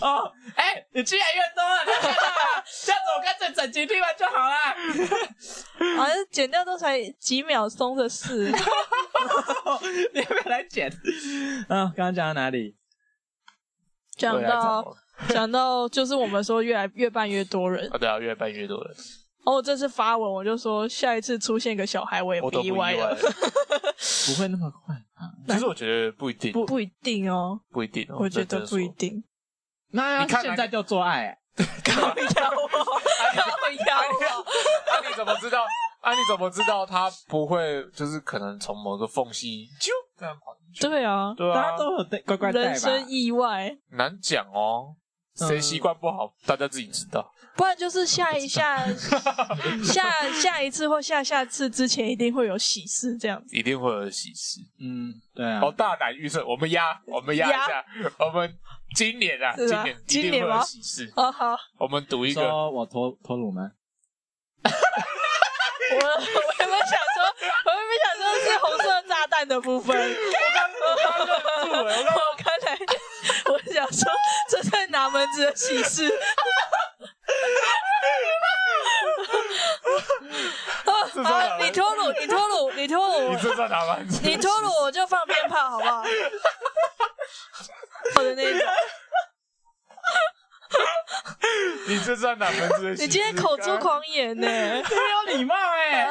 [SPEAKER 2] 哦，哎、你去来越多了， *laughs* 你看到吗这样子我干脆整集听完就好了。
[SPEAKER 1] 好像剪掉都才几秒钟的事。
[SPEAKER 2] *laughs* 你要不要来剪？嗯、刚刚讲到哪里？
[SPEAKER 1] 讲
[SPEAKER 3] 未来展
[SPEAKER 1] 到
[SPEAKER 3] 望
[SPEAKER 1] 讲到，就是我们说越来越办越多
[SPEAKER 3] *laughs*
[SPEAKER 1] 人。
[SPEAKER 3] 啊，对啊，越办越多人，
[SPEAKER 1] 哦，我这次发文我就说，下一次出现个小孩，我也
[SPEAKER 3] 我都不
[SPEAKER 1] 意
[SPEAKER 3] 意
[SPEAKER 1] 外
[SPEAKER 3] 外
[SPEAKER 1] 了
[SPEAKER 3] 了。。
[SPEAKER 2] 不会那么快啊？
[SPEAKER 3] *laughs* 其实我觉得不一定，
[SPEAKER 1] 不一定哦，
[SPEAKER 3] 不一定哦，
[SPEAKER 1] 我觉
[SPEAKER 3] 认真
[SPEAKER 1] 得不一
[SPEAKER 3] 说。
[SPEAKER 1] 定。
[SPEAKER 2] 那要
[SPEAKER 3] 你看哪
[SPEAKER 2] 现在就做爱、
[SPEAKER 1] 靠腰哦，靠腰哦，
[SPEAKER 3] *laughs* 啊，你怎么知道？啊，你怎么知道他不会？就是可能从某个缝隙啾这样跑进
[SPEAKER 1] *laughs*
[SPEAKER 3] 去？
[SPEAKER 1] 对啊，
[SPEAKER 3] 对
[SPEAKER 2] 大
[SPEAKER 3] 啊
[SPEAKER 2] 家，都有带乖乖带
[SPEAKER 1] 人
[SPEAKER 2] 吧？
[SPEAKER 1] 生意外，
[SPEAKER 3] 难讲哦。
[SPEAKER 1] 嗯
[SPEAKER 3] 谁习惯不好，大家自己知道。
[SPEAKER 1] 不然就是下一下下下一次或下下次之前一定会有喜事这样子。
[SPEAKER 3] 一定会有喜事。
[SPEAKER 2] 嗯，对啊。
[SPEAKER 3] 好大胆预测，我们压，我们压一下，我们今年啊，
[SPEAKER 1] 是
[SPEAKER 3] 今
[SPEAKER 1] 啊
[SPEAKER 3] 年
[SPEAKER 1] 今
[SPEAKER 3] 一定
[SPEAKER 1] 年
[SPEAKER 3] 会
[SPEAKER 1] 吗
[SPEAKER 3] 有喜事，
[SPEAKER 1] 哦，好，我 *laughs*
[SPEAKER 3] 我们赌一个。
[SPEAKER 2] 说我脱脱乳吗？
[SPEAKER 1] 我原本想说，我原本想说是红色炸弹的部分。我刚 *laughs* 我刚才我想说这是哪门子的喜事？
[SPEAKER 3] 这算哪
[SPEAKER 1] 啊！
[SPEAKER 3] 门
[SPEAKER 1] 你脱乳，你脱乳，你脱乳
[SPEAKER 3] 你，这算哪门子？
[SPEAKER 1] 你脱乳我就放鞭炮，好不好？我的那一种，
[SPEAKER 3] 你这算哪门子的喜事？
[SPEAKER 1] 你今天口出狂言呢、
[SPEAKER 2] 没有礼貌哎、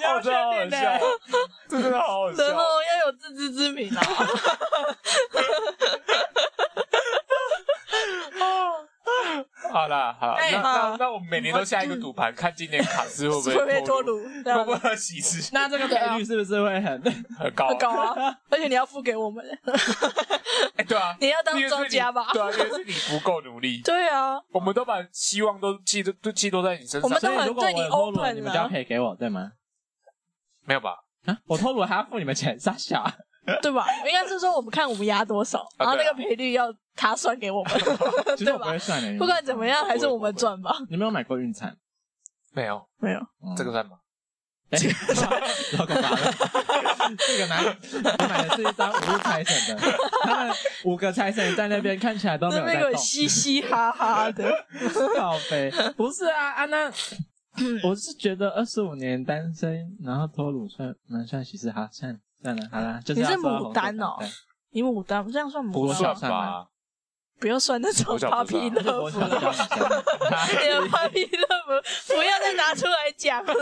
[SPEAKER 3] 刚刚，哦，真的好好笑，这真的好好笑。
[SPEAKER 1] 然后要有自知之明啊！
[SPEAKER 3] 好啦，好啦，
[SPEAKER 1] 哎
[SPEAKER 3] 那
[SPEAKER 1] 好
[SPEAKER 3] 那那我们每年都下一个赌盘，看今年卡斯会不
[SPEAKER 1] 会不会脱
[SPEAKER 3] 脱
[SPEAKER 1] 乳？这样
[SPEAKER 3] 会
[SPEAKER 1] 啊
[SPEAKER 3] 不
[SPEAKER 1] 子
[SPEAKER 3] 会有喜事？
[SPEAKER 2] *laughs* 那这个概率是不是会很？
[SPEAKER 3] 很高啊，
[SPEAKER 1] 很高啊！而且你要付给我们。 *laughs*
[SPEAKER 3] 哎对啊，
[SPEAKER 1] 你要当
[SPEAKER 3] 因为是
[SPEAKER 1] 庄家吧
[SPEAKER 3] 对啊，因为是你不够
[SPEAKER 1] *laughs*
[SPEAKER 3] 努力，
[SPEAKER 1] 对啊，
[SPEAKER 3] 我们都把希望都寄都都寄托在你身
[SPEAKER 1] 我们，
[SPEAKER 3] 上
[SPEAKER 2] 所以如果我
[SPEAKER 1] 对你
[SPEAKER 2] 有脱
[SPEAKER 1] open 啊
[SPEAKER 2] 乳，
[SPEAKER 1] 了
[SPEAKER 2] 你们就要赔给我，对 *laughs* 吗？
[SPEAKER 3] 没有吧？
[SPEAKER 2] 啊，我脱乳还要付你们钱，傻小。
[SPEAKER 1] 对吧？应该是说我们看我们压多少，然后那个赔率要他算给我们，
[SPEAKER 2] 其
[SPEAKER 1] *laughs*
[SPEAKER 2] 实
[SPEAKER 1] 对
[SPEAKER 2] 我不
[SPEAKER 1] 吧
[SPEAKER 2] 会？算的，
[SPEAKER 1] 不管怎么样，还是我们
[SPEAKER 3] 不会
[SPEAKER 1] 赚吧。
[SPEAKER 2] 你们有买过孕产？
[SPEAKER 3] 没有，
[SPEAKER 1] 没有，
[SPEAKER 2] 嗯
[SPEAKER 3] 这个算吗？
[SPEAKER 2] 哎，老狗拔了，这个哪里？我买的是一张五路财神的，他们五个财神在那边看起来都没
[SPEAKER 1] 那
[SPEAKER 2] 有
[SPEAKER 1] 边
[SPEAKER 2] 在
[SPEAKER 1] 有
[SPEAKER 2] 动，
[SPEAKER 1] 嘻嘻哈哈的，
[SPEAKER 2] 靠背不是啊啊那。我是觉得二十五年单身，然后脱乳算蛮算喜事，好算算了，好啦，就是
[SPEAKER 1] 你是
[SPEAKER 2] 要说红
[SPEAKER 1] 牡丹哦
[SPEAKER 2] 对
[SPEAKER 1] *laughs* 你牡丹这样算牡丹
[SPEAKER 2] 不
[SPEAKER 1] 吗？
[SPEAKER 2] 算
[SPEAKER 3] 吧？
[SPEAKER 1] 不要算那种
[SPEAKER 3] 我想不知道
[SPEAKER 1] puppy
[SPEAKER 3] 我
[SPEAKER 2] 就我
[SPEAKER 1] love
[SPEAKER 2] 想
[SPEAKER 1] 了，
[SPEAKER 2] 交女
[SPEAKER 1] 你的 puppy love 不要再拿出来讲了。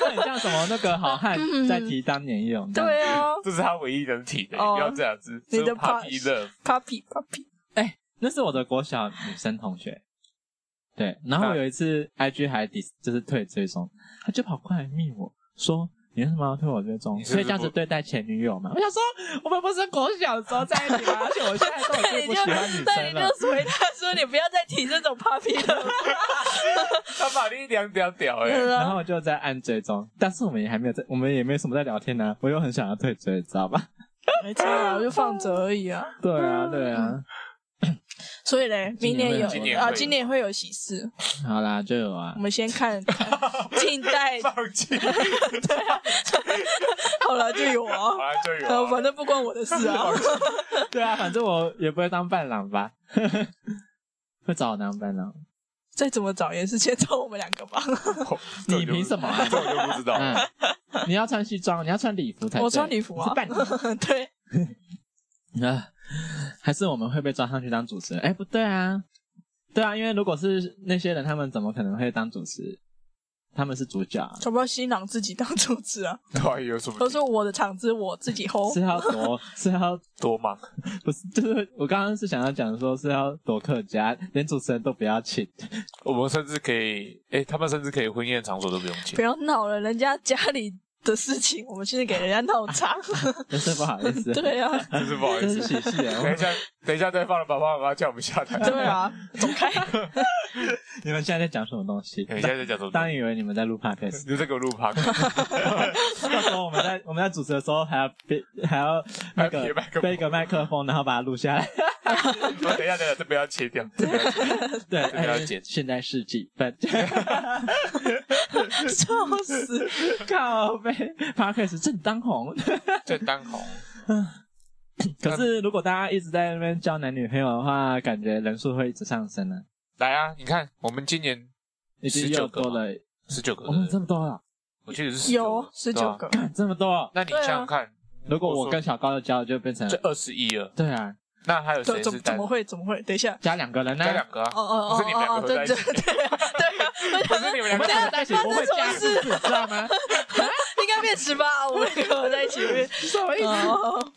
[SPEAKER 2] 这很像什么那个好汉在提当年勇。这样
[SPEAKER 1] 对啊
[SPEAKER 3] 这是他唯一能提的，
[SPEAKER 1] 哦
[SPEAKER 3] 不要这样子。
[SPEAKER 1] 你的
[SPEAKER 3] Puppy Love，
[SPEAKER 1] ，puppy puppy，
[SPEAKER 2] 那是我的国小女生同学，对，然后有一次 IG 还 dis 就是退追踪，他就跑过来密我说：“你为什么要推我这种？
[SPEAKER 3] 你
[SPEAKER 2] 所
[SPEAKER 3] 是不
[SPEAKER 2] 以
[SPEAKER 3] 是
[SPEAKER 2] 这样子
[SPEAKER 3] 不
[SPEAKER 2] 对待前女友嘛？我想说，我们不是国小的时候在一起吗？而且我现在都已经
[SPEAKER 1] 你
[SPEAKER 2] 不
[SPEAKER 1] 就
[SPEAKER 2] 喜欢女
[SPEAKER 1] 那你
[SPEAKER 2] 生了。
[SPEAKER 1] 就回他说你不要再提这种 puppy 了。
[SPEAKER 3] 他把你两屌屌
[SPEAKER 1] *laughs*
[SPEAKER 3] 哎、
[SPEAKER 1] 对
[SPEAKER 2] 然
[SPEAKER 1] 啊
[SPEAKER 2] 后我就在按追踪，但是我们也还没有在，我们也没什么在聊天呢、啊我又很想要退追，知道吧？ *laughs*
[SPEAKER 1] 没差啊，我就放着而已啊。
[SPEAKER 2] 对啊，对啊。
[SPEAKER 1] 所以嘞，
[SPEAKER 2] 今
[SPEAKER 1] 明
[SPEAKER 2] 年
[SPEAKER 1] 年有
[SPEAKER 3] 会有今年
[SPEAKER 1] 啊，
[SPEAKER 3] 会有
[SPEAKER 1] 今年会有喜事，
[SPEAKER 2] 好啦，就有啊 *laughs*
[SPEAKER 1] 我。们先看近代。
[SPEAKER 3] 放弃，
[SPEAKER 1] 哎好了，就有啊。
[SPEAKER 3] *laughs* 好啦就有
[SPEAKER 1] 呃，
[SPEAKER 3] 啊
[SPEAKER 1] 反正不关我的事啊。
[SPEAKER 2] 对啊，反正我也不会当伴郎吧， *laughs* 会找我当伴郎。
[SPEAKER 1] *laughs* 再怎么找也是先找我们两个吧。
[SPEAKER 3] 哎
[SPEAKER 1] *laughs*
[SPEAKER 3] 这我就
[SPEAKER 2] 你凭什么啊
[SPEAKER 3] 这我就不知道了。
[SPEAKER 2] 嗯，
[SPEAKER 3] *laughs*
[SPEAKER 2] 你要穿西装，你要穿礼服才对。
[SPEAKER 1] 我穿礼服
[SPEAKER 2] 你是
[SPEAKER 1] 啊
[SPEAKER 2] 伴
[SPEAKER 1] *laughs*
[SPEAKER 2] 郎。
[SPEAKER 1] 对，
[SPEAKER 2] 啊，还是我们会被抓上去当主持人？哎，不对啊，对啊，因为如果是那些人，他们怎么可能会当主持？他们是主角啊，
[SPEAKER 1] 要不要新郎自己当主持啊？
[SPEAKER 3] 到底有什么
[SPEAKER 1] 都说我的场子我自己 hold
[SPEAKER 2] 是。要躲， *laughs* 是要
[SPEAKER 3] 多忙？
[SPEAKER 2] 不是？就是我刚刚是想要讲说是要躲客家，连主持人都不要
[SPEAKER 1] *laughs*
[SPEAKER 2] 请。
[SPEAKER 3] 我们甚至可以，哎、他们甚至可以婚宴场所都不用
[SPEAKER 1] 不
[SPEAKER 3] 请。
[SPEAKER 1] 要闹了，人家家里的事情，我们现在给人家闹
[SPEAKER 3] *laughs*
[SPEAKER 1] 场。 *laughs*
[SPEAKER 2] 真是不好意思，
[SPEAKER 1] 对啊，
[SPEAKER 3] 真是不好意
[SPEAKER 2] 真是
[SPEAKER 3] 思。
[SPEAKER 2] 喜事啊！
[SPEAKER 3] 等一下，等一下，对方的爸爸妈妈叫我们下台。
[SPEAKER 1] 对啊，走开。
[SPEAKER 2] 你们现在在讲什么东西？
[SPEAKER 3] 你现在在讲什么？
[SPEAKER 2] 当然以为你们在录 podcast，
[SPEAKER 3] 你这个录趴，
[SPEAKER 2] 到时候我们在我们在主持的时候还要背还要那
[SPEAKER 3] 还要
[SPEAKER 2] 个
[SPEAKER 3] 别麦克风
[SPEAKER 2] 背一个麦克风，然后把它录下
[SPEAKER 3] *laughs*
[SPEAKER 2] 来。
[SPEAKER 3] 我等一下，等一下，这不要切掉，这不要切掉
[SPEAKER 2] 对，
[SPEAKER 3] 这个要
[SPEAKER 2] 哎
[SPEAKER 3] 剪
[SPEAKER 2] 现在世纪，不，
[SPEAKER 1] 笑死！
[SPEAKER 2] *laughs* 靠背 podcast 正当
[SPEAKER 3] *laughs*
[SPEAKER 2] 红。
[SPEAKER 3] 这当红。
[SPEAKER 2] 可是如果大家一直在那边交男女朋友的话，感觉人数会一直上升呢、
[SPEAKER 3] 来啊，你看，我们今年
[SPEAKER 2] 已经又多了，
[SPEAKER 3] 十九个
[SPEAKER 2] 我们
[SPEAKER 3] 人，
[SPEAKER 2] 这么多了，
[SPEAKER 3] 我记得是
[SPEAKER 1] 有十
[SPEAKER 3] 19
[SPEAKER 1] 九。
[SPEAKER 3] 对吧啊
[SPEAKER 1] 个，
[SPEAKER 2] 干这么多。
[SPEAKER 3] 那你想想看，
[SPEAKER 2] 如果我跟小高的交，就变成
[SPEAKER 3] 这二十一了，
[SPEAKER 2] 对啊，
[SPEAKER 3] 那还有
[SPEAKER 1] 怎
[SPEAKER 3] 谁
[SPEAKER 1] 怎
[SPEAKER 3] 是
[SPEAKER 1] 么怎
[SPEAKER 3] 单
[SPEAKER 1] 么？会怎么会？等一下，
[SPEAKER 2] 加两个人呢
[SPEAKER 3] 加，两个啊
[SPEAKER 1] 哦，哦
[SPEAKER 3] 不
[SPEAKER 1] 哦
[SPEAKER 3] 是你们两
[SPEAKER 1] 哦
[SPEAKER 3] 个
[SPEAKER 1] 哦，
[SPEAKER 3] 合在
[SPEAKER 1] 对
[SPEAKER 3] 一起
[SPEAKER 1] 对对啊对啊！我
[SPEAKER 3] 不
[SPEAKER 1] 想说对啊
[SPEAKER 2] 我们两个
[SPEAKER 3] 是你们两个
[SPEAKER 2] 在一起不会加
[SPEAKER 1] 发生什么
[SPEAKER 2] 数字，知道吗？ *laughs*
[SPEAKER 1] *laughs* 应该变十八，我们两个在一起变
[SPEAKER 2] 什么意思？
[SPEAKER 1] 哦，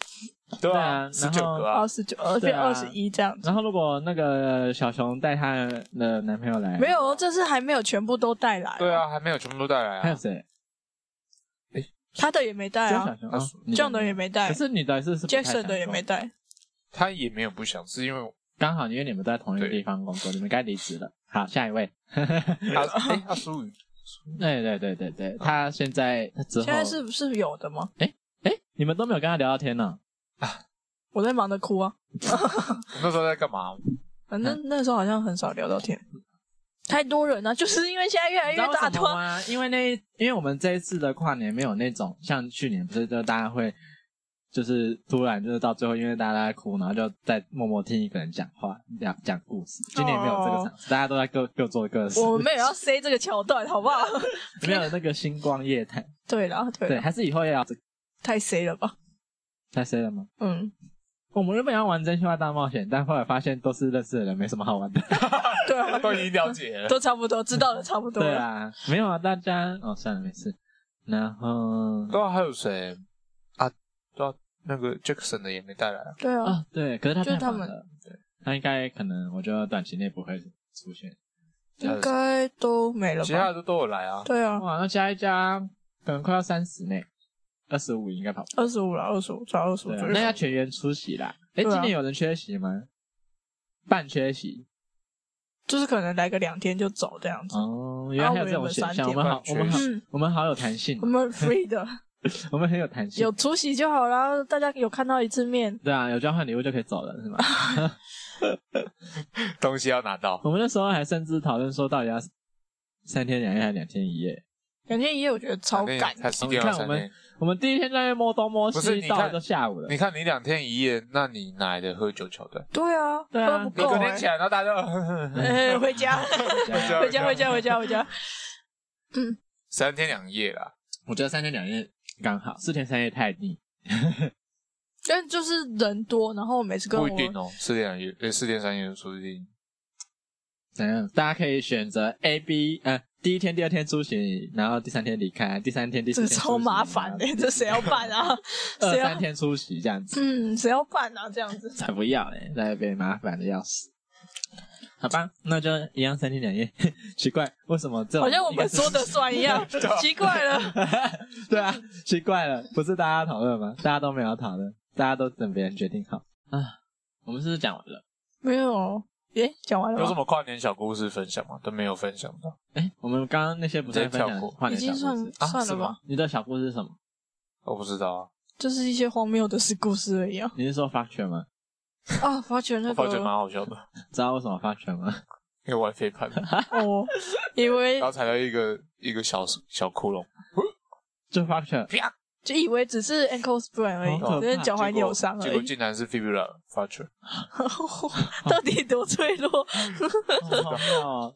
[SPEAKER 3] 对
[SPEAKER 2] 对
[SPEAKER 3] 啊
[SPEAKER 2] 啊，
[SPEAKER 3] 十九个啊
[SPEAKER 1] 二，十九呃
[SPEAKER 2] 对
[SPEAKER 1] 变
[SPEAKER 2] 啊
[SPEAKER 1] 二十一这样子。
[SPEAKER 2] 然后如果那个小熊带她的男朋友来，
[SPEAKER 1] 没有哦，这是还没有全部都带来，
[SPEAKER 3] 对啊，还没有全部都带来
[SPEAKER 2] 还有
[SPEAKER 3] 啊。
[SPEAKER 2] 谁？
[SPEAKER 1] 他的也没带
[SPEAKER 2] 只有小
[SPEAKER 1] 啊，
[SPEAKER 2] 熊
[SPEAKER 3] 啊
[SPEAKER 2] 啊，你
[SPEAKER 1] 这样的也没带
[SPEAKER 2] 可是女的是是不太
[SPEAKER 1] ，Jackson
[SPEAKER 2] 想
[SPEAKER 1] 的也没
[SPEAKER 2] 说，
[SPEAKER 1] 带。
[SPEAKER 3] 他也没有不想，是因
[SPEAKER 1] *laughs*
[SPEAKER 3] 为
[SPEAKER 2] 刚好因为你们都在同一个
[SPEAKER 3] 对
[SPEAKER 2] 地方工作，你们该离职了。好，下一位。
[SPEAKER 3] 他哎，他苏雨
[SPEAKER 2] 对对对对对，他现在他之后
[SPEAKER 1] 现在是不是有的吗？
[SPEAKER 2] 哎，你们都没有跟他聊到天呢、
[SPEAKER 1] 我在忙着哭啊，
[SPEAKER 3] 我那时候在干嘛？
[SPEAKER 1] 反正那时候好像很少聊到天，太多人了、 *laughs* 就是因啊为现在越来越
[SPEAKER 2] 你知道为
[SPEAKER 1] 大
[SPEAKER 2] 什么
[SPEAKER 1] 团，
[SPEAKER 2] 吗？因为那因为我们这一次的跨年没有那种像去年不是就大家会就是突然就是到最后因为大家都在哭，然后就在默默听一个人讲话讲讲故事。今年没有这个场次，大家都在各各做各事，
[SPEAKER 1] 我们没有要塞这个桥段，好 *laughs* 不好？
[SPEAKER 2] 没有那个星光夜谈。
[SPEAKER 1] 对啦，对
[SPEAKER 2] 对，
[SPEAKER 1] 啦，
[SPEAKER 2] 还是以后要这个
[SPEAKER 1] 太塞了吧？
[SPEAKER 2] 太谁了吗？
[SPEAKER 1] 嗯，
[SPEAKER 2] 我们原本要玩真心话大冒险，但后来发现都是认识的人，没什么好玩的。
[SPEAKER 1] 对啊，
[SPEAKER 3] 都已经了解
[SPEAKER 1] *laughs*
[SPEAKER 3] 了，
[SPEAKER 1] 都差不多，知道的差不多
[SPEAKER 2] 对
[SPEAKER 1] 了。
[SPEAKER 2] 啊，没有啊，大家哦，算了，没事。哦然后
[SPEAKER 3] 对啊，还有谁啊？对啊，那个 Jackson 的也没带来啊，
[SPEAKER 1] 对啊，
[SPEAKER 2] 啊，对，可是他
[SPEAKER 1] 就是
[SPEAKER 2] 太忙
[SPEAKER 1] 他们
[SPEAKER 2] 了，对，他应该可能，我觉得短期内不会出现。
[SPEAKER 1] 应该都没了
[SPEAKER 3] 其他
[SPEAKER 1] 吧？
[SPEAKER 3] 的都都有来啊。
[SPEAKER 1] 对啊，
[SPEAKER 2] 哇，那加一加，可能快要三十呢，二十五应该跑不
[SPEAKER 1] 二十五了，二十五，才二十五
[SPEAKER 2] 对
[SPEAKER 1] 左
[SPEAKER 2] 啊
[SPEAKER 1] 右。
[SPEAKER 2] 那要全员出席啦。哎，
[SPEAKER 1] 对啊
[SPEAKER 2] 今年有人缺席吗？半缺席
[SPEAKER 1] 就是可能来个两天就走这样子。
[SPEAKER 2] 哦，原来还有这种选项，
[SPEAKER 1] 啊
[SPEAKER 2] 我
[SPEAKER 1] 我
[SPEAKER 2] 们
[SPEAKER 1] 们
[SPEAKER 2] 好，我
[SPEAKER 3] 有
[SPEAKER 2] 们好
[SPEAKER 1] 缺席，
[SPEAKER 2] 我们好有弹
[SPEAKER 1] *laughs*
[SPEAKER 2] 性
[SPEAKER 1] 我，们 free 的，
[SPEAKER 2] 我们很有弹
[SPEAKER 1] *laughs*
[SPEAKER 2] 性
[SPEAKER 1] 有。出席就好啦。大家有看到一次面，
[SPEAKER 2] 对啊，有交换礼物就可以走了，是吗？
[SPEAKER 3] 东西要拿到，
[SPEAKER 2] 我们那时候还甚至讨论说，到底要三天两夜还是两天一夜？
[SPEAKER 1] 两天一夜，我觉得超
[SPEAKER 3] 那
[SPEAKER 1] 赶。
[SPEAKER 3] 他一定要
[SPEAKER 2] 你
[SPEAKER 3] 三
[SPEAKER 2] 看我
[SPEAKER 3] 天
[SPEAKER 2] 们。我们第一天在那边摸东摸
[SPEAKER 3] 不是
[SPEAKER 2] 西，
[SPEAKER 3] 你
[SPEAKER 2] 到了
[SPEAKER 3] 看
[SPEAKER 2] 都下午了
[SPEAKER 3] 你。看你两天一夜，那你哪来的喝酒桥段？
[SPEAKER 1] 对啊，
[SPEAKER 2] 对啊
[SPEAKER 1] 喝不
[SPEAKER 3] 你
[SPEAKER 1] 够
[SPEAKER 3] 隔
[SPEAKER 1] 哎
[SPEAKER 3] 天起。来，然后大家都 *laughs*
[SPEAKER 1] 哎， *laughs* 回家，
[SPEAKER 2] 啊
[SPEAKER 1] *laughs*
[SPEAKER 3] 家
[SPEAKER 1] 回家，回家，回家，回家。
[SPEAKER 3] 三天两夜啦，
[SPEAKER 2] 我觉得三天两夜刚好，四天三夜太腻。
[SPEAKER 1] 但就是人多，然后每次跟
[SPEAKER 3] 不
[SPEAKER 1] 我
[SPEAKER 3] 一定哦，四天两夜，呃，四天三夜说不定。
[SPEAKER 2] 怎样？大家可以选择 A、B，呃，第一天、第二天出行，然后第三天离开，第三天、第四
[SPEAKER 1] 这个
[SPEAKER 2] 天出行
[SPEAKER 1] 超麻烦的、，这谁要办
[SPEAKER 3] *laughs*
[SPEAKER 1] 啊？
[SPEAKER 2] 然后
[SPEAKER 1] 谁
[SPEAKER 2] 二三
[SPEAKER 1] 要？
[SPEAKER 2] 天出席这样子，
[SPEAKER 1] 嗯，谁要办啊？这样子，
[SPEAKER 2] 才不要嘞，在那边麻烦的要死。好吧，那就一样三天两夜。 *laughs* 奇怪，为什么这种
[SPEAKER 1] 好像我们说的算一样， *laughs*
[SPEAKER 3] 啊
[SPEAKER 1] 奇怪了。
[SPEAKER 2] *laughs* 对啊，奇怪了，不是大家讨论吗？大家都没有讨论，大家都等别人决定好啊。我们是不是讲完了？
[SPEAKER 1] 没有，耶，讲完了
[SPEAKER 3] 有什
[SPEAKER 1] 吗？
[SPEAKER 3] 么跨年小故事分享吗？都没有分享到
[SPEAKER 2] 哎，我们刚刚那些不是
[SPEAKER 3] 直接
[SPEAKER 2] 分
[SPEAKER 3] 跳
[SPEAKER 2] 享
[SPEAKER 3] 过
[SPEAKER 2] 换
[SPEAKER 1] 已
[SPEAKER 2] 你小
[SPEAKER 1] 经算
[SPEAKER 2] 故事？
[SPEAKER 3] 啊
[SPEAKER 1] 算
[SPEAKER 3] 是
[SPEAKER 1] 了
[SPEAKER 3] 吗
[SPEAKER 1] 吧，
[SPEAKER 2] 你的小故事是什么？
[SPEAKER 3] 我不知道啊。
[SPEAKER 1] 就是一些荒谬的事故事而已啊。
[SPEAKER 2] 你是说发圈吗？
[SPEAKER 1] 啊，发觉那
[SPEAKER 3] 我发觉蛮
[SPEAKER 1] 个
[SPEAKER 3] 好笑的， *laughs*
[SPEAKER 2] 知道为什么发圈吗？
[SPEAKER 3] 因为玩飞盘，
[SPEAKER 1] 哦，以为
[SPEAKER 3] 然后踩到一个一个小小窟窿，
[SPEAKER 2] 就发 *laughs* 圈，
[SPEAKER 1] 就以为只是 ankle sprain 而已，
[SPEAKER 2] 好可怕
[SPEAKER 1] 只是脚踝扭伤
[SPEAKER 3] 结
[SPEAKER 1] 而
[SPEAKER 3] 果
[SPEAKER 1] 已。哦
[SPEAKER 3] 竟然是 fibula fracture。
[SPEAKER 1] *laughs* 到底多脆弱？
[SPEAKER 2] 好妙哦！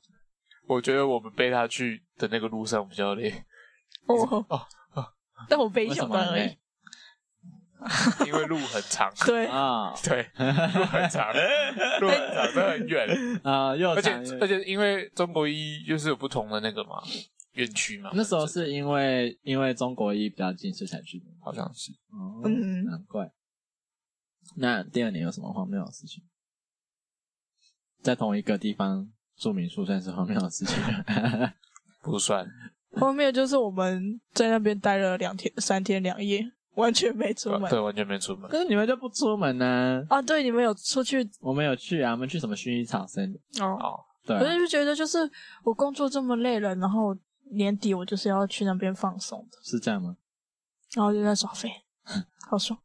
[SPEAKER 3] 我觉得我们背他去的那个路上比较 *laughs* 累，
[SPEAKER 1] 哦
[SPEAKER 3] 哦，
[SPEAKER 1] 但我背
[SPEAKER 2] 为什
[SPEAKER 1] 小
[SPEAKER 2] 么
[SPEAKER 1] 单而
[SPEAKER 2] 呢
[SPEAKER 1] 已。？
[SPEAKER 3] 因为路很长。
[SPEAKER 1] 对，
[SPEAKER 2] 啊 *laughs*
[SPEAKER 3] 对，路很长，路很长，真的很远，
[SPEAKER 2] 啊，又 *laughs*
[SPEAKER 3] 而且
[SPEAKER 2] 长又
[SPEAKER 3] 而且因为中国医就是有不同的那个嘛院区嘛，
[SPEAKER 2] 那时候是因为因为中国一比较近，所以才去的。
[SPEAKER 3] 好像是
[SPEAKER 2] 哦，
[SPEAKER 1] 嗯
[SPEAKER 2] 难怪。那第二年有什么荒谬的事情？在同一个地方住民宿算是荒谬的事情。
[SPEAKER 3] 不算，
[SPEAKER 1] 荒谬就是我们在那边待了两天、三天两夜，完全没出门
[SPEAKER 2] 啊
[SPEAKER 3] 对，完全没出 *laughs* 门。
[SPEAKER 2] 但是你们就不出门呢、
[SPEAKER 1] 啊。对，你们有出去
[SPEAKER 2] 我们有去啊，我们去什么薰衣草森林？
[SPEAKER 1] 哦？
[SPEAKER 3] 哦，
[SPEAKER 2] 对啊、
[SPEAKER 1] 我就觉得就是我工作这么累了，然后年底我就是要去那边放松的，
[SPEAKER 2] 是这样吗？
[SPEAKER 1] 然后就在耍废， *laughs* 好
[SPEAKER 2] *laughs*
[SPEAKER 1] 爽！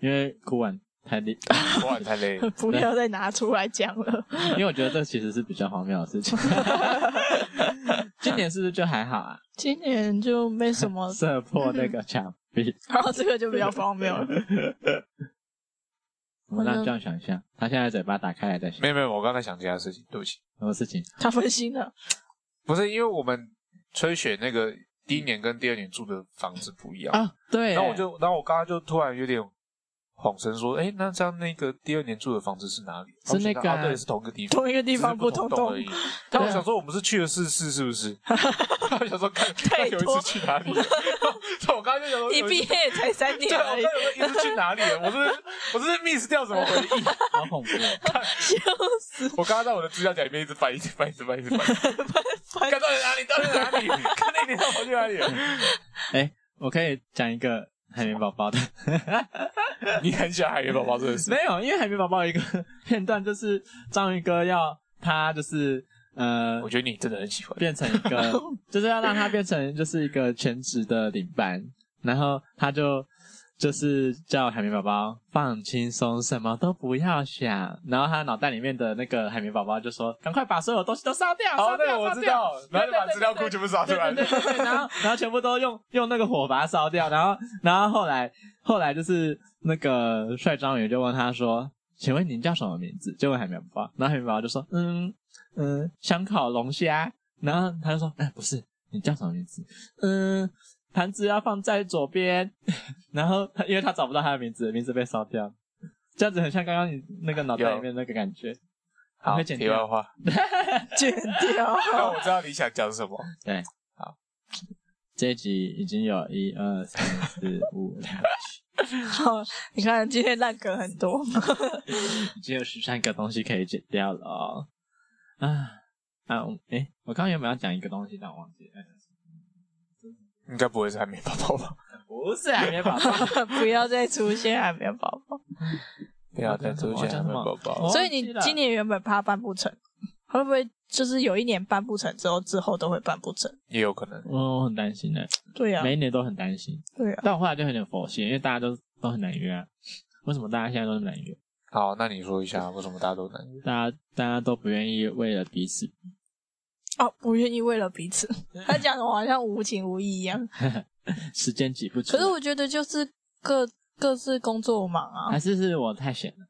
[SPEAKER 2] 因为哭完太厉，
[SPEAKER 3] 昨晚太累了，
[SPEAKER 1] 不要再拿出来讲了。
[SPEAKER 2] 因为我觉得这其实是比较荒谬的事情。今年是不是就还好啊？
[SPEAKER 1] 今年就没什
[SPEAKER 2] *laughs*
[SPEAKER 1] 么，
[SPEAKER 2] 射破那个墙壁。
[SPEAKER 1] *laughs* 然后这个就比较荒谬
[SPEAKER 2] *laughs*
[SPEAKER 1] 了。
[SPEAKER 2] 我们让这样想一下，他现在嘴巴打开来在想
[SPEAKER 3] 没有没有，我刚才想其他事情，对不起，
[SPEAKER 2] 什么事情？
[SPEAKER 1] 他分心了，
[SPEAKER 3] 不是因为我们吹雪那个第一年跟第二年住的房子不一样，
[SPEAKER 2] 啊，对耶，
[SPEAKER 3] 然后我就然后我刚刚就突然有点恍神说，哎，那这样那个第二年住的房子是哪里？
[SPEAKER 2] 是那个啊
[SPEAKER 3] 然后我想到啊，对，是同一个地方。
[SPEAKER 1] 同一个地方
[SPEAKER 3] 只是不
[SPEAKER 1] 同
[SPEAKER 3] 栋
[SPEAKER 1] 栋
[SPEAKER 3] 而已。但我想说，我们是去了四次，是
[SPEAKER 1] *laughs*
[SPEAKER 3] 不是？我想说，看他
[SPEAKER 1] 太
[SPEAKER 3] 有
[SPEAKER 1] 多
[SPEAKER 3] 一次去哪里？所以我刚刚就想说，
[SPEAKER 1] 你
[SPEAKER 3] 有一
[SPEAKER 1] 毕
[SPEAKER 3] 次
[SPEAKER 1] 业才三
[SPEAKER 3] 对，啊
[SPEAKER 1] 年
[SPEAKER 3] 我
[SPEAKER 1] 而已，
[SPEAKER 3] 刚刚有一次去哪里了？我是我是 miss 掉什么回
[SPEAKER 1] *laughs*
[SPEAKER 3] 忆？
[SPEAKER 2] 好恐怖哦。
[SPEAKER 1] 笑死！
[SPEAKER 3] 我刚刚在我的资料夹里面一直翻，一直翻，一直翻，一直
[SPEAKER 1] *laughs*
[SPEAKER 3] 翻，
[SPEAKER 1] 翻
[SPEAKER 3] 看到底哪里？到底哪里？看那年他跑去哪里了？
[SPEAKER 2] 我可以讲一个海绵宝宝的，
[SPEAKER 3] 你很喜欢海绵宝宝这个事？
[SPEAKER 2] *laughs* 没有，因为海绵宝宝有一个片段就是章鱼哥要他就是呃
[SPEAKER 3] 我觉得你真的很喜欢。
[SPEAKER 2] 变成一 *laughs* 个，就是要让他变成就是一个全职的领班，然后他就就是叫海绵宝宝放轻松，什么都不要想，然后他脑袋里面的那个海绵宝宝就说：“赶快把所有东西都烧掉，
[SPEAKER 3] 好，
[SPEAKER 2] 烧
[SPEAKER 3] 对，
[SPEAKER 2] 掉，
[SPEAKER 3] 我
[SPEAKER 2] 烧
[SPEAKER 3] 知
[SPEAKER 2] 掉。”
[SPEAKER 3] 道，然后就把资料库全部扫出
[SPEAKER 2] 对
[SPEAKER 3] 来
[SPEAKER 2] 对。对对对，然后 *laughs* 然后全部都用用那个火把它烧掉，然后然后后来后来就是那个帅章鱼就问他说：“请问您叫什么名字？”就问海绵宝宝，然后海绵宝宝就说：“嗯嗯，香烤龙虾。”然后他就说：“哎，不是，你叫什么名字？嗯，盘子要放在左边。” *laughs* 然后他因为他找不到他的名字，名字被烧掉，这样子很像刚刚你那个脑袋里面那个感觉。
[SPEAKER 3] 好，
[SPEAKER 2] 会剪
[SPEAKER 3] 题
[SPEAKER 2] 掉
[SPEAKER 3] 外话，
[SPEAKER 1] 剪掉。
[SPEAKER 3] 但我知道你想讲
[SPEAKER 2] *laughs*
[SPEAKER 3] 什么。
[SPEAKER 2] 这一集已经有一二三四五 *laughs* 六
[SPEAKER 1] 好，你看今天烂梗很多， *laughs*
[SPEAKER 2] 已经有十三个东西可以剪掉了哦。啊啊！我诶、我刚刚原本要讲一个东西，但我忘记了。
[SPEAKER 3] 应该不会是海绵宝宝吧？
[SPEAKER 2] 不是啊海绵宝
[SPEAKER 1] *laughs*
[SPEAKER 2] 宝，
[SPEAKER 1] 不要再出现海绵宝宝。
[SPEAKER 3] 不要再出现海绵宝宝。
[SPEAKER 2] 我
[SPEAKER 1] 所以
[SPEAKER 2] 忘记
[SPEAKER 1] 你
[SPEAKER 2] 了
[SPEAKER 1] 今年原本怕办不成，会不会就是有一年办不成之后，之后都会办不成？
[SPEAKER 3] 也有可能，
[SPEAKER 2] 我我很担心呢、
[SPEAKER 1] 对呀、
[SPEAKER 2] 每一年都很担心。
[SPEAKER 1] 对啊呀、
[SPEAKER 2] 但我后来就有点佛系，因为大家都都很难约啊。为什么大家现在都很难约？
[SPEAKER 3] 好，那你说一下为什么大家都难约？
[SPEAKER 2] 大家大家都不愿意为了彼此。
[SPEAKER 1] 哦，不愿意为了彼此，他讲的我好像无情无义一样。
[SPEAKER 2] 时间挤不出
[SPEAKER 1] 可
[SPEAKER 2] 来，
[SPEAKER 1] 是我觉得就是各各自工作忙啊
[SPEAKER 2] 还，是是我太闲了，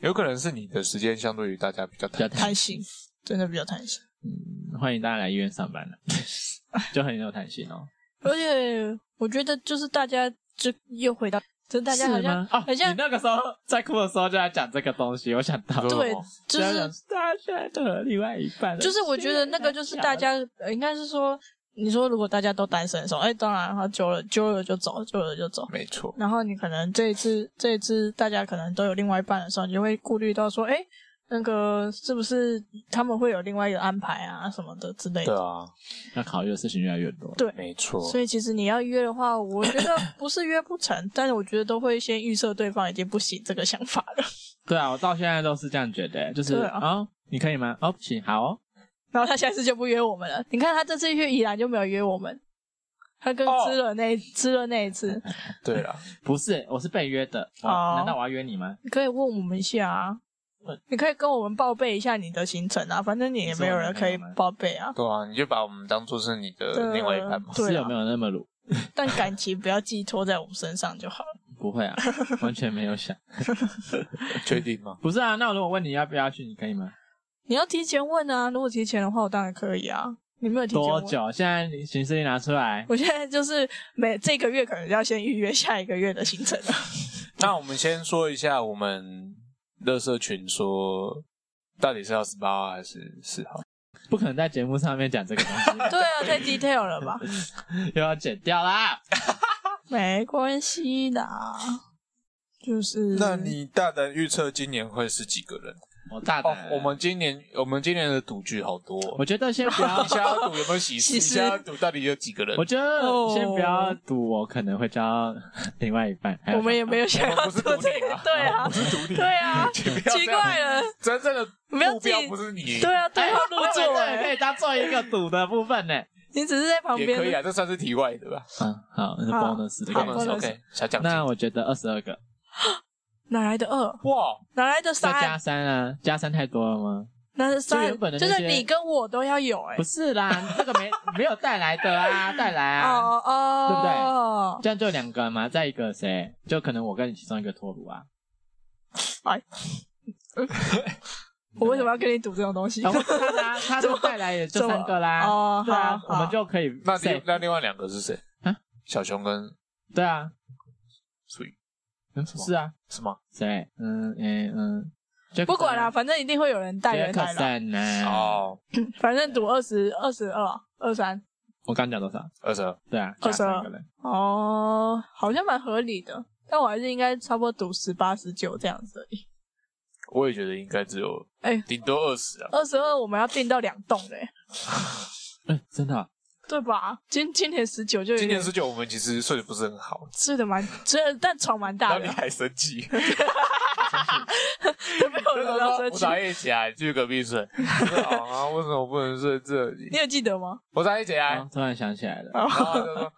[SPEAKER 3] 有可能是你的时间相对于大家比较
[SPEAKER 2] 比较
[SPEAKER 3] 短。
[SPEAKER 1] 贪
[SPEAKER 2] 太
[SPEAKER 1] 心，真的比较贪心。
[SPEAKER 2] 嗯，欢迎大家来医院上班了， *laughs* 就很有弹性哦。
[SPEAKER 1] 而且我觉得就是大家就又回到，就是大家好
[SPEAKER 2] 是
[SPEAKER 1] 像
[SPEAKER 2] 吗哦，
[SPEAKER 1] 好像
[SPEAKER 2] 你那个时候在哭的时候就在讲这个东西，我想到
[SPEAKER 3] 你说
[SPEAKER 1] 对
[SPEAKER 3] 什么，
[SPEAKER 1] 就是
[SPEAKER 2] 大家现在都有另外一半了，
[SPEAKER 1] 就是我觉得那个就是大家，
[SPEAKER 3] 啊
[SPEAKER 1] 呃应该是说，你说如果大家都单身的时候，哎，当然哈，久了久了就走，久了就走。
[SPEAKER 3] 没错，
[SPEAKER 1] 然后你可能这一次这一次大家可能都有另外一半的时候，你就会顾虑到说，哎，那个是不是他们会有另外一个安排啊什么的之类
[SPEAKER 3] 对
[SPEAKER 1] 的。
[SPEAKER 3] 啊，
[SPEAKER 2] *laughs* 要考虑的事情越来越多。
[SPEAKER 1] 对，
[SPEAKER 3] 没错，
[SPEAKER 1] 所以其实你要约的话，我觉得不是约不成，但是我觉得都会先预设对方已经不行这个想法了，
[SPEAKER 2] 对啊，我到现在都是这样觉得，就是
[SPEAKER 1] 对啊
[SPEAKER 2] 哦，你可以吗？哦，不行，好哦，
[SPEAKER 1] 然后他下次就不约我们了。你看他这次去宜兰就没有约我们，他跟
[SPEAKER 3] 哦
[SPEAKER 1] 吃了那、 *laughs* 吃了那一次，
[SPEAKER 3] 对啦，
[SPEAKER 2] 不是，我是被约的。我
[SPEAKER 1] 哦
[SPEAKER 2] 难道我要约你吗？
[SPEAKER 1] 你可以问我们一下啊
[SPEAKER 2] 问，
[SPEAKER 1] 你可以跟我们报备一下你的行程啊，反正你也没有人可以报备啊。
[SPEAKER 3] 对啊，你就把我们当做是你的
[SPEAKER 1] 对
[SPEAKER 3] 另外一半嘛。
[SPEAKER 1] 对啊
[SPEAKER 2] 是有没有那么鲁？
[SPEAKER 1] 但感情不要寄托在我们身上就好了。
[SPEAKER 2] 不
[SPEAKER 1] *laughs*
[SPEAKER 2] 会啊，完全没有想。
[SPEAKER 3] 确定
[SPEAKER 2] *laughs*
[SPEAKER 3] 吗？
[SPEAKER 2] 不是啊，那我如果问你要不要去，你可以吗？
[SPEAKER 1] 你要提前问啊，如果提前的话，我当然可以啊。你没有提前
[SPEAKER 2] 多
[SPEAKER 1] 问？
[SPEAKER 2] 久？现在行事历拿出来。
[SPEAKER 1] 我现在就是每这个月可能要先预约下一个月的行程了。
[SPEAKER 3] *laughs* 那我们先说一下我们乐社群说，到底是要十八号还是四号？
[SPEAKER 2] 不可能在节目上面讲这个东
[SPEAKER 1] *laughs*
[SPEAKER 2] 西，
[SPEAKER 1] 对啊，太 detail 了吧？
[SPEAKER 2] 又要剪掉啦。
[SPEAKER 1] 没关系的啊，就是
[SPEAKER 3] 那你大胆预测今年会是几个人？
[SPEAKER 2] 我大
[SPEAKER 3] 哦
[SPEAKER 2] 胆，，
[SPEAKER 3] 我们今年我们今年的赌局好多哦、
[SPEAKER 2] 我觉得先不要 *laughs*
[SPEAKER 3] *laughs* 你，现在要赌有没有喜事？
[SPEAKER 1] 喜
[SPEAKER 3] 你
[SPEAKER 1] 事
[SPEAKER 3] 现在要赌到底有几个人？
[SPEAKER 2] 我觉得
[SPEAKER 1] 哦
[SPEAKER 2] 先不要赌，我可能会交另外一半。还有
[SPEAKER 1] 我们也没有想
[SPEAKER 3] 我
[SPEAKER 1] 要
[SPEAKER 3] 们不是
[SPEAKER 1] 做
[SPEAKER 3] 赌
[SPEAKER 1] 这
[SPEAKER 3] 你
[SPEAKER 1] 个
[SPEAKER 3] 啊，，
[SPEAKER 1] 对
[SPEAKER 3] 我
[SPEAKER 1] 啊
[SPEAKER 3] 们，不是 *laughs* 赌你，
[SPEAKER 1] 对啊，
[SPEAKER 3] 请不要
[SPEAKER 1] 奇
[SPEAKER 3] 这样
[SPEAKER 1] 怪了，
[SPEAKER 3] 真正的
[SPEAKER 1] 不要
[SPEAKER 3] 目
[SPEAKER 1] 自己
[SPEAKER 3] 标不是你，
[SPEAKER 1] 对啊，对号入
[SPEAKER 2] 哎
[SPEAKER 1] 座
[SPEAKER 2] 这也
[SPEAKER 1] 欸，
[SPEAKER 2] 可以当做一个赌的部分呢。
[SPEAKER 1] 你只是在旁
[SPEAKER 3] 也可以
[SPEAKER 1] 边。
[SPEAKER 3] 啊，这算是题外的吧？
[SPEAKER 2] 嗯，好，那是
[SPEAKER 1] 好
[SPEAKER 2] bonus 的
[SPEAKER 1] 好
[SPEAKER 2] 概
[SPEAKER 1] 不能
[SPEAKER 2] 念。
[SPEAKER 1] 说
[SPEAKER 3] OK，小奖金。
[SPEAKER 2] 那我觉得二十二个，
[SPEAKER 1] 哪来的二？
[SPEAKER 3] 哇，
[SPEAKER 1] 哪来的
[SPEAKER 2] 再加
[SPEAKER 1] 三？
[SPEAKER 2] 三啊，加三太多了吗？
[SPEAKER 1] 那是三
[SPEAKER 2] 就原本的，那
[SPEAKER 1] 就
[SPEAKER 2] 些
[SPEAKER 1] 是你跟我都要有哎
[SPEAKER 2] 不。是啦，那个没没有带来的
[SPEAKER 1] *laughs*
[SPEAKER 2] 啊，带来啊，
[SPEAKER 1] 哦哦，
[SPEAKER 2] 对不这样就两个嘛，再一个谁？就可能我跟你其中一个脱乳啊。
[SPEAKER 1] 哎 *laughs* 我为什么要跟你赌这种东西？
[SPEAKER 2] 然后 *laughs* 他呢，他都带来也就三个啦。
[SPEAKER 1] 怎么 *laughs* 哦
[SPEAKER 2] 对哦啊
[SPEAKER 1] 好，
[SPEAKER 2] 我
[SPEAKER 1] 好
[SPEAKER 2] 们就可以
[SPEAKER 3] 那另
[SPEAKER 2] safe
[SPEAKER 3] 那另外两个是谁
[SPEAKER 2] 啊？
[SPEAKER 3] 小熊跟
[SPEAKER 2] 对啊，
[SPEAKER 3] 水
[SPEAKER 2] 嗯
[SPEAKER 3] 什么
[SPEAKER 2] 是啊，
[SPEAKER 3] 是吗？
[SPEAKER 2] 谁？嗯诶嗯，
[SPEAKER 1] 不管啦，反正一定会有人带
[SPEAKER 2] 杰
[SPEAKER 1] 人
[SPEAKER 2] 克
[SPEAKER 1] 来啦。
[SPEAKER 2] 森呢？
[SPEAKER 3] 哦，
[SPEAKER 1] 反正赌二十二十二二三
[SPEAKER 2] 我刚讲多少？
[SPEAKER 3] 二十二，
[SPEAKER 2] 对啊，
[SPEAKER 1] 22
[SPEAKER 2] 加三个人。
[SPEAKER 1] 哦，好像蛮合理的。但我还是应该差不多赌十八十九这样子而已。
[SPEAKER 3] 我也觉得应该只有，
[SPEAKER 1] 哎
[SPEAKER 3] 顶多二十啊。
[SPEAKER 1] 二十二我们要订到两栋嘞，
[SPEAKER 2] 嗯，真的啊，
[SPEAKER 1] 对吧？今今年十九就有
[SPEAKER 3] 今
[SPEAKER 1] 点
[SPEAKER 3] 年十九，我们其实睡得不是很好，
[SPEAKER 1] 吃的蛮， *laughs* 这但床蛮
[SPEAKER 3] 然
[SPEAKER 1] 大
[SPEAKER 3] 后
[SPEAKER 1] 的
[SPEAKER 3] 你，还生气，
[SPEAKER 1] 都没 *laughs* 有
[SPEAKER 3] 啊那时
[SPEAKER 1] 人
[SPEAKER 3] 候
[SPEAKER 1] 要
[SPEAKER 3] 说
[SPEAKER 1] 生
[SPEAKER 3] 我
[SPEAKER 1] 气。
[SPEAKER 3] 早一起来去隔壁睡，我说啊，为什么不能睡这里
[SPEAKER 1] *laughs* 你？有记得吗？
[SPEAKER 3] 我早一起来
[SPEAKER 2] 哦，突然想起来了，
[SPEAKER 1] 哦
[SPEAKER 3] 然后他就说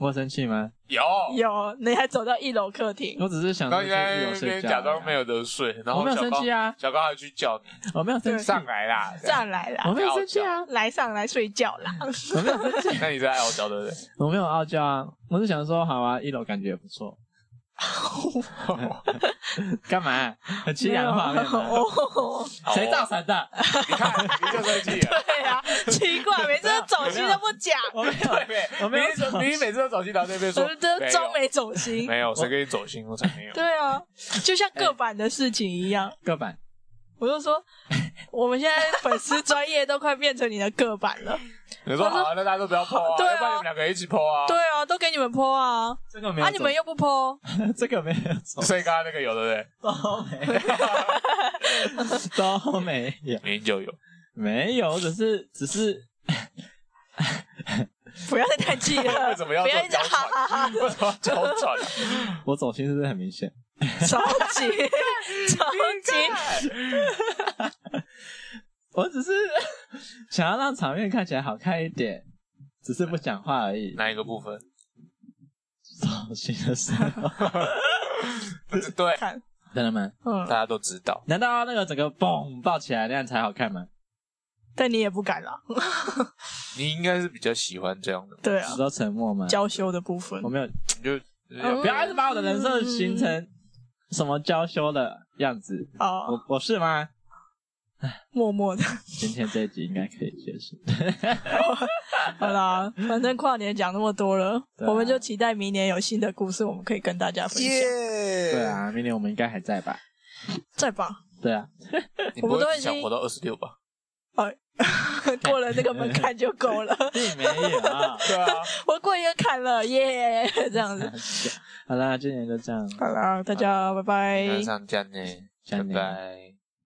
[SPEAKER 2] 我生气吗？
[SPEAKER 3] 有，
[SPEAKER 1] *laughs* 有，你还走到一楼客厅，
[SPEAKER 2] 我只是想
[SPEAKER 3] 然后
[SPEAKER 2] 说去
[SPEAKER 3] 你在那
[SPEAKER 2] 有
[SPEAKER 3] 边
[SPEAKER 2] 睡觉，啊
[SPEAKER 3] 假装没，有得睡，然
[SPEAKER 2] 我
[SPEAKER 3] 后
[SPEAKER 2] 没有
[SPEAKER 3] 小
[SPEAKER 2] 生
[SPEAKER 3] 高
[SPEAKER 2] 气啊，
[SPEAKER 3] 小高还去叫你
[SPEAKER 2] 我没有生气，
[SPEAKER 3] 上来啦，这样
[SPEAKER 1] 上来
[SPEAKER 2] 我
[SPEAKER 1] 啦，
[SPEAKER 2] 没有生气啊，
[SPEAKER 1] 来上来睡觉啦。*laughs*
[SPEAKER 2] 我没有生气，
[SPEAKER 3] 那你在傲娇对不对？
[SPEAKER 2] 我没有傲娇啊，我是想说，好啊，一楼感觉也不错。
[SPEAKER 3] *laughs*
[SPEAKER 2] 干嘛、啊很凄凉的画面啊吗？
[SPEAKER 1] 哦，
[SPEAKER 3] 好哦
[SPEAKER 2] 谁造成的？
[SPEAKER 3] 你看你就生
[SPEAKER 1] *laughs*
[SPEAKER 3] 气了，
[SPEAKER 1] 对啊，奇怪，每次都走心都不讲，
[SPEAKER 2] 我没有，
[SPEAKER 3] 对，
[SPEAKER 2] 我没有
[SPEAKER 3] 明明明每次都走心，然后那边
[SPEAKER 1] *laughs*
[SPEAKER 3] 说
[SPEAKER 1] 我们都
[SPEAKER 3] 没有
[SPEAKER 1] 装没走心。
[SPEAKER 3] 没有，谁跟你走心？我才没有。
[SPEAKER 1] 对啊，就像个版的事情一样，
[SPEAKER 2] 个版，
[SPEAKER 1] 我就说，我们现在粉丝专业都快变成你的个版了。
[SPEAKER 3] 你说好啊，那大家都不要抛啊，
[SPEAKER 1] 对啊
[SPEAKER 3] 要不然你们两个一起抛啊。
[SPEAKER 1] 对，啊，都给你们泼啊，
[SPEAKER 2] 这个没有
[SPEAKER 1] 啊
[SPEAKER 2] 走，
[SPEAKER 1] 你们又不泼，
[SPEAKER 2] 这个没有
[SPEAKER 3] *laughs*
[SPEAKER 2] 走，
[SPEAKER 3] 所以刚刚那个有对
[SPEAKER 2] 都没， *laughs* 都没有
[SPEAKER 3] 不，对？明明就有。
[SPEAKER 2] 没有，只是只是
[SPEAKER 1] 不要再叹气了，
[SPEAKER 3] 为什么要
[SPEAKER 1] 不要
[SPEAKER 3] 做
[SPEAKER 1] 一直
[SPEAKER 3] 娇
[SPEAKER 1] 哈哈哈
[SPEAKER 3] 喘？为什么要娇喘？
[SPEAKER 2] 我走心是不是很明显？
[SPEAKER 1] 超级超级，
[SPEAKER 2] 我只是 *laughs* 想要让场面看起来好看一点，只是不讲话而已。
[SPEAKER 3] 哪一个部分？
[SPEAKER 2] 走心的时候，
[SPEAKER 3] 不是对，啊
[SPEAKER 1] 看，
[SPEAKER 2] 真的吗？
[SPEAKER 3] 大
[SPEAKER 1] 嗯，
[SPEAKER 3] 家都知道。
[SPEAKER 2] 难道那个整个嘣抱起来那样才好看吗？
[SPEAKER 1] 但你也不敢啦，
[SPEAKER 3] 你应该是比较喜欢这样的，
[SPEAKER 1] 对啊
[SPEAKER 2] 只，说沉默吗？
[SPEAKER 1] 娇羞的部分
[SPEAKER 2] 我，没有，
[SPEAKER 3] 你就
[SPEAKER 1] 嗯
[SPEAKER 2] 不要一直把我的人设形成什么娇羞的样子。
[SPEAKER 1] 哦，
[SPEAKER 2] 我我是吗？
[SPEAKER 1] 默默的，
[SPEAKER 2] 今天这一集应该可以结束。
[SPEAKER 1] 好啦，反正跨年讲那么多了，
[SPEAKER 2] 对啊
[SPEAKER 1] 我们就期待明年有新的故事，我们可以跟大家分享，
[SPEAKER 3] 耶
[SPEAKER 2] 对，啊，明年我们应该还在吧？
[SPEAKER 1] 再吧。 *laughs*
[SPEAKER 2] 对啊，
[SPEAKER 3] 你
[SPEAKER 1] 我
[SPEAKER 3] 不
[SPEAKER 1] 们都
[SPEAKER 3] 会
[SPEAKER 1] 已
[SPEAKER 3] 只
[SPEAKER 1] 经
[SPEAKER 3] 想活到二十六吧？
[SPEAKER 1] 过了那个门槛就够了。
[SPEAKER 2] 并没有啊。
[SPEAKER 3] 对啊，
[SPEAKER 1] 我过一个坎了，耶、这样子。
[SPEAKER 2] 好啦，今年就这样，
[SPEAKER 1] 好啦，大家拜拜
[SPEAKER 3] *laughs* 那。上这样呢，
[SPEAKER 2] 这样
[SPEAKER 3] 拜
[SPEAKER 2] 呢
[SPEAKER 3] 拜。